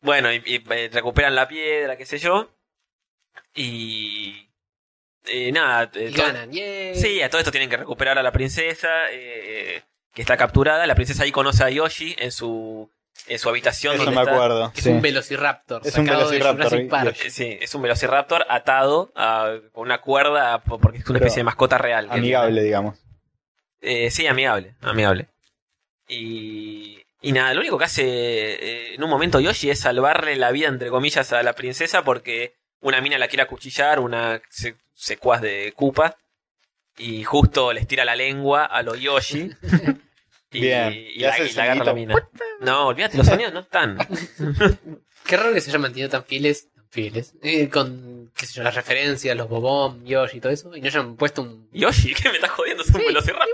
C: bueno, y, y, eh, recuperan la piedra, qué sé yo. Y... eh, nada, eh,
B: Y
C: todo-
B: ganan, ¡yay!
C: Sí, a todo esto tienen que recuperar a la princesa eh, que está capturada. La princesa ahí conoce a Yoshi en su, en su habitación.
A: Eso
C: donde
A: me
C: está-
A: acuerdo.
B: Es
A: sí.
B: un velociraptor.
A: Es un
B: sacado de
A: velociraptor,
B: Jurassic Park.
C: Eh, Sí, es un velociraptor atado a, con una cuerda po- porque es una
A: Pero
C: especie de mascota real. que-
A: Amigable, digamos.
C: Eh, sí, amigable, amigable. Y, y nada, lo único que hace eh, en un momento Yoshi es salvarle la vida, entre comillas, a la princesa porque una mina la quiere acuchillar, una se- secuaz de Koopa, y justo les tira la lengua a lo Yoshi. y,
A: Bien.
C: y
A: Y
C: la,
A: hace
C: y
A: el
C: la agarra la mina. No, olvídate, los sonidos no están.
B: Qué raro que se hayan mantenido tan fieles, tan fieles, eh, con, qué sé yo, las referencias, los bobón, Yoshi y todo eso, y no hayan puesto un
C: Yoshi, ¿qué me estás jodiendo? Es un
B: Sí,
C: velociraptor.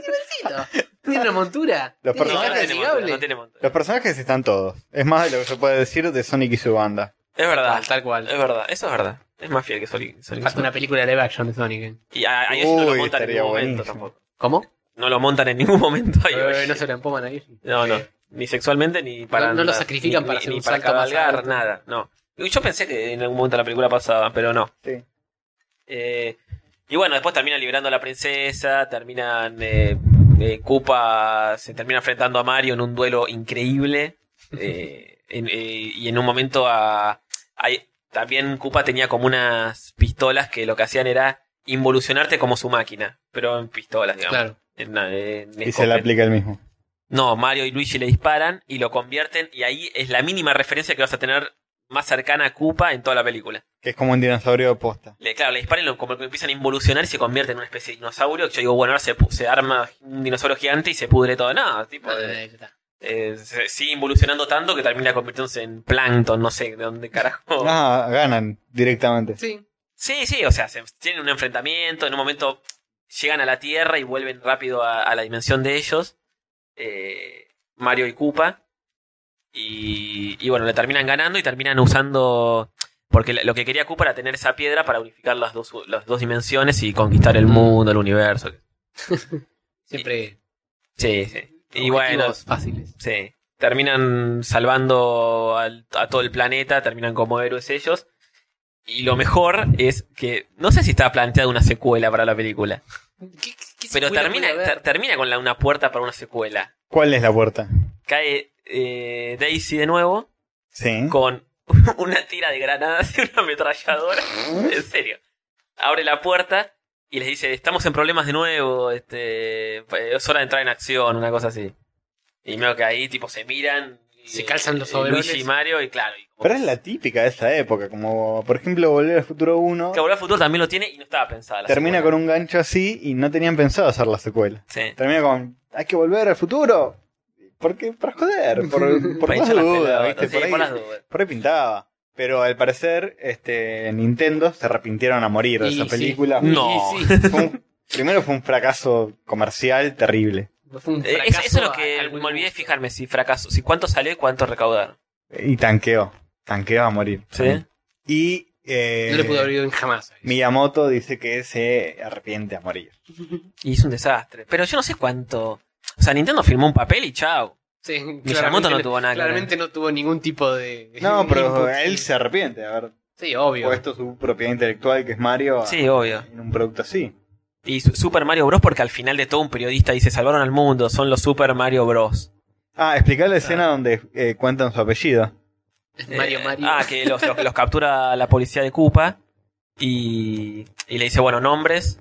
B: pito. Tiene una montura.
A: Los
B: tiene
A: personajes-
B: cara de
C: no, tiene montura,
B: amigable.
C: no tiene montura.
A: Los personajes están todos. Es más de lo que se puede decir de Sonic y su banda.
C: Es verdad,
B: Tal, tal cual.
C: es verdad, eso es verdad. Es más fiel que Sonic. Sonic
B: Falta una película live action de Sonic. eh.
C: Y a, a Yoshi no lo
A: Uy,
C: montan en
A: estaría
C: ningún momento
A: buenísimo.
C: tampoco.
B: ¿Cómo?
C: No lo montan en ningún momento a
B: Eh,
C: Yoshi.
B: no se lo empoman a Yoshi.
C: No, no. Ni sexualmente, ni para.
B: No- no lo
C: andar,
B: sacrifican
C: ni-
B: para
C: ni-
B: hacer
C: ni
B: un
C: para
B: salto más
C: cabalgar,
B: alto.
C: nada. No. Yo pensé que en algún momento la película pasaba, pero no.
A: Sí.
C: Eh, y bueno, después termina liberando a la princesa, terminan. Eh, eh, Koopa se termina enfrentando a Mario en un duelo increíble. eh, en- eh, y en un momento a. hay- también Koopa tenía como unas pistolas que lo que hacían era involucionarte como su máquina, pero en pistolas, digamos.
B: Claro.
C: En, en
A: Y se le
C: escopeta.
A: aplica el mismo.
C: No, Mario y Luigi le disparan y lo convierten y ahí es la mínima referencia que vas a tener más cercana a Koopa en toda la película.
A: Que es como un dinosaurio de posta.
C: Le, claro, le disparan y lo- como que empiezan a involucionar y se convierte en una especie de dinosaurio. Yo digo, bueno, ahora se, pu- se arma un dinosaurio gigante y se pudre todo. No, tipo, de-
B: Ah, ya está.
C: eh, se- sigue involucionando tanto que termina convirtiéndose en plancton, no sé de dónde carajo.
A: Ah, ganan directamente.
B: Sí.
C: Oh. Sí, sí, o sea, se, tienen un enfrentamiento, en un momento llegan a la Tierra y vuelven rápido a, a la dimensión de ellos, eh, Mario y Koopa, y, y bueno, le terminan ganando y terminan usando, porque lo que quería Koopa era tener esa piedra para unificar las dos, las dos dimensiones y conquistar el mundo, el universo.
B: Siempre.
C: Sí, sí. Y
B: objetivos
C: bueno,
B: Fáciles.
C: Sí. Terminan salvando al- a todo el planeta, terminan como héroes ellos. Y lo mejor es que. No sé si estaba planteada una secuela para la película.
B: ¿Qué- qué- qué
C: Pero
B: secuela
C: termina,
B: puede haber?
C: ter- termina con la- una puerta para una secuela.
A: ¿Cuál es la puerta?
C: Cae eh, Daisy de nuevo
A: Sí.
C: con una tira de granadas y una ametralladora. en serio. Abre la puerta y les dice: Estamos en problemas de nuevo. Este, es hora de entrar en acción, una cosa así. Y medio que ahí, tipo, se miran. y-
B: Se calzan los
C: eh,
B: overoles.
C: Luigi y Mario, y claro. y como-
A: Pero es la típica de esa época, como por ejemplo Volver al Futuro 1.
C: Que Volver al Futuro también lo tiene y no estaba pensada. la
A: Termina con
C: secuela.
A: un gancho así y no tenían pensado hacer la secuela.
C: Sí.
A: Termina con, hay que volver al futuro. ¿Por qué? Para joder, por, por las
C: Para hinchar las
A: dudas,
C: pelotas,
A: ¿viste?
C: sí,
A: por, ahí,
C: por las dudas.
A: por ahí pintaba. Pero al parecer, este Nintendo se arrepintieron a morir de
B: Y
A: esa
B: sí.
A: película.
C: No.
B: Y sí,
A: Fue un- primero fue un fracaso comercial terrible.
B: fue un
C: Eh, es-
B: fracaso
C: eso es lo
B: a-
C: que
B: al
C: me
B: buen
C: olvidé de
B: gusto.
C: fijarme, si fracaso, si cuánto salió y cuánto recaudaron.
A: eh, Y tanqueó. Tanqueó a morir.
C: ¿Sí?
A: Y eh,
B: No le pudo haber ido en jamás.
A: Miyamoto dice que se arrepiente a morir.
C: Y es un desastre. Pero yo no sé cuánto. O sea, Nintendo firmó un papel y chao.
B: Sí,
C: Miyamoto
B: claramente
C: no tuvo nada que ver.
B: Claramente no tuvo ningún tipo de.
A: No, pero
B: input.
A: él se arrepiente de haber
B: Sí, obvio.
A: puesto su propiedad intelectual, que es Mario, a-
C: Sí, obvio.
A: en un producto así.
C: Y su- Super Mario Bros. porque al final de todo un periodista dice salvaron al mundo, son los Super Mario Bros.
A: Ah, explicar la escena donde eh, cuentan su apellido.
B: Mario
C: Eh,
B: Mario.
C: Ah, que los, los- los captura la policía de Cupa y, y le dice, bueno, nombres.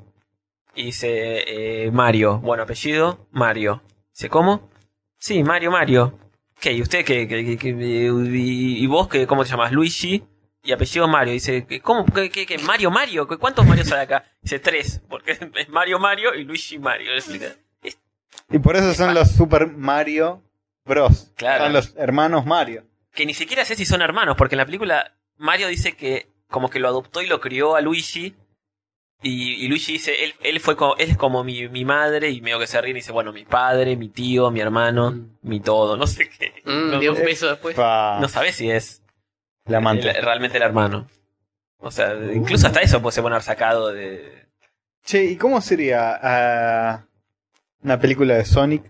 C: Y dice, eh, Mario. Bueno, apellido, Mario. Dice, ¿cómo? Sí, Mario, Mario. ¿Qué? ¿Y usted qué? qué- qué- qué- y, y vos qué? ¿Cómo te llamas? Luigi. Y apellido Mario. Dice, ¿cómo? ¿Qué, qué- qué? mario Mario? ¿Cu- ¿Cuántos Marios hay acá? Dice, tres. Porque es Mario, Mario y Luigi, Mario. Le explica.
A: Y por eso son los Super Mario Bros.
C: Claro.
A: Son los hermanos Mario.
C: que ni siquiera sé si son hermanos, porque en la película Mario dice que como que lo adoptó y lo crió a Luigi. Y, y Luigi dice, él, él fue como, él es como mi, mi madre, y medio que se ríe y dice, bueno, mi padre, mi tío, mi hermano,
B: Mm.
C: mi todo, no sé qué.
B: Mm,
C: no,
B: dio
A: eh,
B: un beso después.
A: Pa-
C: no sabes si es
A: la amante.
C: el- realmente el hermano. O sea, incluso hasta eso puede ser bueno haber sacado de...
A: Che, ¿y cómo sería ah, una película de Sonic?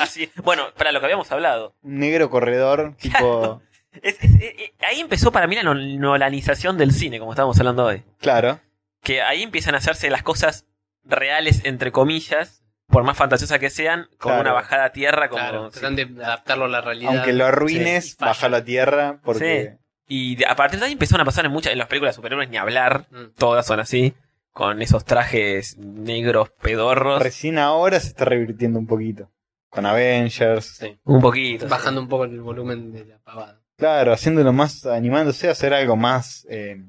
C: Así, ah, bueno, para lo que habíamos hablado.
A: Un negro corredor, tipo...
C: Es- es- es- ahí empezó para mí la no- nolanización del cine, como estábamos hablando hoy.
A: claro.
C: que ahí empiezan a hacerse las cosas reales, entre comillas, por más fantasiosas que sean, como
A: Claro.
C: una bajada a tierra, como...
B: Claro,
C: sí.
B: tratan de adaptarlo a la realidad.
A: Aunque lo arruines,
B: Sí, y falla.
A: bájalo a tierra porque...
C: Y de- a partir de ahí empezaron a pasar en muchas, en las películas de superhéroes ni hablar,
B: Mm.
C: todas son así, con esos trajes negros pedorros,
A: Recién ahora se está revirtiendo un poquito. Con Avengers.
B: Sí.
C: un poquito. sí.
B: Bajando un poco el volumen de la pavada.
A: Claro, haciéndolo más, animándose a hacer algo más eh,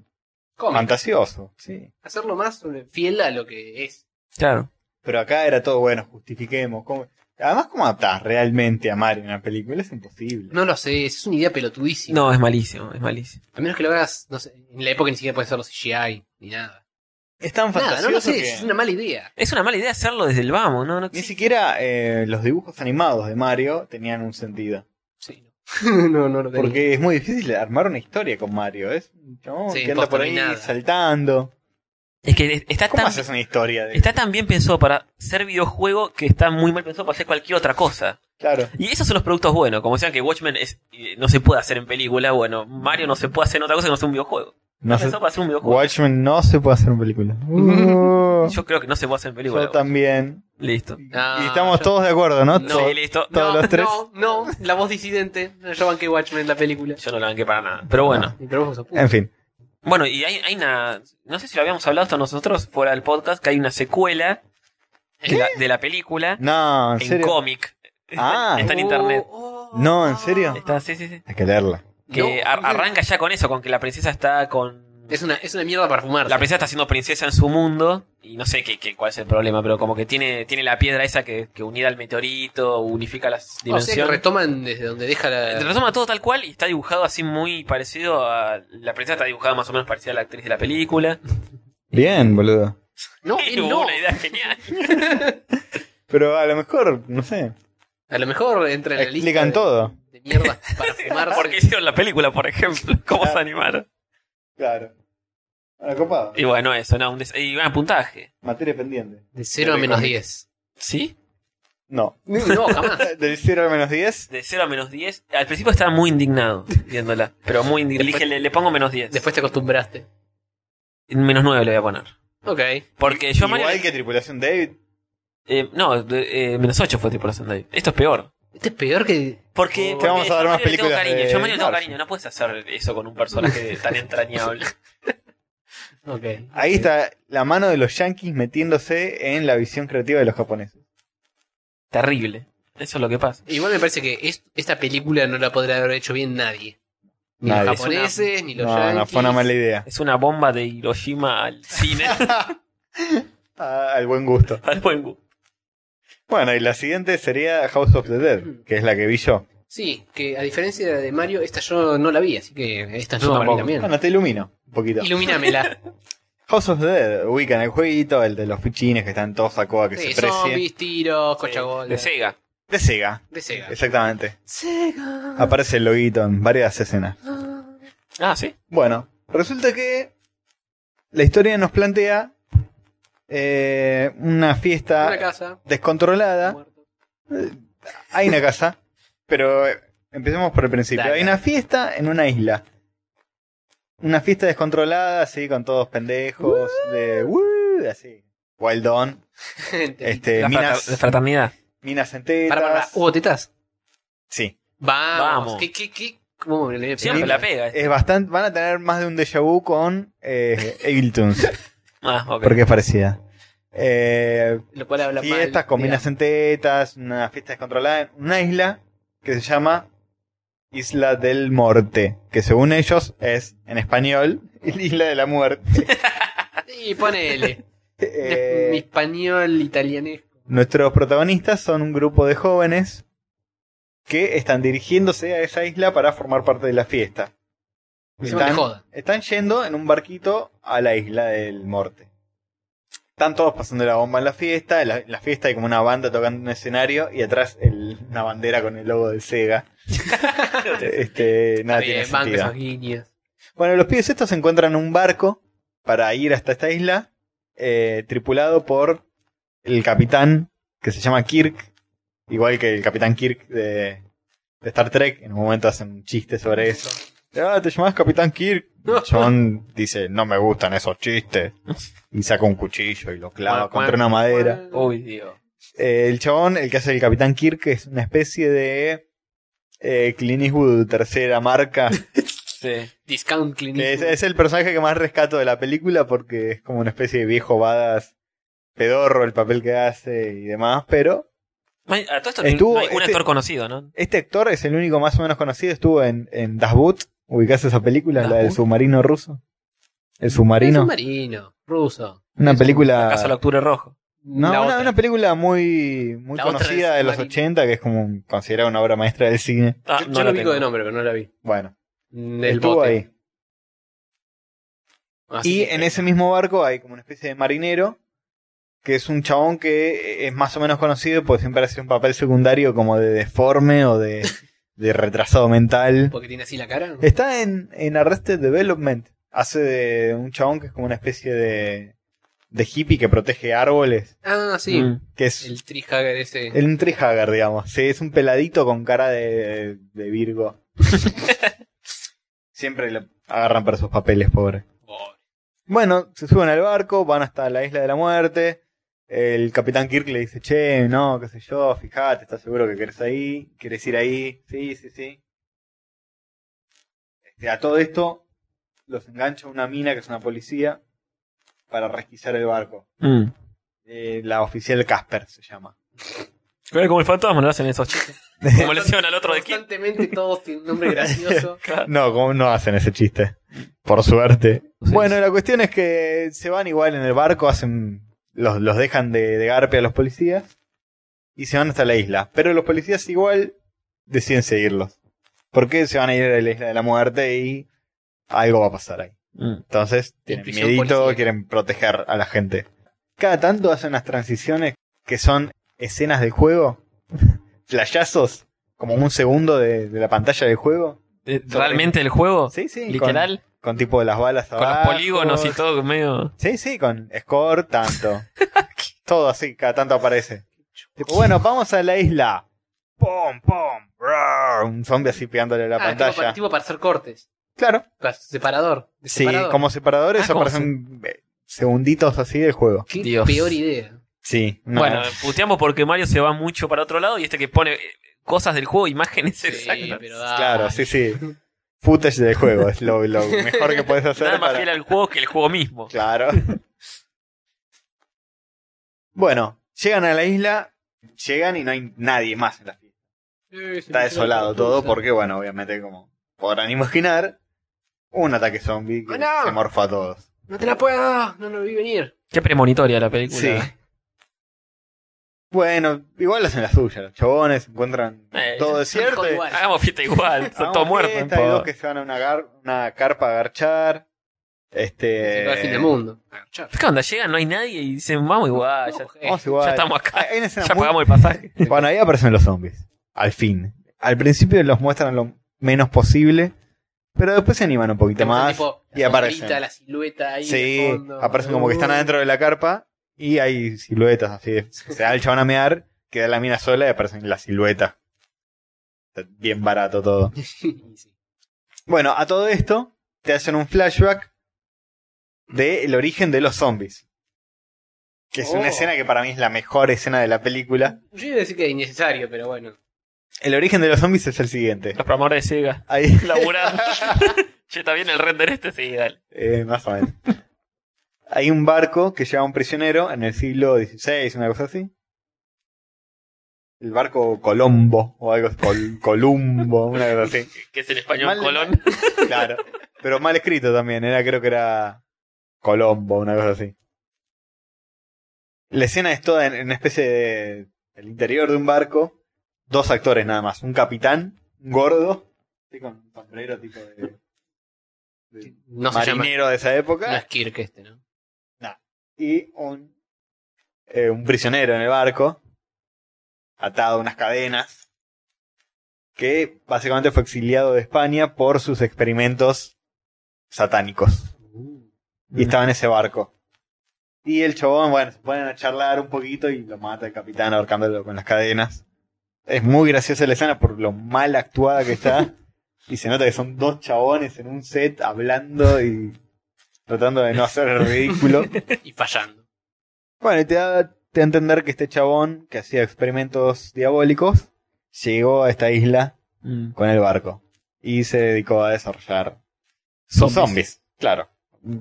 B: ¿Cómo?
A: fantasioso. Sí.
B: Hacerlo más fiel a lo que es.
C: Claro.
A: Pero acá era todo bueno, justifiquemos. ¿cómo? Además, ¿cómo adaptás realmente a Mario en una película? Es imposible.
B: No lo sé, es una idea pelotudísima.
C: No, es malísimo, es malísimo.
B: A menos que lo hagas, no sé, en la época ni siquiera puedes hacerlo CGI ni nada.
A: Es tan
B: Nada,
A: fantasioso
B: no lo sé,
A: que
B: es una mala idea.
C: Es una mala idea hacerlo desde el vamos, ¿no? no
A: ni
C: existe.
A: siquiera eh, los dibujos animados de Mario tenían un sentido.
B: Sí, no. no, no lo tenía.
A: Porque es muy difícil armar una historia con Mario. Es un chabón
B: Sí,
A: que anda
B: posta,
A: por
B: no
A: ahí
B: hay nada.
A: saltando.
C: Es que es- está
A: ¿Cómo
C: tan,
A: haces una historia de
C: está tan bien pensado para ser videojuego que está muy mal pensado para hacer cualquier otra cosa.
A: Claro.
C: Y esos son los productos buenos. Como decían que Watchmen es, eh, no se puede hacer en película, bueno, Mario no se puede hacer en otra cosa que no sea un videojuego.
A: No se-
C: Pensó para hacer un videojuego.
A: Watchmen no se puede hacer en película. Uh,
B: Mm.
A: yo,
C: Yo creo que no se puede hacer en película.
A: también.
C: Listo.
B: Ah,
A: y estamos
B: yo-
A: todos de acuerdo, ¿no?
C: No,
A: Todo-
C: sí, listo.
A: todos
B: no,
A: los tres.
B: No, no, la voz disidente. Yo banqué Watchmen la película.
C: Yo no la banqué para nada. Pero bueno.
B: Pero vos sos puto.
A: En fin.
C: Bueno, y hay, hay una. No sé si lo habíamos hablado hasta nosotros fuera del podcast, que hay una secuela de la, de la película
A: No, en
C: en
A: serio.
C: cómic.
A: Ah.
C: Está en internet.
B: Oh, oh.
A: No, en serio.
C: Está, sí, sí, sí.
A: Hay que leerla.
C: Que
B: No.
C: ar- arranca ya con eso, con que la princesa está con.
B: Es una, es una mierda para fumarse.
C: La princesa está siendo princesa en su mundo. Y no sé qué, qué- cuál es el problema, pero como que tiene, tiene la piedra esa que, que unida al meteorito, unifica las
B: O sea, que
C: dimensiones.
B: retoman desde donde deja la.
C: Te Retoma todo tal cual y está dibujado así muy parecido a. La princesa está dibujada más o menos parecida a la actriz de la película.
A: Bien, boludo.
B: No,
C: Y
B: él
C: hubo
B: no.
C: una idea genial.
A: Pero a lo mejor, no sé.
B: A lo mejor entra en la lista.
A: Explican
B: de-
A: todo.
B: De mierda para fumarse.
C: ¿Por qué hicieron la película, por ejemplo? ¿Cómo se animaron?
A: Claro. Ahora copado.
C: Y bueno, eso, no, un des- y bueno, puntaje.
A: Materia pendiente.
B: De 0 a menos 10.
C: ¿Sí?
A: No.
B: No, jamás.
A: Del 0 al menos 10.
C: De 0 a menos 10. Al principio estaba muy indignado viéndola, pero muy indignado.
B: Después-
C: Dije, le, le pongo menos 10.
B: Después te acostumbraste.
C: Menos 9 le voy a poner.
B: Ok. Este
C: Porque yo a
A: Igual
C: Mario.
A: que Tripulación David.
C: eh, no, de- eh, menos 8 fue tipo Sunday. Esto es peor.
B: Este es peor que.
C: Porque.
A: Te
C: porque
A: vamos a
C: yo
A: dar más
C: Mario le tengo
A: películas
C: cariño,
A: de
C: Yo a Mario le tengo
A: Marvel.
C: cariño. No puedes hacer eso con un personaje tan entrañable.
B: Ok.
A: Ahí está la mano de los yankees metiéndose en la visión creativa de los japoneses.
C: Terrible. Eso es lo que pasa.
B: Igual me parece que es- esta película no la podría haber hecho bien nadie. Ni
A: Nadie.
B: los japoneses, ni los
A: No, no, fue una
B: yanquis.
A: mala idea.
C: Es una bomba de Hiroshima al cine.
A: Ah, al buen gusto.
C: al buen gusto.
A: Bueno, y la siguiente sería House of the Dead, que es la que vi yo.
B: Sí, que a diferencia de Mario, esta yo no la vi, así que esta es
C: Yo
B: nueva para mí
C: tampoco.
B: también.
A: Bueno, te ilumino un poquito.
B: Ilumínamela.
A: House of the Dead, ubican el jueguito, el de los pichines que están todos a coa que
B: Sí,
A: se precien.
B: zombies, tiros,
C: Eh,
B: cochagol.
C: De Sega.
A: De Sega,
B: De Sega.
A: exactamente.
B: Sega.
A: Aparece el loguito en varias escenas.
C: Ah, sí.
A: Bueno, resulta que la historia nos plantea eh, una fiesta
B: Una casa.
A: descontrolada.
B: muerto.
A: Hay una casa, pero eh, empecemos por el principio.
C: Dale.
A: Hay una fiesta en una isla. Una fiesta descontrolada, así, con todos pendejos, de... "Woo", así. Wild on.
B: Gente.
A: Este,
C: la
A: minas,
C: frater- de fraternidad.
A: minas en tetas.
B: Para, para, para. ¿Hubo tetas?
A: Sí.
B: Vamos.
C: Vamos.
B: ¿Qué, qué, qué? ¿Cómo le le-
C: Siempre la pega. eh.
A: Es bastante, van a tener más de un déjà vu con eh, Evil Toons,
C: Ah, ok.
A: porque es parecida. Eh,
B: Lo cual habla mal.
A: fiestas con minas
B: digamos.
A: en tetas, una fiesta descontrolada en una isla que se llama Isla del Morte, que según ellos es en español Isla de la Muerte.
B: Sí, ponele.
A: Eh,
B: Mi español italianesco.
A: nuestros protagonistas son un grupo de jóvenes que están dirigiéndose a esa isla para formar parte de la fiesta.
B: Encima me
A: Están,
B: joda.
A: están yendo en un barquito a la Isla del Morte. Están todos pasando la bomba en la fiesta. En la, en la fiesta hay como una banda tocando un escenario y atrás el- una bandera con el logo de Sega. este, nada tiene
B: Bien, banco
A: sentido.
B: esos guiños.
A: Bueno, los pibes estos se encuentran un barco para ir hasta esta isla, eh, tripulado por el capitán que se llama Kirk, igual que el capitán Kirk de, de Star Trek. En un momento hacen un chiste sobre eso. Ah, te llamás capitán Kirk. John dice, no me gustan esos chistes. Y saca un cuchillo y lo clava
B: Cuac,
A: contra
B: cuac,
A: una madera.
C: Uy, Dios.
A: Eh, el chabón, el que hace el capitán Kirk, es una especie de eh, Clint Eastwood, tercera marca.
C: Sí.
B: Discount Clinic.
A: Que Es, es el personaje que más rescato de la película porque es como una especie de viejo badass pedorro el papel que hace y demás, pero
C: No hay- A todo esto
A: Estuvo
C: no hay un
A: este-
C: actor conocido, ¿no?
A: este actor es el único más o menos conocido, estuvo en, en Das Boot, ubicás esa película,
C: Das
A: la del
C: Boot.
A: submarino ruso. El
B: Es
A: submarino,
B: un marino, ruso.
A: una
B: es un-
A: película...
C: Casa del Octubre Rojo.
A: No, una,
B: La otra.
A: una película muy, muy
B: La otra
A: conocida
B: del
A: de los
B: submarino.
A: 80 que es como un- considerada una obra maestra del cine.
C: Ah,
B: yo
C: no
B: yo
C: la
B: lo ubico
C: tengo.
B: de nombre, pero no la vi.
A: Bueno,
B: Del
A: estuvo
B: bote. Ah,
A: ahí.
B: Así
A: Y
B: que-
A: en ese mismo barco hay como una especie de marinero, que es un chabón que es más o menos conocido, porque siempre hace un papel secundario como de deforme o de, de retrasado mental.
B: Porque tiene así la cara.
A: Está en, en Arrested Development. Hace de un chabón que es como una especie de, de hippie que protege árboles,
B: Ah, sí.
C: Mm.
A: que es
B: El Trihagger ese.
A: el, un trihagger, digamos. Sí, es un peladito con cara de, de Virgo. siempre lo agarran para sus papeles, pobre.
B: Oh,
A: Bueno, se suben al barco, van hasta la isla de la muerte. El capitán Kirk le dice, che, no, qué sé yo, fijate, ¿estás seguro que querés ahí? ¿Querés ir ahí? Sí, sí, sí. Este, a todo esto los engancha una mina que es una policía para resquizar el barco.
C: Mm.
A: Eh, la oficial Casper se llama.
C: Claro, como el fantasma no hacen esos chistes. Como le hacían al otro de quién.
B: Constantemente todos tienen un nombre gracioso.
C: Claro.
A: No, como no hacen ese chiste. Por suerte.
B: Sí.
A: Bueno, la cuestión es que se van igual en el barco, hacen. Los, los dejan de, de garpe a los policías y se van hasta la isla. Pero los policías igual deciden seguirlos. Porque se van a ir a la isla de la muerte y algo va a pasar ahí.
C: Mm.
A: Entonces tienen
B: Intuición
A: miedito,
B: policía.
A: quieren proteger a la gente. Cada tanto hacen unas transiciones que son escenas del juego, flashazos, como un segundo de, de la pantalla del juego.
C: Eh, ¿Realmente el juego?
A: Sí, sí, con-
C: Literal.
A: Con, tipo de las balas
C: Con,
A: abajo.
C: los polígonos y todo medio.
A: Sí, sí, con score, tanto. todo así, cada tanto aparece. Tipo, bueno, vamos a la isla. ¡Pum, pum! ¡Rar! Un zombie así pegándole a la
B: Ah, tipo
A: pantalla.
B: para- tipo para hacer cortes.
A: Claro.
B: Para separador. de
A: Sí,
B: separador.
A: como separadores
C: Ah, ¿cómo
A: aparecen eh, segunditos así del juego.
B: Qué
C: Dios.
B: peor idea.
A: Sí. no, eh,
C: Bueno, puteamos porque Mario se va mucho para otro lado y este que pone eh, cosas del juego, imágenes
B: Sí,
C: exactas.
B: pero dale.
A: Claro,
C: ah.
A: sí, sí. Footage del juego es lo, lo mejor que puedes hacer.
C: Nada más
A: para-
C: fiel al juego que el juego mismo.
A: Claro. bueno, llegan a la isla, llegan y no hay nadie más en la fiesta. Está desolado todo porque, bueno, obviamente, como podrán imaginar, un ataque zombie que
B: Oh, no.
A: se morfó a todos.
B: No te la puedo, no lo vi venir.
C: Qué premonitoria la película.
A: Sí. Bueno, igual hacen la suya, los chabones encuentran
C: Eh,
A: todo
B: son
A: desierto.
B: todos
A: y-
B: iguales.
C: Hagamos fiesta igual, están
A: Hagamos
C: todos muertos.
A: fiesta,
C: no
A: Hay dos
C: importa.
A: que se van a una, gar- una carpa a agarchar. Este.
B: Se va al fin del mundo. Ah, Agarchar.
C: ¿Qué onda? Llegan, no hay nadie y dicen, vamos igual, ya,
B: Oje.
A: Vamos igual.
C: ya estamos acá.
A: Hay- hay una escena
C: ya
A: muy-
C: pagamos el pasaje.
A: Bueno, ahí aparecen los zombies. Al fin. Al principio los muestran lo menos posible. Pero después se animan un poquito
B: Tenemos
A: más.
B: tipo
A: y
B: la
A: aparecen.
B: sombrita, La silueta ahí. de
A: Sí,
B: fondo.
A: aparecen como que están adentro de la carpa. Y hay siluetas así. de- Se da el chabón a mear. Queda la mina sola y aparecen las siluetas. Está Bien barato todo.
B: Sí, sí.
A: Bueno, a todo esto te hacen un flashback del origen de los zombies. Que es
B: Oh.
A: una escena que para mí es la mejor escena de la película.
B: Yo iba a decir que es innecesario, pero bueno.
A: El origen de los zombies es el siguiente.
C: Los programadores de Sega.
A: Ahí,
C: Laburando. che, está bien el render este, sí, dale.
A: eh, más o menos. Hay un barco que lleva a un prisionero en el siglo XVI, una cosa así. El barco Colombo, o algo así, Col- Columbo, una cosa así.
C: Que es el español
A: Mal-
C: Colón.
A: Claro. Pero mal escrito también, era, creo que era Colombo, una cosa así. La escena es toda en en una especie de. el interior de un barco. Dos actores nada más. Un capitán, un gordo. así con un sombrero tipo de. de
B: No se llama.
A: marinero de esa época.
B: No es Kirk este, ¿no?
A: Y un. eh, un prisionero en el barco. Atado a unas cadenas. Que básicamente fue exiliado de España por sus experimentos satánicos. Y estaba en ese barco. Y el chabón, bueno, se ponen a charlar un poquito y lo mata el capitán ahorcándolo con las cadenas. Es muy graciosa la escena por lo mal actuada que está. y se nota que son dos chabones en un set hablando y tratando de no hacer el ridículo.
B: Y fallando.
A: bueno, y te da, te da a entender que este chabón, que hacía experimentos diabólicos, llegó a esta isla
C: Mm,
A: con el barco. Y se dedicó a desarrollar sus
C: Zombies.
A: zombies. Claro.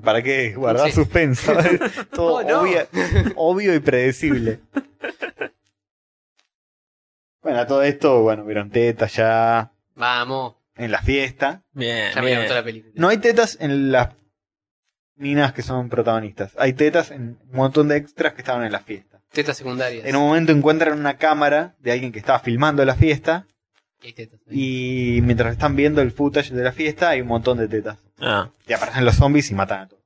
A: ¿Para qué guardar
B: Sí.
A: suspenso? Todo
B: Oh, no.
A: obvia- obvio y predecible. Bueno, a todo esto, bueno, vieron tetas ya
B: Vamos.
A: en la fiesta.
C: Bien,
B: Ya me
C: bien.
B: levantó la película.
A: No hay tetas en las minas que son protagonistas. Hay tetas en un montón de extras que estaban en la fiesta.
B: Tetas secundarias.
A: En un momento encuentran una cámara de alguien que estaba filmando la fiesta
B: Y hay tetas.
A: y mientras están viendo el footage de la fiesta hay un montón de tetas.
C: Ah.
A: Y aparecen los zombies y matan a todos.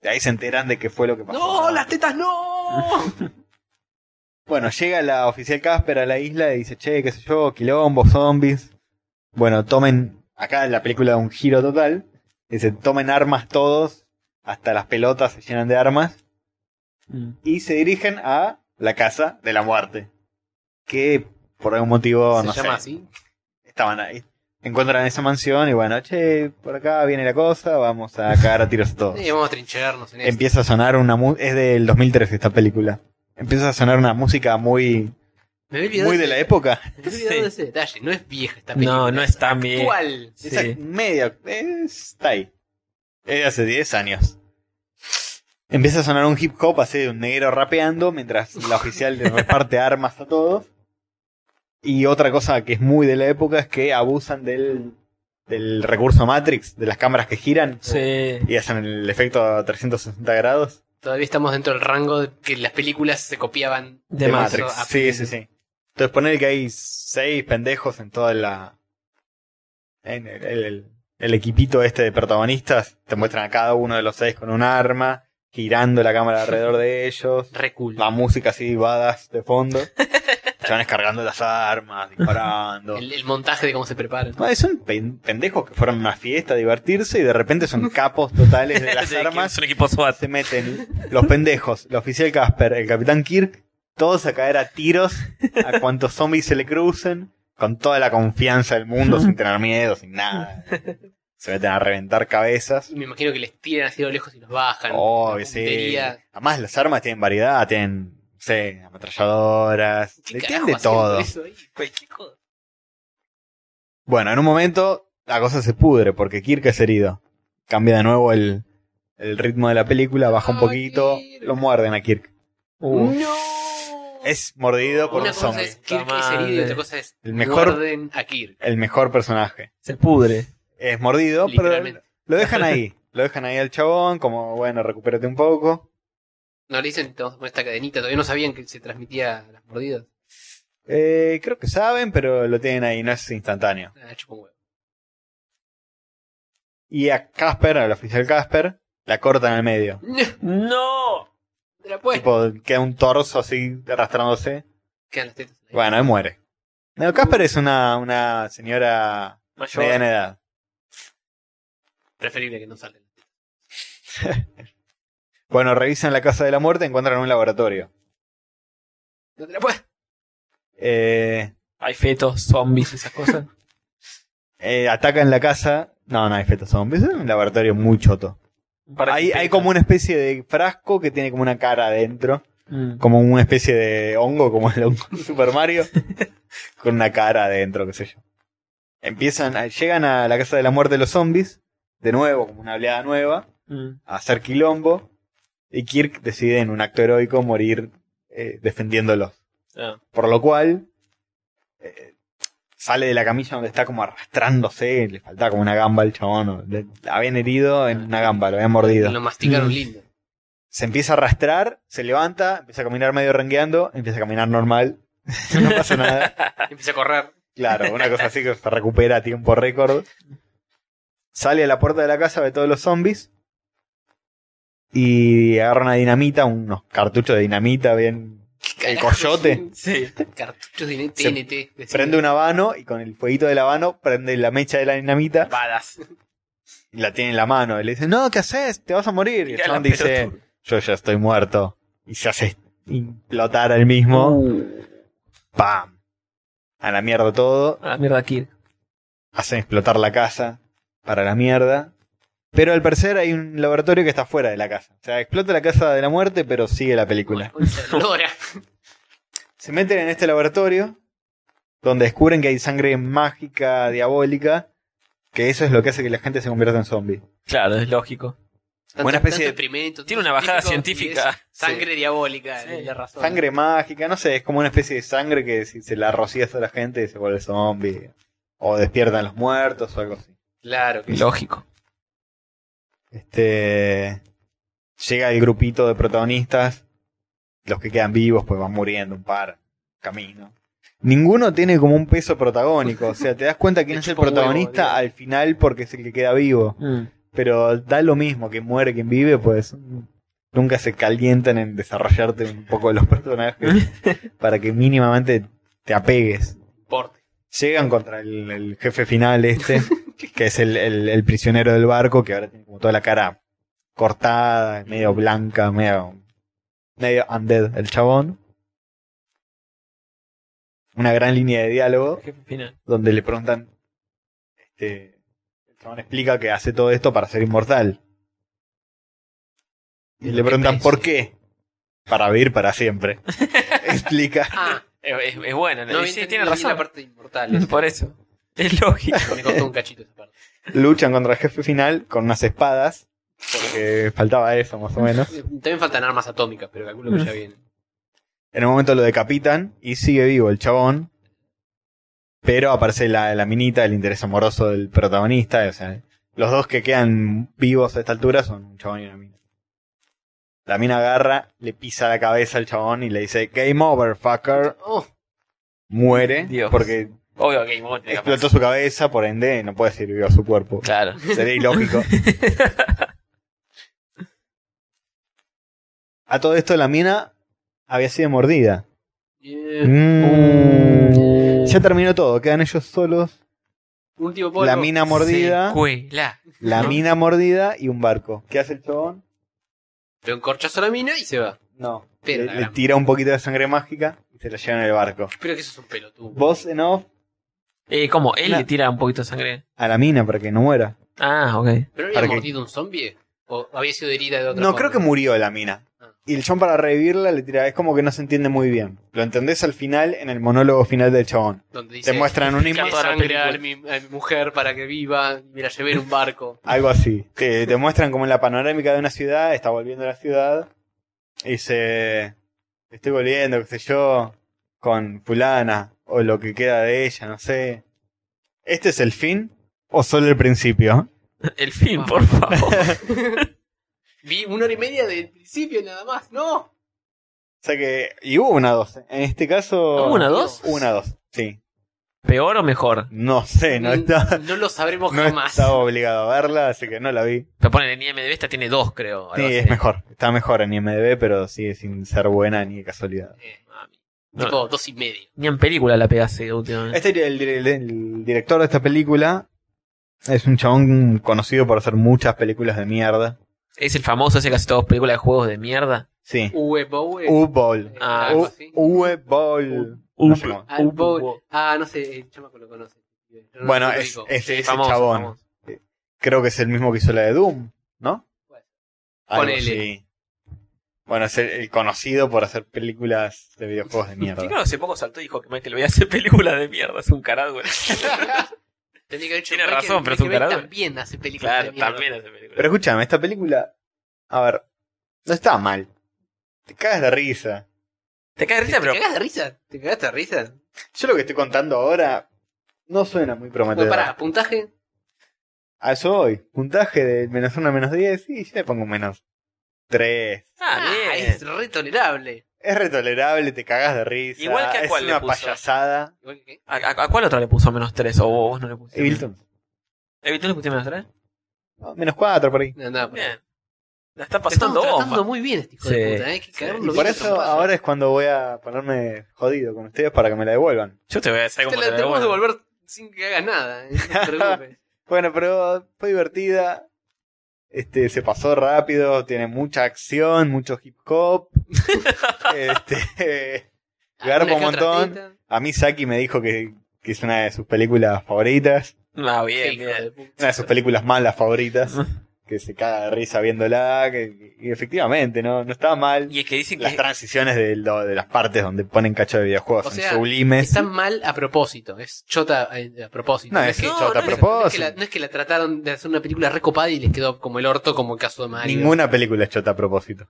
A: De ahí se enteran de qué fue lo que pasó.
B: ¡No! ¡Las tetas no!
A: Bueno, llega la oficial Casper a la isla y dice, che, qué sé yo, quilombo, zombies. Bueno, tomen, acá la película da un giro total. Dice, tomen armas todos, hasta las pelotas se llenan de armas.
C: Mm.
A: Y se dirigen a la casa de la muerte. Que por algún motivo,
B: se
A: Oh, no
B: llama
A: sé,
B: así.
A: estaban ahí. Encuentran esa mansión y bueno, che, por acá viene la cosa, vamos a cagar a tiros a todos.
B: Sí, vamos a trincherarnos en eso.
A: Empieza a sonar una mu- es del 2013 esta película. Empieza a sonar una música muy
B: Me había olvidado
A: muy de la época.
B: Me había olvidado
C: Sí.
B: de ese detalle. No es vieja esta película.
C: No, no es tan bien.
B: actual.
C: Sí.
A: Esa media eh, está ahí. Es de hace 10 años. Empieza a sonar un hip hop así de un negro rapeando mientras la oficial le reparte armas a todos. Y otra cosa que es muy de la época es que abusan del, del recurso Matrix, de las cámaras que giran
D: Sí.
A: y hacen el efecto a 360 grados
B: Todavía estamos dentro del rango de que las películas se copiaban.
D: De
A: de
D: Matrix.
A: Matrix.
B: a-
A: Sí, sí, sí. Entonces poner que hay seis pendejos en toda la... En el, el- el- el equipito este de protagonistas, te muestran a cada uno de los seis con un arma, girando la cámara alrededor de ellos.
B: Re cool.
A: la música así badas de fondo. Se van descargando las armas, disparando.
B: El, el montaje de cómo se preparan.
A: No, son pen- pendejos que fueron a una fiesta a divertirse y de repente son capos totales de las
C: Sí,
A: armas.
C: Es un equipo SWAT.
A: Se meten los pendejos, el oficial Casper, el capitán Kirk, todos a caer a tiros a cuantos zombies se le crucen, con toda la confianza del mundo, sin tener miedo, sin nada. Se meten a reventar cabezas.
B: Me imagino que les tiran así a lo lejos y los bajan.
A: Oh,
B: La
A: sí.
B: puntería.
A: Además, las armas tienen variedad, tienen, no sé, ametralladoras,
B: ¿Qué
A: le tienen
B: carajo
A: de
B: hacían con
A: todo.
B: eso ahí?
C: Pues,
B: Cualquier cosa.
A: Bueno, en un momento la cosa se pudre porque Kirk es herido. Cambia de nuevo el, el ritmo de la película, baja un
B: Ah,
A: poquito,
B: Kirk.
A: lo muerden a Kirk.
D: Uh,
B: ¡No!
A: Es mordido por
B: Una
A: un
B: cosa
A: zombie.
B: es Kirk
C: Puta
B: es herido y
C: madre.
B: otra cosa es
A: El mejor-
B: muerden a Kirk.
A: El mejor personaje.
D: se pudre.
A: Es mordido, pero
B: literalmente.
A: lo dejan ahí. Lo dejan ahí al chabón, como bueno, recupérate un poco.
B: No le dicen "Te vamos a poner esta cadenita, todavía no sabían que se transmitía a las mordidas.
A: Eh, creo que saben, pero lo tienen ahí, no es instantáneo.
B: Ah, chupa un huevo.
A: Y a Casper, al oficial Casper, la cortan al medio.
C: ¡No!
B: Te la puedo.
A: Tipo, queda un torso así arrastrándose.
B: Quedan las tetas. ahí.
A: Bueno, él muere. No, Casper es una, una señora
C: Mayor.
A: mediana edad.
B: Preferible que no salgan.
A: Bueno, revisan la casa de la muerte, encuentran un laboratorio.
B: No te la puedo.
A: Eh,
D: Hay fetos, zombies, esas cosas.
A: eh, atacan la casa. No, no hay fetos zombies. Es un laboratorio muy choto.
C: Para
A: Hay,
C: que-
A: hay como una especie de frasco que tiene como una cara adentro.
D: Mm.
A: Como una especie de hongo, como el hongo de Super Mario. con una cara adentro, qué sé yo. Empiezan, a- llegan a la casa de la muerte de los zombies. De nuevo, como una oleada nueva.
D: Mm.
A: a hacer quilombo. Y Kirk decide en un acto heroico morir eh, defendiéndolos.
C: Ah.
A: Por lo cual eh, sale de la camilla donde está como arrastrándose. Le faltaba como una gamba al chabón. o le- la habían herido en una gamba, lo habían mordido.
B: Lo masticaron lindo.
A: Se empieza a arrastrar, se levanta, empieza a caminar medio rengueando, empieza a caminar normal. no pasa nada.
C: Ah.
B: Empieza a correr.
A: Claro, una cosa así que se recupera a tiempo récord. Sale a la puerta de la casa, ve todos los zombies. Y agarra una dinamita, unos cartuchos de dinamita, bien. El coyote.
D: Sí.
B: Cartuchos de
A: Se
B: TNT. decía.
A: Prende un habano y con el fueguito del habano prende la mecha de la dinamita
C: Badas.
A: y la tiene en la mano. Y le dice, no, ¿qué haces? Te vas a morir. Y el
C: Mirá la
A: chabón dice,
C: pelotuda.
A: yo ya estoy muerto. Y se hace implotar el
C: Uh.
A: mismo.
D: Uh,
A: ¡Pam! A la mierda todo.
D: Ah, mierda, aquí.
A: hacen explotar la casa para la mierda. Pero al parecer hay un laboratorio que está fuera de la casa. O sea, explota la casa de la muerte, pero sigue la película.
B: Concha de Lora.
A: Se meten en este laboratorio, donde descubren que hay sangre mágica, diabólica, que eso es lo que hace que la gente se convierta en zombie.
C: Claro, es lógico.
B: Tanto-
A: Una especie
B: tanto
A: de-
B: experimento,
C: Tiene
B: tanto
C: una bajada
B: científico,
C: científica.
B: y es Sangre diabólica,
D: Sí.
B: la razón.
A: Sangre mágica, no sé, es como una especie de sangre que si se la rocías a la gente se vuelve zombie. O despiertan los muertos o algo así.
B: Claro que sí.
D: Lógico.
A: Este. Llega el grupito de protagonistas. Los que quedan vivos, pues van muriendo un par. Camino. Ninguno tiene como un peso protagónico. O sea, te das cuenta quién
B: Te
A: es el
B: chupa un huevo,
A: protagonista
B: boludo.
A: al final porque es el que queda vivo.
D: Mm.
A: Pero da lo mismo, que muere, quien vive, pues. Nunca se calientan en desarrollarte un poco los personajes para que mínimamente te apegues.
B: Porte.
A: Llegan contra el, el jefe final este, que es el, el- el prisionero del barco, que ahora tiene como toda la cara cortada, medio blanca, medio, medio undead el chabón. Una gran línea de diálogo
D: Jefe final.
A: donde le preguntan, este, el chabón explica que hace todo esto para ser inmortal. Y le
B: Qué
A: preguntan,
B: precio.
A: ¿por qué? Para vivir para siempre. explica.
B: Ah,
C: Es, es- es buena.
B: no,
C: ¿no? Y
B: entendí
C: sí,
B: bien
C: tiene
B: la
C: razón.
B: parte de inmortales.
C: Por eso. Es lógico.
B: Me costó un cachito esa parte.
A: luchan contra el jefe final con unas espadas, porque faltaba eso más o menos.
B: También faltan armas atómicas,
A: Mm.
B: pero calculo que ya vienen.
A: En un momento lo decapitan y sigue vivo el chabón, Pero aparece la, la minita, el interés amoroso del protagonista. O sea, los dos que quedan vivos a esta altura son un chabón y una mina. La mina agarra, le pisa la cabeza al chabón y le dice, Game over, fucker. Muere,
C: Dios.
A: porque
C: Obvio, Game Over.
B: pues.
C: capaz.
A: explotó su cabeza, por ende no puede decir vivo a su cuerpo.
C: Claro.
A: Sería ilógico. A todo esto la mina había sido mordida. Mm. Ya terminó todo, quedan ellos solos.
B: Último polvo.
A: La mina mordida,
C: Secuela.
A: la mina mordida y un barco. ¿Qué hace el chabón?
B: Le encorchazo a la mina y se va.
A: No.
B: Pero la
A: le, le
B: gran-
A: tira un poquito de sangre mágica y se la lleva en el barco.
B: Pero que eso es un pelotudo.
A: Vos en off
C: Eh, ¿Cómo? Él
A: La-
C: le tira un poquito de sangre.
A: a la mina para que no muera.
C: Ah, ok.
B: ¿Pero
A: ¿Para
B: había
A: qué?
B: mordido un zombie? ¿O había sido herida de otra
A: No,
B: forma?
A: creo que murió la mina.
B: Ah.
A: Y el chabón para revivirla le tira. Es como que no se entiende muy bien. Lo entendés al final en el monólogo final del chabón.
B: Donde dice,
A: Te muestran un
B: "Echar
A: imán,
C: toda la
B: sangre a mi,
C: película".
B: a mi mujer para que viva, me la llevé en un barco.
A: algo así. Te, te muestran como en la panorámica de una ciudad, está volviendo a la ciudad, y dice, estoy volviendo, qué sé yo, con fulana, o lo que queda de ella, no sé. ¿Este es el fin o solo el principio?
C: El fin, por favor.
B: Vi una hora y media del principio nada más, ¡no!
A: O sea que, y hubo una dos. En este caso...
C: ¿Hubo una dos?
A: Una dos, sí.
C: ¿Peor o mejor?
A: No sé,
C: Mm,
A: no está...
B: No lo sabremos
A: No
B: jamás.
A: estaba obligado a verla, así que no la vi.
C: Pero ponen en IMDb esta tiene dos, creo.
A: Sí,
C: algo así.
A: es mejor. Está mejor en IMDb, pero sigue sin ser buena ni de casualidad.
B: Eh, mami.
C: No.
B: Tipo, dos y medio.
C: Ni en película la pegaste últimamente.
A: Este, el, el- el director de esta película es un chabón conocido por hacer muchas películas de mierda.
C: Es el famoso, hace casi todas películas de juegos de mierda.
A: Sí.
B: Uwe Bowe.
A: U-Ball.
C: Ah,
B: algo así.
A: Uwe Boll. No sé cómo.
B: Al Bowe. Ah, no sé, el chamaco lo conoce. Yo no
A: Bueno,
B: lo
A: es,
B: ubico.
A: es- ese
C: famoso,
A: chabón.
C: famoso.
A: Creo que es el mismo que hizo la de Doom, ¿no?
B: Bueno.
A: Algo
B: Ponele.
A: así. Bueno, es el, el conocido por hacer películas de videojuegos de
C: Sí,
A: mierda.
C: claro, hace poco saltó y dijo que Michael Bay hace películas de mierda. Es un carajo.
B: Tendría que haber dicho
C: Tiene
B: Michael-
C: razón, pero es
B: Michael
C: un
B: Bay
C: tarado.
B: también hace películas
C: claro,
B: de mierda.
C: también hace películas.
A: Pero escúchame, esta película, a ver, no está mal. Te cagas de risa.
C: te cae de risa,
B: ¿Te
C: pero.
B: cagás de risa? ¿Te cagaste de risa?
A: Yo lo que estoy contando ahora no suena muy prometedor.
B: Bueno, pará, puntaje.
A: A eso hoy. Puntaje de menos 1 a menos 10. Y yo le pongo un menos 3.
C: Ah,
B: Ah,
C: bien.
B: es re tolerable.
A: Es retolerable, te cagas de risa.
C: Igual que a
A: es
C: cuál le
A: una
C: puso.
A: payasada.
B: Igual que-
C: ¿A, a- a cuál otra le puso menos 3? ¿O vos, vos no le pusiste?
A: Y Bilton.
C: ¿A Bilton le pusiste menos 3?
A: no, menos 4 por ahí.
B: No, no, pará.
C: Bien. La está
B: Lo estamos
C: pasando
B: tratando
C: bomba.
B: muy bien este hijo
C: Sí.
B: de puta, ¿eh? Que cagarlo
A: Y
B: bien
A: por
B: a
A: eso
C: ¿eh?
B: trompadas.
A: ahora es cuando voy a ponerme jodido con ustedes para que me la devuelvan.
C: Yo te voy a decir
B: Te
C: cómo
B: la
C: te
B: tenemos que
C: devuelvo.
B: devolver sin que hagas nada, ¿eh? no te preocupes.
A: Bueno, pero fue divertida. Este, se pasó rápido, tiene mucha acción, mucho hip hop. este, garpa
B: Una
A: un
B: que otra
A: montón.
B: teta.
A: A mí Saki me dijo que, que es una de sus películas favoritas.
C: Ah,
B: Sí,
C: bien,
B: hijo
C: bien.
B: de puta.
A: una de sus películas malas favoritas, que se caga de risa viéndola, que, y efectivamente, no, no está mal.
C: Y es que dicen
A: Las
C: que.
A: transiciones de, lo- de las partes donde ponen cacho de videojuegos
B: O
A: son
B: sea,
A: sublimes.
B: Está mal a propósito, es chota eh, a propósito.
A: No, es que
C: no,
A: chota a
C: no es-
B: no es que
A: propósito.
B: la, no es que la trataron de hacer una película recopada y les quedó como el orto, como el caso de Mario.
A: Ninguna película es chota a propósito.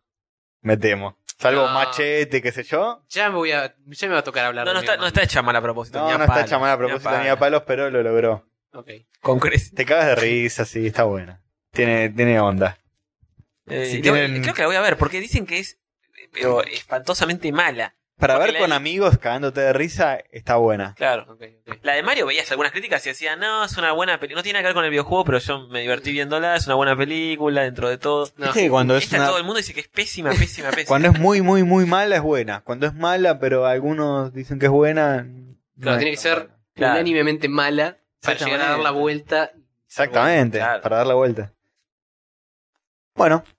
A: Me temo. Salvo
B: No.
A: Machete, qué sé yo.
B: Ya me, voy a, ya me va a tocar hablar
C: No, no
B: de
C: está,
B: Mega
C: no está hecha mal a propósito. ni
A: No,
C: a
A: no
C: palo,
A: está hecha mal a propósito ni a
C: palo.
A: palos, pero lo logró.
B: Man. Ok.
C: Con Chris.
A: Te cagas de risa, sí, está buena. Tiene, tiene onda.
C: Eh,
A: Sí,
C: la voy-
A: tienen-
C: Creo que la voy a ver, porque dicen que es. eh, Pero espantosamente mala.
A: Para
C: Porque
A: ver
C: la-
A: con amigos cagándote de risa, está buena.
C: Claro.
B: ok, ok.
C: La de Mario veías algunas críticas y decían, no, es una buena película. No tiene nada que ver con el videojuego, pero yo me divertí viéndola, es una buena película dentro de todo.
B: No.
A: Viste que cuando es
C: Esta
A: una-
C: todo el mundo dice que es pésima, pésima, pésima.
A: Cuando es muy, muy, muy mala es buena. Cuando es mala, pero algunos dicen que es buena. no
B: Claro,
A: es
B: tiene
A: tan
B: que ser-
A: buena.
C: Claro.
B: Unánimemente mala para llegar a dar la vuelta. y ser
A: Exactamente,
C: Claro.
A: para dar la vuelta. Bueno,
B: bueno.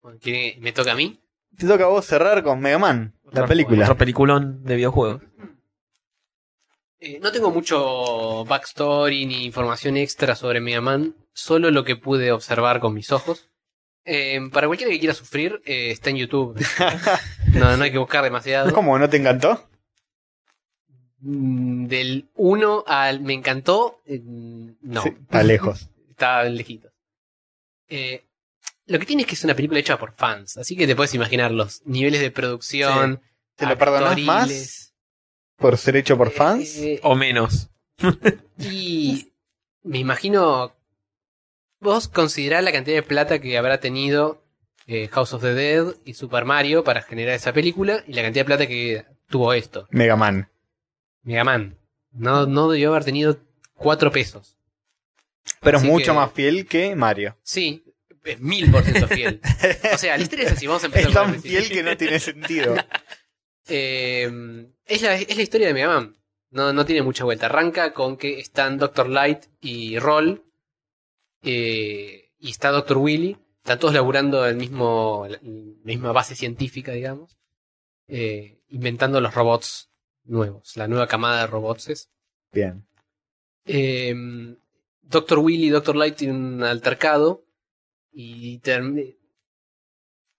B: Bueno, ¿quiere- ¿Me toca a mí?
A: te toca a vos cerrar con Mega Man, la
C: Otro-
A: película.
C: Otro peliculón de videojuegos.
B: Eh, no tengo mucho backstory ni información extra sobre Mega Man, solo lo que pude observar con mis ojos. Eh, para cualquiera que quiera sufrir, eh, está en YouTube. No, no hay que buscar demasiado.
A: ¿Cómo? ¿No te encantó?
B: Mm, Del 1 al me encantó, eh, no,
A: Sí, está lejos.
B: está lejito. Eh, lo que tiene es que es una película hecha por fans, así que te puedes imaginar los niveles de producción.
A: ¿Te lo perdonás
B: actoriles.
A: más? Por ser hecho por fans.
B: Eh,
C: O menos.
B: y me imagino. Vos considerás la cantidad de plata que habrá tenido eh, House of the Dead y Super Mario para generar esa película y la cantidad de plata que tuvo esto.
A: Mega Man.
B: Mega Man. No, no debió haber tenido cuatro pesos.
A: Pero
B: Así
A: es mucho
B: que-
A: más fiel que Mario.
B: Sí, es mil por ciento fiel. O sea, la historia es así, vamos a
A: Es
B: empezar con el
A: tan
B: principio.
A: fiel que no tiene sentido.
B: Eh, es, la, es la historia de Mega Man. No, no tiene mucha vuelta. Arranca con que están Dr. Light y Roll. eh, y está Dr. Willy. Están todos laburando el mismo, la misma base científica, digamos. eh, inventando los robots nuevos. La nueva camada de robots es.
A: Bien.
B: Eh, Dr. Willy y Dr. Light tienen un altercado. Y term-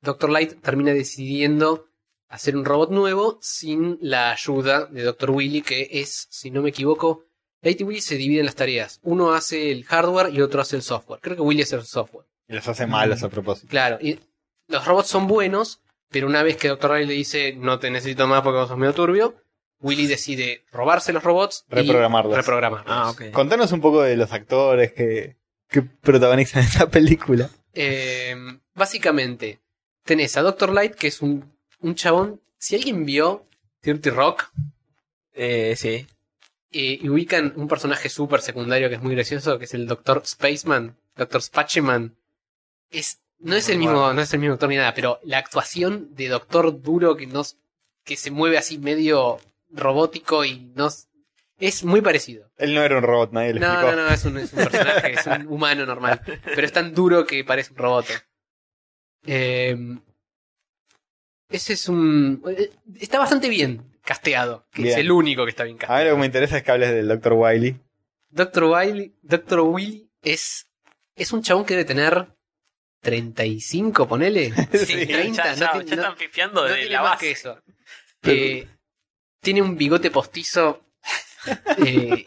B: Dr. Light termina decidiendo hacer un robot nuevo sin la ayuda de Dr. Willy, que es, si no me equivoco, Light y Willy se dividen las tareas. Uno hace el hardware y otro hace el software. Creo que Willy hace el software.
A: Y los hace malos
B: Mm.
A: a propósito.
B: Claro, y los robots son buenos, pero una vez que Dr. Light le dice no te necesito más porque vos sos medio turbio, Willy decide robarse los robots y
A: Reprogramarlos.
B: reprogramarlos.
A: Contanos un poco de los actores que, que protagonizan esta película.
B: Eh, básicamente, tenés a Doctor Light, que es un, un chabón. Si alguien vio 30 Rock
D: Eh, sí.
B: eh, y ubican un personaje súper secundario que es muy gracioso, que es el Doctor Spaceman, Doctor Spaceman, es, no es el
D: Bueno.
B: mismo, no es el mismo doctor ni nada, pero la actuación de Doctor Duro que nos, que se mueve así medio robótico y nos es muy parecido.
A: Él no era un robot, nadie le
B: No,
A: explicó.
B: no, no, es un, es un personaje, es un humano normal. Pero es tan duro que parece un robot. Eh, ese es un. eh, Está bastante bien casteado, que es
A: Bien.
B: el único que está
A: A
B: bien
A: mí lo
B: casteado.
A: que me interesa es que hables del Dr. Wiley.
B: Doctor Wiley, Doctor Willy es, es un chabón que debe tener 35, ponele.
A: Sí,
C: Sí,
B: 30,
C: ya, ya-
B: no
C: ya
B: tiene-
C: están pifiando
B: No
C: de
B: tiene
C: la
B: más que
C: base.
B: eso. Eh, tiene un bigote postizo. eh,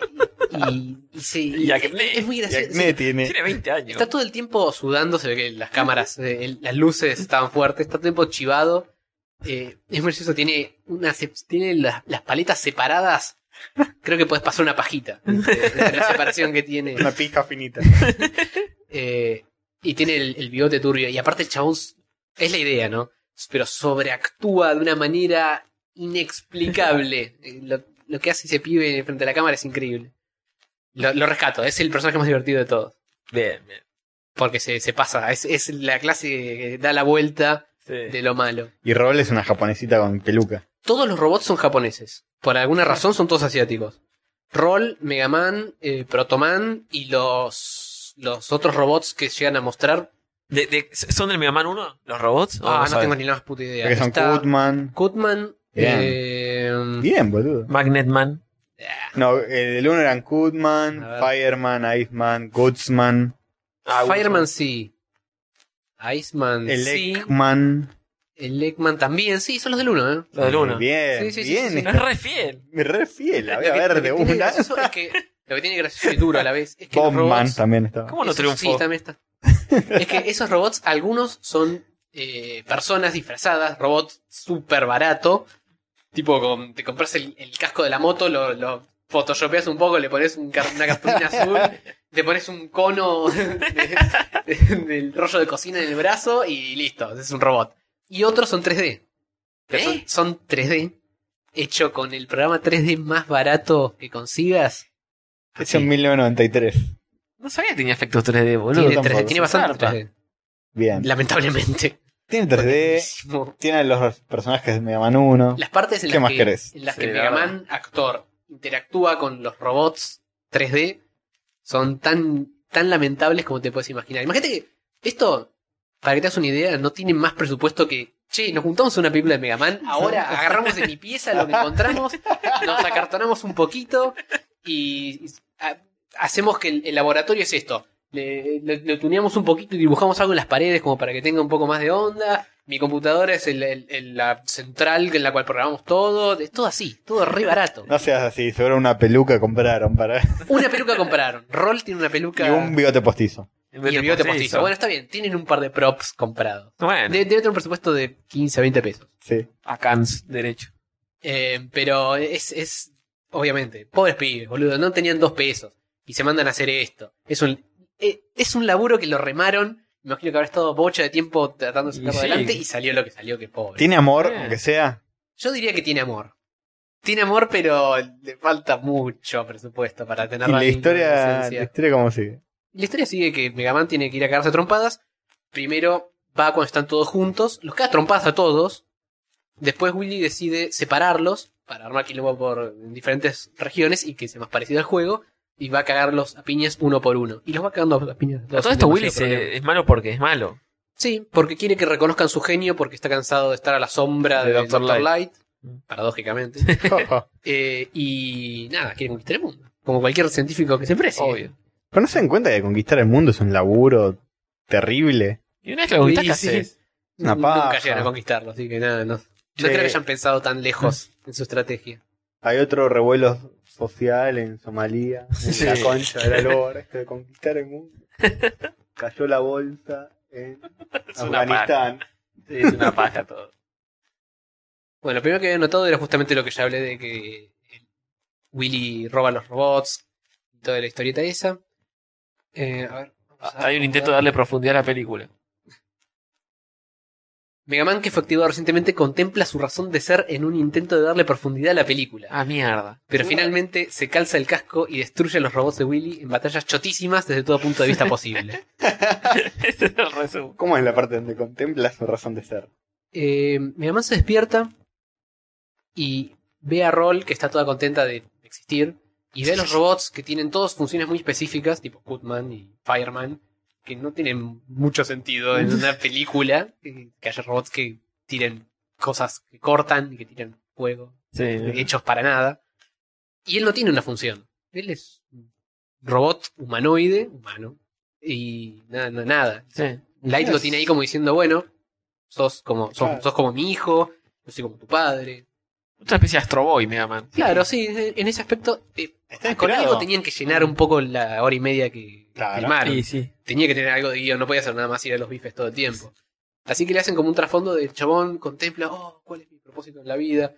B: y, y se-
C: Y acné.
B: es muy
A: Y
B: gracioso.
A: acné tiene.
C: Tiene 20 años.
B: Está todo el tiempo sudando, se ve que las cámaras, eh, el- las luces estaban fuertes, está todo el tiempo chivado. Eh, es muy gracioso, tiene, una, sep- tiene las, las paletas separadas. Creo que puedes pasar una pajita entre- entre la separación que tiene.
A: Una pizca finita.
B: Eh, y tiene el, el bigote turbio. Y aparte el chabón s- es la idea, ¿no? Pero sobreactúa de una manera inexplicable. Eh, Lo, lo que hace ese pibe frente a la cámara es increíble. Lo, lo rescato, es el personaje más divertido de todos.
C: Bien, bien.
B: Porque se, se pasa, es, es la clase que da la vuelta de lo malo.
A: Y Roll es una japonesita con peluca.
B: Todos los robots son japoneses. Por alguna razón son todos asiáticos. Roll, Mega Man, eh, Protoman y los, los otros robots que llegan a mostrar.
C: De- de- ¿Son del Mega Man 1 los robots? ¿O
B: Ah, no
C: sabes?
B: tengo ni la más puta idea.
A: Porque son
B: Está
A: Goodman.
B: Goodman,
A: Bien.
B: eh,
A: Bien, boludo.
C: Magnet Man.
A: No, el uno eran Goodman,
B: A ver.
A: Fireman, Iceman, Goodsman,
C: Ah,
B: Fireman sí. Iceman
A: el
B: sí.
A: Eggman.
B: El Eggman también. Sí, son los del uno, ¿eh?
C: Los del 1.
A: Bien,
B: Sí, sí, sí,
A: bien.
B: sí, sí.
A: está-
C: Es re fiel.
A: Me re fiel, la voy
B: Lo
A: a
B: que-
A: ver
B: lo
A: de
B: que tiene
A: una.
B: gracioso es que- lo que tiene gracioso y duro a la vez es que los
A: Bombman
B: robots
A: también estaba.
C: ¿Cómo no
B: Esos-
C: triunfó?
B: Sí, también está. es que esos robots, algunos son eh, personas disfrazadas, robots súper barato. Tipo, con- te compras el, el casco de la moto, lo, lo photoshopeas un poco, le pones un car- una cartulina azul, te pones un cono de- de- del rollo de cocina en el brazo y listo, es un robot. Y otros son 3D. Pero son-
C: ¿Eh?
B: son 3D. Hecho con el programa 3D más barato que consigas.
A: Es en 1993.
C: No sabía que tenía efectos 3D, boludo.
B: Tiene,
A: tampoco,
B: 3D, tiene
A: se
B: bastante
C: zarpa.
B: 3D.
A: Bien.
B: Lamentablemente.
A: Tiene 3D,
B: Buenísimo.
A: tiene los personajes de Mega Man 1.
B: Las partes en
A: ¿Qué
B: las
A: más
B: que,
A: querés?
B: en las
C: Sí,
B: que
C: la
B: Mega
C: verdad.
B: Man, actor, interactúa con los robots 3D son tan, tan lamentables como te puedes imaginar. Imagínate que esto, para que te hagas una idea, no tiene más presupuesto que. Che, nos juntamos a una película de Mega Man, ahora agarramos de mi pieza lo que encontramos, nos acartonamos un poquito y y ha- hacemos que el, el laboratorio es esto. Le, le- le tuneamos un poquito y dibujamos algo en las paredes como para que tenga un poco más de onda. Mi computadora es el- el- el- la central en la cual programamos todo. Es todo así, todo re barato.
A: No seas así, seguro una peluca compraron para.
B: Una peluca compraron. Roll tiene una
A: Y
B: peluca
A: un bigote postizo.
C: En vez
B: y
C: de
B: el bigote
C: postizo.
B: postizo. Bueno, está bien, tienen un par de props comprados.
C: Bueno,
B: De- debe tener un presupuesto de 15 a 20 pesos.
A: Sí.
C: a Cans, derecho.
B: Eh, pero es, es, obviamente, pobres pibes, boludo, no tenían dos pesos y se mandan a hacer esto. Es un, eh, es un laburo que lo remaron. Me imagino que habrá estado bocha de tiempo tratando de
C: Y
B: sacarlo
C: sí.
B: adelante y salió lo que salió, que pobre.
A: ¿Tiene amor,
C: Eh.
A: aunque sea?
B: Yo diría que tiene amor. Tiene amor, pero le falta mucho presupuesto para tener
A: Y la
B: la
A: historia,
B: inocencia.
A: la historia cómo sigue.
B: La historia sigue que Megaman tiene que ir a cagarse a trompadas. Primero va cuando están todos juntos, los caga a trompadas a todos. Después Willy decide separarlos para armar quilombo por diferentes regiones y que sea más parecido al juego. Y va a cagarlos a piñas uno por uno. Y los va cagando a piñas.
C: A
B: todos
C: todo
B: sin
C: esto Willy
B: demasiado
C: se-
B: problema.
C: es malo porque es malo.
B: Sí, porque quiere que reconozcan su genio porque está cansado de estar a la sombra de,
A: De
B: Dr.
A: Dr.
B: Light.
A: Light.
B: Paradójicamente.
A: Pero
B: Eh, y nada, quiere conquistar el mundo. Como cualquier científico que se precie.
C: Obvio.
A: no se dan cuenta que conquistar el mundo es un laburo terrible.
C: Y una vez que lo conquistás,
B: Sí,
C: ¿qué
B: sí.
C: haces?
A: Una
B: Nunca
A: paja.
B: llegan a conquistarlo, así que nada, no, no
A: Che.
B: creo que hayan pensado tan lejos en su estrategia.
A: Hay otro revuelo social en Somalia, en
C: Sí.
A: la concha de la lora, esto de conquistar el mundo. Cayó la bolsa en
C: Es una
A: Afganistán.
C: Sí, Es una paja todo.
B: Bueno, lo primero que había notado era justamente lo que ya hablé de que Willy roba los robots, toda la historieta esa. Eh, a ver, vamos a
C: Ah, Hay un intento de darle profundidad a la película.
B: Megaman, que fue activado recientemente, contempla su razón de ser en un intento de darle profundidad a la película.
C: Ah, mierda.
B: Pero finalmente se calza el casco y destruye los robots de Willy en batallas chotísimas desde todo punto de vista posible.
C: Ese Este es el resumen.
A: ¿Cómo es la parte donde contempla su razón de ser?
B: Eh, Megaman se despierta y ve a Roll, que está toda contenta de existir, y ve a los robots que tienen todos funciones muy específicas, tipo Cutman y Fireman, que no tienen mucho sentido en una película, que que haya robots que tiren cosas que cortan y que tiren fuego, hechos para nada. Y él no tiene una función. Él es un robot humanoide, humano, y nada, no- nada.
C: Sí.
B: Light lo
A: Yes.
B: tiene ahí como diciendo, bueno, sos como, sos,
A: Claro.
B: sos como mi hijo, yo soy como tu padre.
C: Otra especie de Astro Boy, Mega Man.
B: Claro, sí, en ese aspecto, eh,
A: Está
B: con
A: inspirado.
B: algo tenían que llenar un poco la hora y media que
A: Claro.
B: filmaron.
C: sí.
B: Tenía que tener algo de guión, no podía hacer nada más ir a los bifes todo el tiempo. Así que le hacen como un trasfondo del chabón, contempla, oh, ¿cuál es mi propósito en la vida?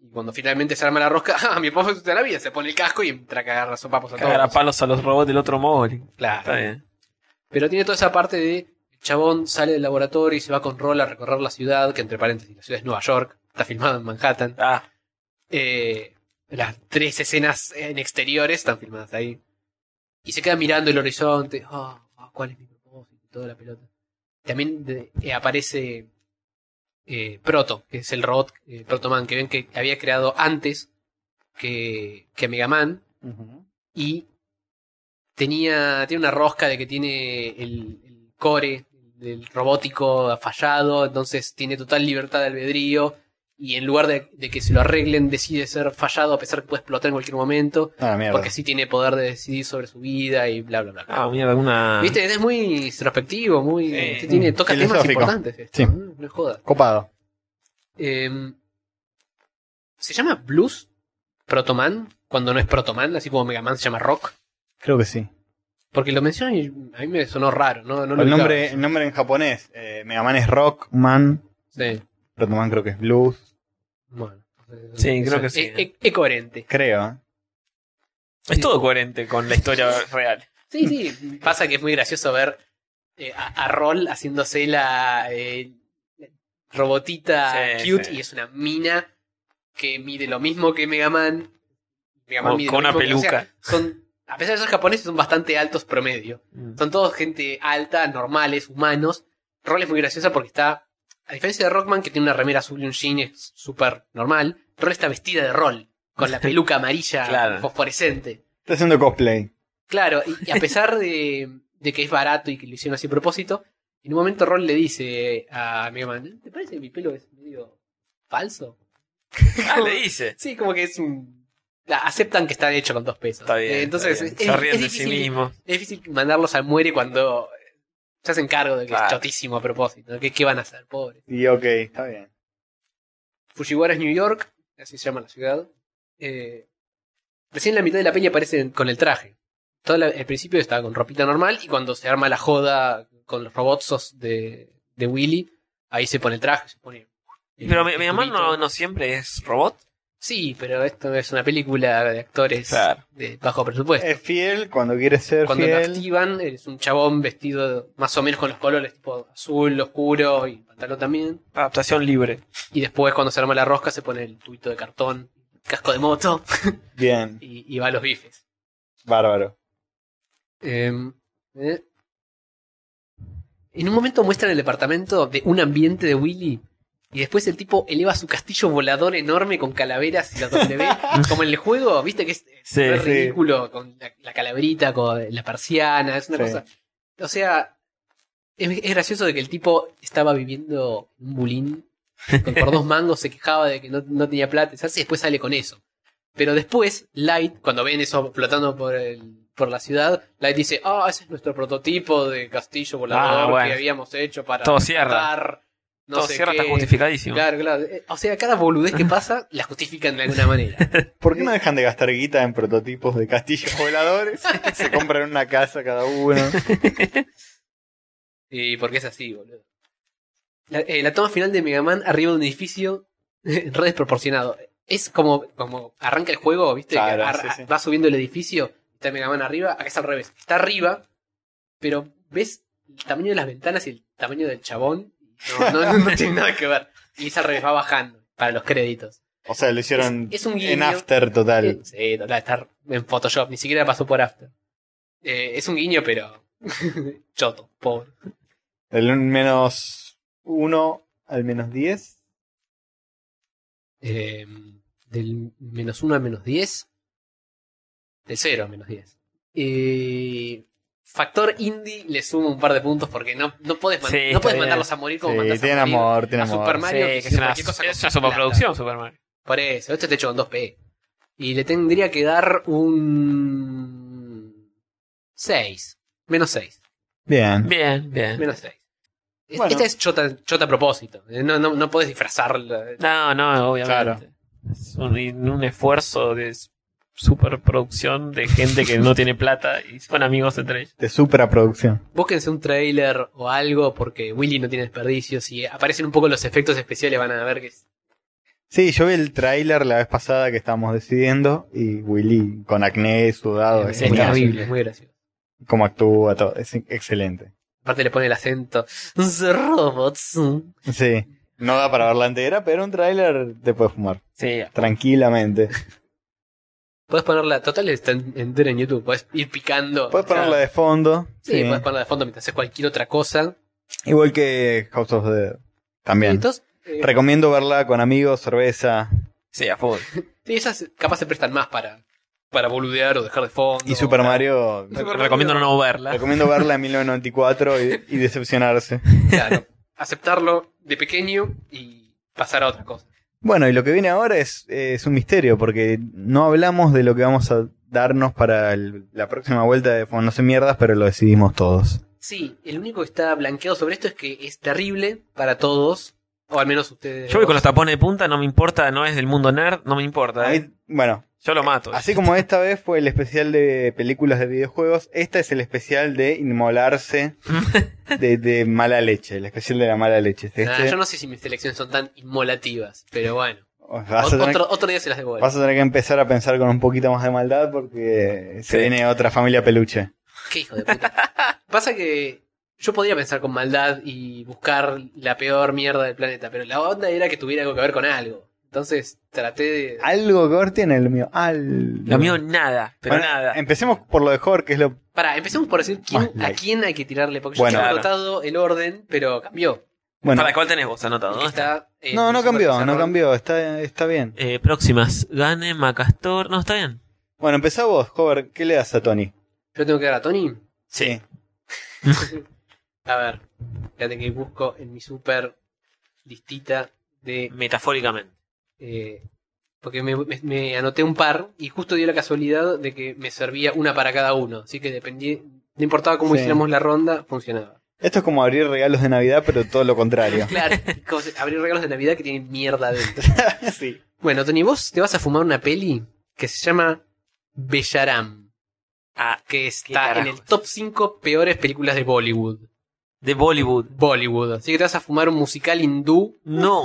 B: Y cuando finalmente se arma la rosca, ah, mi propósito en la vida, se pone el casco y entra a cagar a sopapos a
C: Cagar a
B: todos.
C: palos a los robots del otro móvil.
B: Claro.
C: Está bien.
B: Pero tiene toda esa parte de el chabón sale del laboratorio y se va con Roll a recorrer la ciudad, que entre paréntesis, la ciudad es Nueva York, está filmado en Manhattan.
C: Ah,
B: Eh, las tres escenas en exteriores están filmadas ahí. Y se queda mirando el horizonte, ah, ah, ¿cuál es mi propósito? Y Toda la pelota. También de- eh, aparece eh, Proto, que es el robot eh, Protoman, que ven que había creado antes que, que Mega Man,
A: Ujú.
B: y tenía, tiene una rosca de que tiene el, el core del robótico fallado, entonces tiene total libertad de albedrío y en lugar de, de que se lo arreglen decide ser fallado a pesar que puede explotar en cualquier momento,
A: Ah, mierda.
B: porque sí tiene poder de decidir sobre su vida y bla bla bla.
C: ah mierda, una.
B: Viste, es muy introspectivo, muy
C: Sí.
B: tiene toca temas
A: Filosófico.
B: importantes esto,
A: Sí.
B: ¿no? no es joda.
A: Copado.
B: Eh, ¿Se llama blues? ¿Protoman? Cuando no es Protoman, así como Megaman se llama rock.
A: Creo que sí.
B: Porque lo mencionan y a mí me sonó raro, ¿no? no lo
A: el,
B: ubicaba.
A: nombre, el nombre en japonés, eh, Megaman es Rock Man,
B: Sí,
A: Protoman creo que es Blues,
B: bueno.
C: Sí, creo que sí.
B: Es, es- es coherente.
A: creo. ¿eh?
C: Es todo coherente con la historia real.
B: Sí, sí. Pasa que es muy gracioso ver eh, a, a Roll haciéndose la eh, robotita
C: Sí,
B: cute
C: sí.
B: y es una mina que mide lo mismo que Megaman. Megaman
C: Con-
B: mide
C: con
B: lo
C: una
B: mismo que- o sea,
C: peluca.
B: son, a pesar de ser japoneses, son bastante altos promedio. Son todos gente alta, normales, humanos. Roll es muy graciosa porque está. A diferencia de Rockman, que tiene una remera azul y un jean es súper normal, Roll está vestida de Roll, con la peluca amarilla
C: Claro.
B: fosforescente.
A: Está haciendo cosplay.
B: Claro, y, y a pesar de, de que es barato y que lo hicieron así a propósito, en un momento Roll le dice a Mega Man, ¿te parece que mi pelo es medio falso?
C: Ah, le dice.
B: Sí, como que es un... la- Aceptan que está hecho con dos pesos.
C: Está bien.
B: Eh, Entonces,
C: está
B: es- es
C: bien. se ríen de sí
B: difícil
C: mismo.
B: es difícil mandarlos al muere cuando se hacen cargo de que es
C: Claro.
B: chotísimo a propósito. ¿Qué, qué van a hacer, pobre?
A: Y ok, está bien.
B: Fujiwara es New York, así se llama la ciudad. Eh, recién la mitad de la peña aparece con el traje. Todo la- el principio estaba con ropita normal y cuando se arma la joda con los robotsos de, de Willy, ahí se pone eh, el traje, se pone... el
C: Pero Mega Man no,
B: tubito.
C: no siempre es robot.
B: Sí, pero esto es una película de actores
C: Claro.
B: de bajo presupuesto.
A: Es fiel cuando quiere ser
B: Cuando lo
A: fiel.
B: activan, es un chabón vestido más o menos con los colores tipo azul, oscuro y pantalón también.
D: Adaptación libre.
B: Y después, cuando se arma la rosca, se pone el tubito de cartón, casco de moto
A: Bien,
B: y, y va a los bifes.
A: bárbaro.
B: Em, eh. En un momento muestran el departamento de un ambiente de Willy. Y después el tipo eleva su castillo volador enorme con calaveras y la W. como en el juego, viste que es, es
C: Sí,
B: re
A: sí.
B: ridículo con la, la calaverita, con la persiana, es una
A: Sí.
B: cosa. O sea, es, es gracioso de que el tipo estaba viviendo un bulín. con- por dos mangos se quejaba de que no, no tenía plata. ¿sabes? Y después sale con eso. Pero después, Light, cuando ven eso flotando por el por la ciudad, Light dice, ah, ese es nuestro prototipo de castillo volador
C: Ah, bueno.
B: que habíamos hecho para
C: Todo cierra.
B: matar, no
C: Todo
B: sé
C: cierra
B: qué".
C: está justificadísimo.
B: Claro, claro. Eh, O sea, cada boludez que pasa la justifican de alguna manera.
A: ¿Por qué no dejan de gastar guita en prototipos de castillos voladores? Se compran una casa cada uno.
B: Y porque es así, boludo. La, eh, la toma final de Mega Man arriba de un edificio re desproporcionado. Es como, como arranca el juego, ¿viste? Que
A: Claro,
B: ar-
A: sí, sí.
B: Va subiendo el edificio, está Mega Man arriba, acá es al revés. Está arriba, pero ves el tamaño de las ventanas y el tamaño del chabón. No, no, no tiene nada que ver. Y es al revés, va bajando para los créditos.
A: O sea, lo hicieron
B: Es- es un guiño. Eh,
A: en after total.
B: Sí, total, está en Photoshop, ni siquiera pasó por After. Eh, es un guiño, pero. choto, pobre.
A: Del un- menos uno al menos 10.
B: eh, del menos 1 a menos 10, de 0 a menos 10. Eh, factor indie le sumo un par de puntos porque no, no puedes, man-
C: Sí,
B: no
C: está
B: puedes
C: bien.
B: mandarlos a morir como
A: Sí,
B: mandas a
A: tiene
B: morir
A: amor, tiene
B: a
A: amor.
B: Super Mario.
D: Sí, que
B: que hace
D: es una,
B: cualquier cosa
D: es
B: con
D: una superproducción,
B: plata.
D: Super Mario.
B: Por eso, esto está hecho con 2P. Y le tendría que dar un 6. Menos 6.
A: Bien.
C: Bien, bien.
B: Menos 6. Es-
A: Bueno.
B: Esta es chota, chota a propósito. Eh, No, no, no puedes disfrazarla.
C: No, no, obviamente.
A: Claro.
D: Es un, un esfuerzo de s- superproducción de gente que no tiene plata y son amigos entre ellos.
A: De superproducción.
B: Búsquense un trailer o algo porque Willy no tiene desperdicios y aparecen un poco los efectos especiales, van a ver que es-
A: Sí, yo vi el tráiler la vez pasada que estábamos decidiendo y Willy con acné, sudado,
B: es,
A: Oh, es muy
B: terrible,
A: gracioso.
B: es muy gracioso.
A: cómo actúa, todo, es excelente.
B: Aparte le pone el acento. "The Robots.
A: Sí, no da para ver la entera, pero un tráiler te puede fumar
D: Sí,
A: tranquilamente.
B: Puedes ponerla, total está en- entera en YouTube, puedes ir picando.
A: Puedes
B: o sea,
A: ponerla de fondo,
B: Sí,
A: sí.
B: puedes ponerla de fondo mientras haces cualquier otra cosa.
A: igual que House of the Dead. También.
B: Entonces, eh,
A: Recomiendo verla con amigos, cerveza
C: Sí, a full.
B: sí, esas capaz se prestan más para, para boludear o dejar de fondo.
A: y Super Mario.
B: Super Mario.
C: Recomiendo no verla.
A: Recomiendo verla en 1994 y, y decepcionarse.
B: Claro, aceptarlo de pequeño y pasar a otra cosa.
A: Bueno, y lo que viene ahora es, eh, es un misterio, porque no hablamos de lo que vamos a darnos para el- la próxima vuelta de Fono No sé mierdas, pero lo decidimos todos.
B: Sí, el único que está blanqueado sobre esto es que es terrible para todos, o al menos ustedes.
C: Yo voy con los
B: dos.
C: tapones de punta, no me importa, no es del mundo nerd, no me importa.
A: A
C: ¿eh?
A: mí- bueno,
C: Yo lo mato.
A: así como esta vez fue el especial de películas de videojuegos, esta es el especial de inmolarse de, de mala leche, el especial de la mala leche. Este,
C: Ah,
B: Nah, Ah, yo no sé si mis selecciones son tan inmolativas, pero bueno.
A: vas, a
B: Ot-
A: tener,
B: otro, otro día se las devuelvo.
A: vas a tener que empezar a pensar con un poquito más de maldad porque se
C: Sí.
A: viene otra familia peluche.
B: Qué hijo de puta. Pasa que yo podía pensar con maldad y buscar la peor mierda del planeta, pero la onda era que tuviera algo que ver con algo. Entonces traté de.
A: Algo que ver tiene lo mío. Algo.
C: Lo mío, nada, pero
A: Bueno, em,
C: nada.
A: Empecemos por lo de Jorge, que es lo.
B: Pará, empecemos por decir quién,
A: Más like.
B: a quién hay que tirarle, porque
A: Bueno.
B: yo
C: Claro.
B: había anotado el orden, pero cambió.
A: Bueno.
C: ¿Para cuál tenés vos anotado?
B: Porque
C: ¿Dónde está?
B: está, eh,
A: No, no
B: Super
A: cambió, no
B: Pizarrón.
A: cambió. Está, está bien.
C: Eh, próximas. Gane, Macastor. No, está bien.
A: Bueno, empezá vos, Hover. ¿Qué le das a Tony?
B: Yo tengo que dar a Tony.
A: Sí.
B: A ver, fíjate que busco en mi super listita de...
C: Metafóricamente.
B: eh, porque me, me- me anoté un par y justo dio la casualidad de que me servía una para cada uno. Así que dependía, no importaba cómo
A: Sí.
B: hiciéramos la ronda, funcionaba.
A: Esto es como abrir regalos de Navidad, pero todo lo contrario.
B: Claro, y como se- abrir regalos de Navidad que tienen mierda dentro.
A: sí.
B: Bueno, Tony, vos te vas a fumar una peli que se llama Bellaram,
C: Ah,
B: que
C: ¿Qué
B: está
C: carajo
B: en el
C: es?
B: top 5 peores películas de Bollywood.
C: de Bollywood.
B: Bollywood. Así que te vas a fumar un musical hindú
C: No.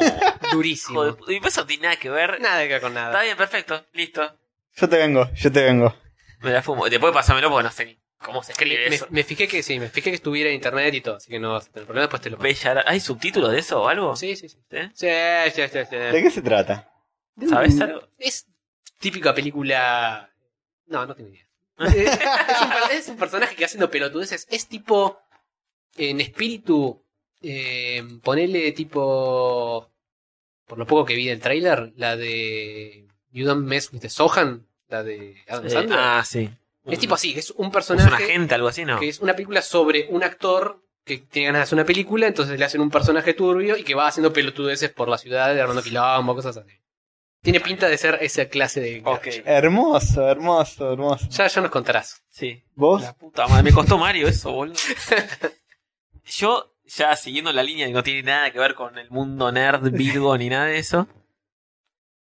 B: Durísimo.
C: Joder, y eso no tiene nada que ver.
B: Nada que ver con
C: Está
B: nada.
C: bien, perfecto, listo.
A: Yo te vengo, yo te vengo.
C: Me la fumo. Después pásamelo porque no sé ni cómo se escribe
B: Me,
C: eso.
B: me fijé que sí, me fijé que estuviera en internet y todo, así que no vas a tener problema, después te lo paso.
C: Bellara- ¿Hay subtítulos de eso o algo?
B: Sí, sí, sí.
C: ¿Eh?
B: Sí, sí, sí, sí.
A: ¿De qué se trata?
C: ¿Sabes algo?
B: Es típica película. No, no tengo idea. Eh, es, un, per- es un personaje que haciendo pelotudeces. Es tipo. En espíritu. eh, ponele tipo. Por lo poco que vi del tráiler, la de. You Don't Mess with the Sohan. La de Adam
C: Eh,
B: Sandler.
C: ah, sí.
B: es tipo así, es un
C: Es un
B: personaje.
C: agente, algo así, ¿no?
B: que es una película sobre un actor que tiene ganas de hacer una película, entonces le hacen un personaje turbio y que va haciendo pelotudeces por la ciudad, armando quilombo, cosas así. Tiene pinta de ser esa clase de...
C: Ok.
A: Hermoso, hermoso, hermoso.
B: Ya, ya nos contarás.
C: Sí.
A: ¿Vos?
C: La puta madre, me costó Mario eso, boludo. Yo, ya siguiendo la línea que no tiene nada que ver con el mundo nerd, Virgo, ni nada de eso.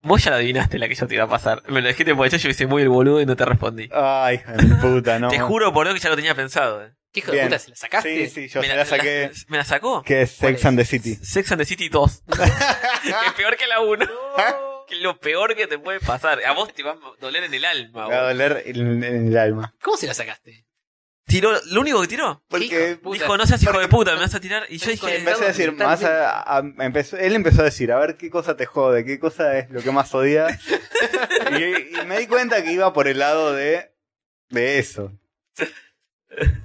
C: Vos ya la adivinaste la que yo te iba a pasar. Me lo dijiste porque yo, yo hice muy el boludo y no te respondí.
A: Ay, hija Ah, de mi puta, no.
C: Te juro por lo que ya lo tenía pensado. eh.
B: ¿Qué hijo
A: Bien.
B: de puta se la sacaste?
A: Sí, sí, yo se la saqué.
C: me la sacó.
A: Que es
B: ¿Cuál
A: Sex and the City.
C: Sex and the City 2. que es peor que la 1. que es lo peor que te puede pasar. A vos te va a doler en el alma.
A: Me va a
C: boludo.
A: doler en, en el alma.
B: ¿Cómo se la sacaste?
C: Tiró, lo único que tiró.
A: Porque
B: Puta.
C: Dijo, no seas hijo de puta, me vas a tirar. Y yo
B: Con
C: dije,
B: el
A: empecé a decir,
B: Estamos-
A: más a- a- empezó- él empezó a decir, a ver qué cosa te jode, qué cosa es lo que más odias. y, y me di cuenta que iba por el lado de, de eso.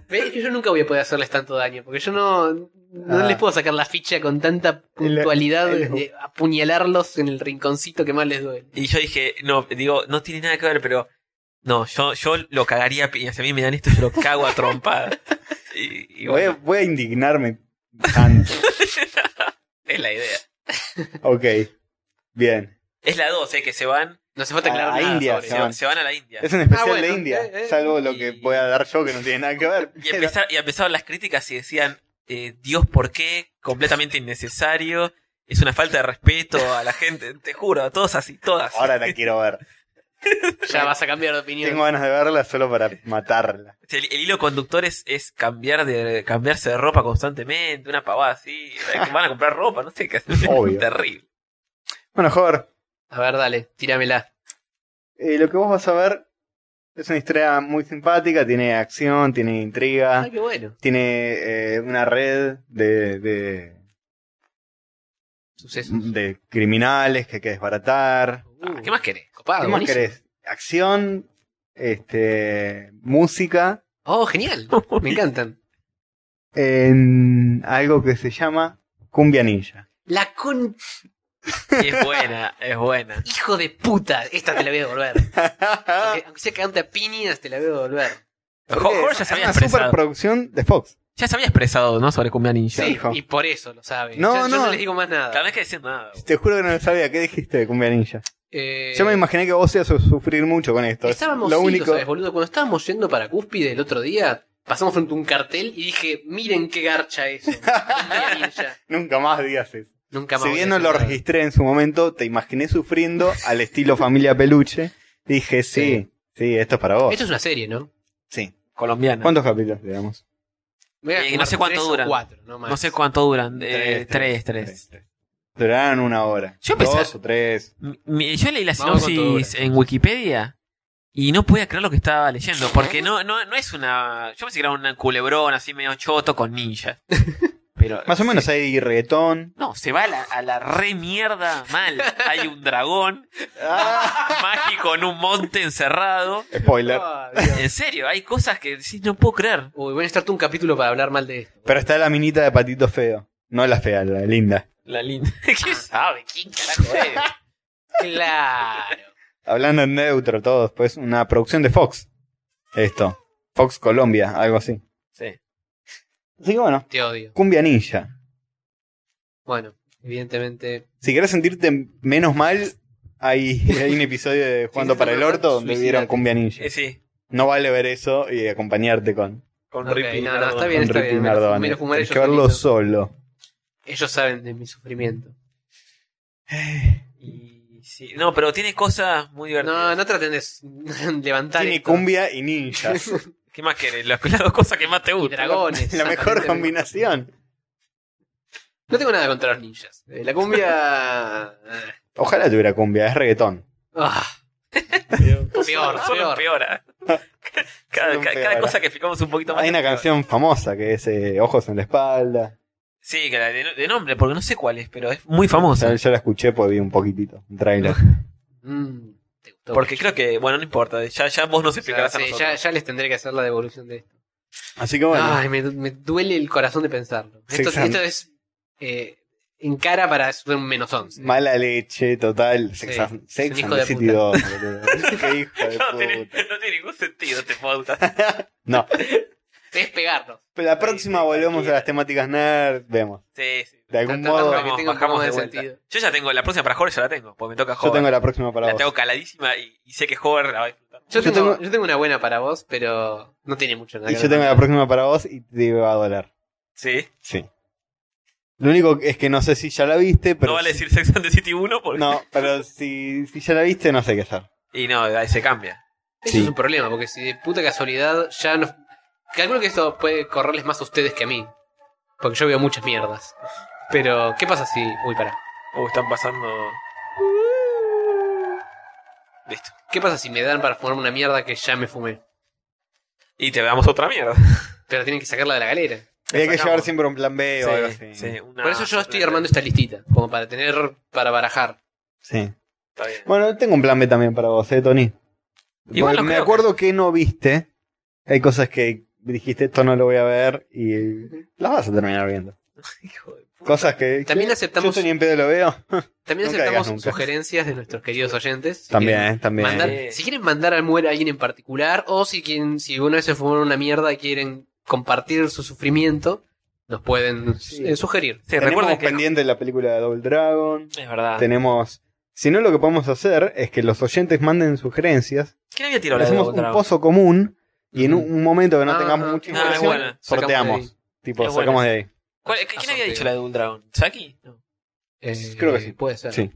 B: ¿Ves? Yo nunca voy a poder hacerles tanto daño, porque yo no, no
A: Ah.
B: les puedo sacar la ficha con tanta puntualidad
A: el-
B: de apuñalarlos en el rinconcito que más les duele.
C: Y yo dije, no, digo, no tiene nada que ver, pero. No, yo, yo lo cagaría a piñas. Si a mí me dan esto, yo lo cago a trompada. Y, y
A: Voy, a-
C: bueno,
A: voy a indignarme tanto.
C: es la idea.
A: ok, bien.
C: Es la 2, eh, que se van,
B: No hace falta
A: Ah, A
B: aclarar
A: la
B: nada
A: India,
B: sobre
C: se,
A: van.
C: van- se van a la India.
A: Es un especial
B: Ah, bueno,
A: de India,
B: eh, eh,
A: salvo lo
C: y-
A: que voy a dar yo que no tiene nada que ver.
C: Y, empezar, y empezaron las críticas y decían, eh, Dios, ¿por qué? Completamente innecesario. Es una falta de respeto a la gente, te juro, todos así, todas.
A: Ahora la quiero ver.
B: Ya vas a cambiar de opinión.
A: Tengo ganas de verla solo para matarla.
C: El, el hilo conductor es, es cambiar de, cambiarse de ropa constantemente, una pavada así. eh, Van a comprar ropa, no sé qué hacer.
A: Obvio.
C: Terrible.
A: Bueno, Jorge.
B: A ver, dale, tíramela.
A: Eh, lo que vos vas a ver es una historia muy simpática, tiene acción, tiene intriga,
B: Ah, qué bueno.
A: tiene eh, una red de, de,
B: Suceso.
A: de criminales que hay que desbaratar.
B: Ah, ¿Qué más querés?
A: Uh.
B: Copado,
A: ¿Qué más
B: buenísimo.
A: querés? Acción, este, música,
B: Oh, genial. Me encantan.
A: en algo que se llama Cumbia Ninja.
B: La con
C: Es buena, es buena.
B: hijo de puta. Esta te la voy a devolver.
A: Ah.
B: Aunque aunque sea cagante a piñas, te la voy a devolver.
A: Porque
C: Jorge ya
A: es
C: se había
A: una
C: expresado.
A: superproducción de Fox.
C: Ya se había expresado, ¿no? Sobre Cumbia Ninja.
B: Sí,
A: hijo.
B: y por eso lo sabe.
A: No,
B: yo, yo no.
A: no.
B: les digo más
C: Claro, no
B: nada.
C: hay que "Ah, decir nada.
A: Te juro que no lo sabía. ¿Qué dijiste de Cumbia Ninja?
B: Eh,
A: Yo me imaginé que vos ibas a sufrir mucho con esto. Es
B: Estábamos,
A: lo
B: sí, lo
A: único.
B: sabes, boludo. Cuando estábamos yendo para Cúspide el otro día, pasamos frente a un cartel y dije, miren qué garcha eso. Cumbia ninja.
A: Nunca más digas eso.
B: Nunca más.
A: Si
B: voy a
A: bien no
B: hacer
A: lo
B: nada.
A: registré en su momento, te imaginé sufriendo al estilo familia peluche. Dije, sí, sí, esto es para vos.
B: Esto es una serie, ¿no?
A: Sí.
C: Colombiana.
A: ¿Cuántos capítulos le damos?
B: Voy a
C: Eh, no
B: fumar
C: sé cuánto
B: tres o
C: duran.
B: cuatro, no más.
C: No sé cuánto duran. eh,
A: Tres,
C: tres, tres.
A: Duraron una hora.
C: Yo empecé-
A: Dos o tres.
C: Mi- mi- Yo leí la
B: Vamos con todo
C: sinopsis
B: dura.
C: en Wikipedia y no podía creer lo que estaba leyendo. Porque no, no, no es una. Yo pensé que era un culebrón así medio choto con ninja. Pero.
A: Más o menos hay reggaetón.
C: No, se va a la, a la re mierda mal. Hay un dragón mágico en un monte encerrado.
A: Spoiler.
B: Ah, Dios.
C: En serio, hay cosas que sí, no puedo creer.
B: Uy, voy a necesitarte un capítulo para hablar mal de esto.
A: Pero está la minita de patito feo. No la fea, la linda.
C: La Ah. linda. ¿Qué sabe? ¿Quién carajo es?
B: Claro.
A: Hablando en neutro todos, pues una producción de Fox. Esto. Fox Colombia, algo así.
C: Sí.
A: Así que bueno,
B: Te odio.
A: cumbia ninja.
B: Bueno, evidentemente.
A: Si querés sentirte menos mal, hay, hay un episodio de Jugando
B: Sí,
A: para el Orto donde
B: suicídate.
A: vieron Cumbia Ninja.
C: Eh, sí.
A: No vale ver eso y acompañarte con,
C: Con
B: Ok,
C: Ripley,
B: no, no,
C: perdón.
B: está bien.
A: con Ricky
B: me lo fumé,
A: Nardone.
B: me lo fumé
A: Tenés
B: yo
A: que verlo
B: solito.
A: solo.
B: Ellos saben de mi sufrimiento.
C: Y sí. No, pero tiene cosas muy
B: No,
C: divertidas.
B: no traten de s- levantar.
A: Tiene
B: esto.
A: cumbia y ninjas.
C: ¿Qué más querés? Las, las dos cosas que más te
B: Y
C: gustan.
B: dragones.
A: la mejor
B: exactamente.
A: combinación.
B: No tengo nada contra los ninjas. Eh, La cumbia. eh,
A: Ojalá tuviera cumbia, es reggaetón.
B: ah, peor,
D: Solo
B: peor.
D: empeora.
A: Solo
C: Cada, ca- cada
A: empeora.
C: cosa que explicamos un poquito más.
A: Hay una canción famosa que es eh, Ojos en la espalda.
C: Sí, que la de, de nombre, porque no sé cuál es, pero es muy
A: O sea,
C: famosa.
A: yo la escuché porque vi un poquitito, un trailer.
B: Mm, te gustó.
C: Porque creo que, bueno, no importa, ya, ya vos nos
B: O sea,
C: explicarás a
B: sí,
C: nosotros.
B: ya, ya les tendré que hacer la devolución de esto.
A: Así que bueno,
B: Ay, me, me duele el corazón de pensarlo. Esto,
A: Sexan-
B: esto es eh, en cara para hacer un menos 11.
A: pues, mala leche, total.
B: Sí,
A: Sex, and- Sex
B: es un
A: and
B: hijo
A: the
B: de
A: City
B: puta.
A: 2, boludo. Qué hijo de
D: No tiene,
A: puta.
D: no tiene ningún sentido este podcast.
A: No,
B: Es pegarnos.
A: pero la próxima volvemos a las temáticas nerd, vemos.
C: Sí, sí.
A: De algún
B: Tratando
A: modo,
B: de que tenga un poco
C: bajamos
B: más de
C: de vuelta.
B: sentido.
C: Yo ya tengo, la próxima para Hover ya la tengo, porque me toca
A: yo
C: Hover.
A: tengo la próxima para
C: la
A: vos.
C: tengo caladísima y, y sé que Hover la va a disfrutar.
B: Yo,
A: Yo
B: tengo,
A: tengo-
B: yo tengo una buena para vos, pero no tiene mucho. nada
A: Y
B: que
A: yo
B: ver.
A: tengo la próxima para vos y te va a doler.
C: Sí.
A: Sí. Lo único es que no sé si ya la viste, pero.
C: no vale
A: si-
C: decir Sex and the City 1 porque...
A: No, pero si, si ya la viste, no sé qué hacer.
C: Y no, ahí se cambia.
B: Eso
A: Sí.
B: es un problema, porque si de puta casualidad ya no. Calculo que esto puede correrles más a ustedes que a mí. Porque yo veo muchas mierdas. Pero, ¿qué pasa si. Uy, pará.
D: Uh,
C: Oh,
D: están pasando.
C: Listo.
B: ¿Qué pasa si me dan para fumarme una mierda que ya me fumé?
C: Y te damos otra mierda.
B: Pero tienen que sacarla de la galera.
A: Hay que
C: sacamos.
A: llevar siempre un plan B o algo
C: Sí,
A: así.
C: sí, una-
B: Por eso yo estoy armando esta listita, como para tener, para barajar.
A: Sí.
C: Está bien.
A: este- Bueno, tengo un plan B también para vos, ¿eh, Tony? Porque
C: Igual no
A: me
C: creo
A: acuerdo que... no viste. Hay cosas que dijiste, esto no lo voy a ver y las vas a terminar viendo.
C: Hijo de puta.
A: Cosas que...
B: También
A: que
B: aceptamos-
A: Yo esto ni en pedo lo veo.
B: También
A: Nunca
B: aceptamos
A: digas nunca.
B: sugerencias de nuestros queridos oyentes. Si
A: también,
B: quieren
A: eh, también.
B: mandar-
C: Eh.
B: si quieren mandar al muere a alguien en particular, o si quieren, si alguna vez se fumaron una mierda y quieren compartir su sufrimiento, nos pueden
A: Sí.
B: eh, sugerir.
C: Sí, recuerden
A: Tenemos
C: que Ah.
A: pendiente la película de Double Dragon.
C: Es verdad.
A: Tenemos... Si no, lo que podemos hacer es que los oyentes manden sugerencias.
C: ¿Quién había tirado la de
A: hacemos
C: Double
A: un
C: Dragon?
A: pozo común y en un, un momento que no
B: Ah,
A: tengamos
B: ah,
A: mucha
B: ah,
A: información,
C: bueno,
B: sacamos de ahí.
A: sorteamos. Tipo,
D: Es bueno.
A: sacamos de ahí.
C: ¿Cuál-
B: A
C: ¿Quién había
B: sorteo.
C: dicho la de Double Dragon? ¿Saki? No.
B: Eh,
A: Creo que sí.
B: Puede ser.
A: Sí.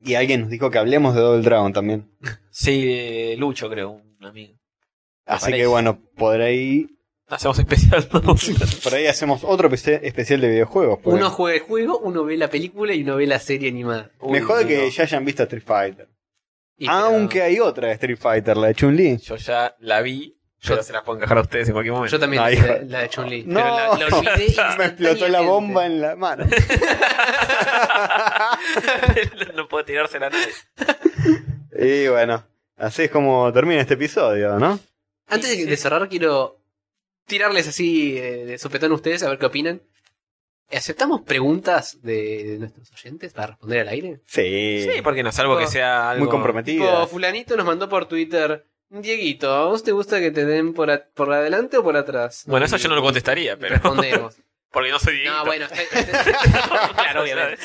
A: Y alguien nos dijo que hablemos de Double Dragon también.
C: Sí, eh, Lucho, creo, un amigo.
A: Así
C: Parece.
A: que bueno, por ahí,
C: Hacemos especial. ¿no?
A: por ahí hacemos otro espe- especial de videojuegos. pues. por
B: Uno
A: ahí.
B: juega el juego, uno ve la película y uno ve la serie animada.
A: Me
C: Uy,
A: jode
C: no.
A: que ya hayan visto Street Fighter.
B: Y
A: Aunque
B: pero-
A: hay otra de Street Fighter, la de Chun-Li.
C: Yo ya la vi. Yo
B: Yo-
C: se las puedo encajar a ustedes en cualquier momento.
B: yo también
A: No, hijo.
B: la, la de Chun-Li.
A: No.
B: Pero la, la olvidé
C: Ah,
A: Me explotó la
B: instantáneamente.
A: bomba en la mano.
C: no puedo tirársela a nadie.
A: y bueno, así es como termina este episodio, ¿no?
B: Antes de, de cerrar, quiero tirarles así eh, de sopetón a ustedes a ver qué opinan. ¿Aceptamos preguntas de, de nuestros oyentes para responder al aire?
A: Sí.
C: Sí, porque no, salvo que sea algo.
A: Muy comprometida.
B: Tipo, fulanito nos mandó por Twitter, Dieguito, ¿a vos te gusta que te den por, a- por adelante o por atrás?
C: Bueno, eso
B: Y-
C: yo no lo contestaría,
B: y
C: pero.
B: Respondemos.
C: Porque no soy Dieguito.
B: no, bueno, está- está- claro, obviamente.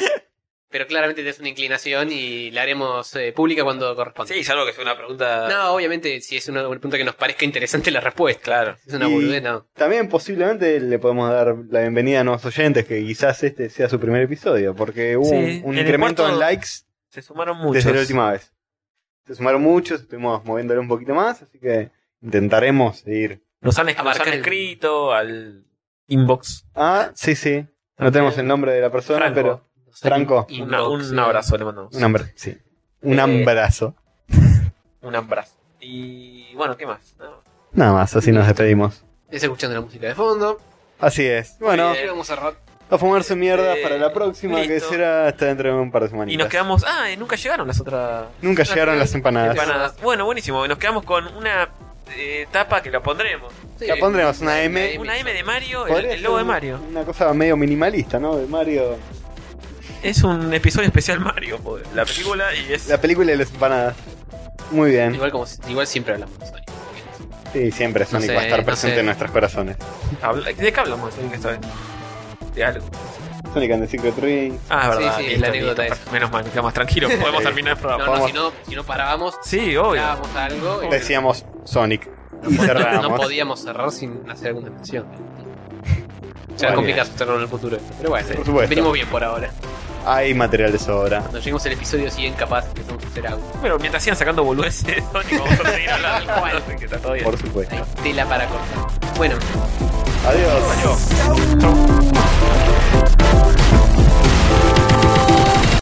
B: Pero claramente tenés una inclinación y la haremos eh, pública cuando corresponda.
C: Sí, salvo que sea una pregunta.
B: No, obviamente, si es una pregunta que nos parezca interesante la respuesta.
C: Claro.
B: Es una
A: Y-
B: boludez, no.
A: También posiblemente le podemos dar la bienvenida a nuevos oyentes, que quizás este sea su primer episodio, porque hubo
C: Sí,
A: un-
C: en
A: un,
C: el
A: incremento
C: cuarto-
A: en likes
C: Se sumaron muchos.
A: desde la última vez. Se sumaron muchos, estuvimos moviéndole un poquito más, así que intentaremos seguir.
C: Nos han, nos han
B: Abarcar el-
C: escrito al inbox.
A: Ah, sí, sí. No tenemos el nombre de la persona,
C: Franco.
A: pero Franco.
B: Y
C: Una-
B: Brock,
C: un
B: sí.
C: abrazo le mandamos.
A: un abrazo, sí. Un
C: Eh,
A: abrazo.
C: Un abrazo. Y bueno, ¿qué más? No.
A: Nada más, así nos despedimos.
B: Es escuchando la música de fondo.
A: Así es. Bueno,
B: Y vamos a cerrar.
A: a fumarse mierda
C: Eh,
A: para la próxima, que
C: listo.
A: será hasta dentro de un par de semanitas.
C: Y nos quedamos. Ah, eh, nunca llegaron las otras
A: Nunca llegaron las empanadas.
C: empanadas. Bueno, buenísimo. Nos quedamos con una eh, tapa que la pondremos.
B: Sí.
A: La pondremos una
B: Sí,
A: M.
C: Una M de Mario, el,
A: Podría
C: el logo
A: ser
C: de Mario.
A: Una cosa medio minimalista, ¿no? De Mario.
C: Es un episodio especial Mario, joder. la película y es.
A: La película de las empanadas. Muy bien.
B: Igual, como, si- igual siempre hablamos. de Sonic.
A: Sí, siempre Sonic
B: sé,
A: va a estar
B: no
A: presente
B: sé.
A: en nuestros corazones.
C: habla- ¿De qué hablamos? Tienen que saber. De algo.
A: Sonic and the Secret Ring.
C: Ah, es
B: Sí,
C: verdad.
B: sí,
C: listo,
B: la anécdota
C: listo.
B: esa.
C: Menos mal, quedamos tranquilos. Podemos
A: Sí.
C: terminar el
B: No,
C: programa.
B: no,
A: Vamos.
B: si no, si no parábamos,
C: Sí, obvio.
B: parábamos algo. y-
A: Decíamos Sonic y cerramos.
B: No podíamos cerrar sin hacer alguna mención. O sea,
A: Muy
B: es complicado hacerlo en el futuro esto, Pero bueno,
A: Por supuesto.
B: venimos bien por ahora.
A: Hay material de sobra.
B: Cuando lleguemos al episodio 100, capaz empezamos a hacer algo.
C: Pero mientras sigan sacando boludeces de Sonic, vamos a seguir hablando.
B: Tal cual.
C: Así que está todo bien.
A: Por
B: Hay
A: supuesto.
B: tela para cortar. Bueno.
A: Adiós.
C: Chau.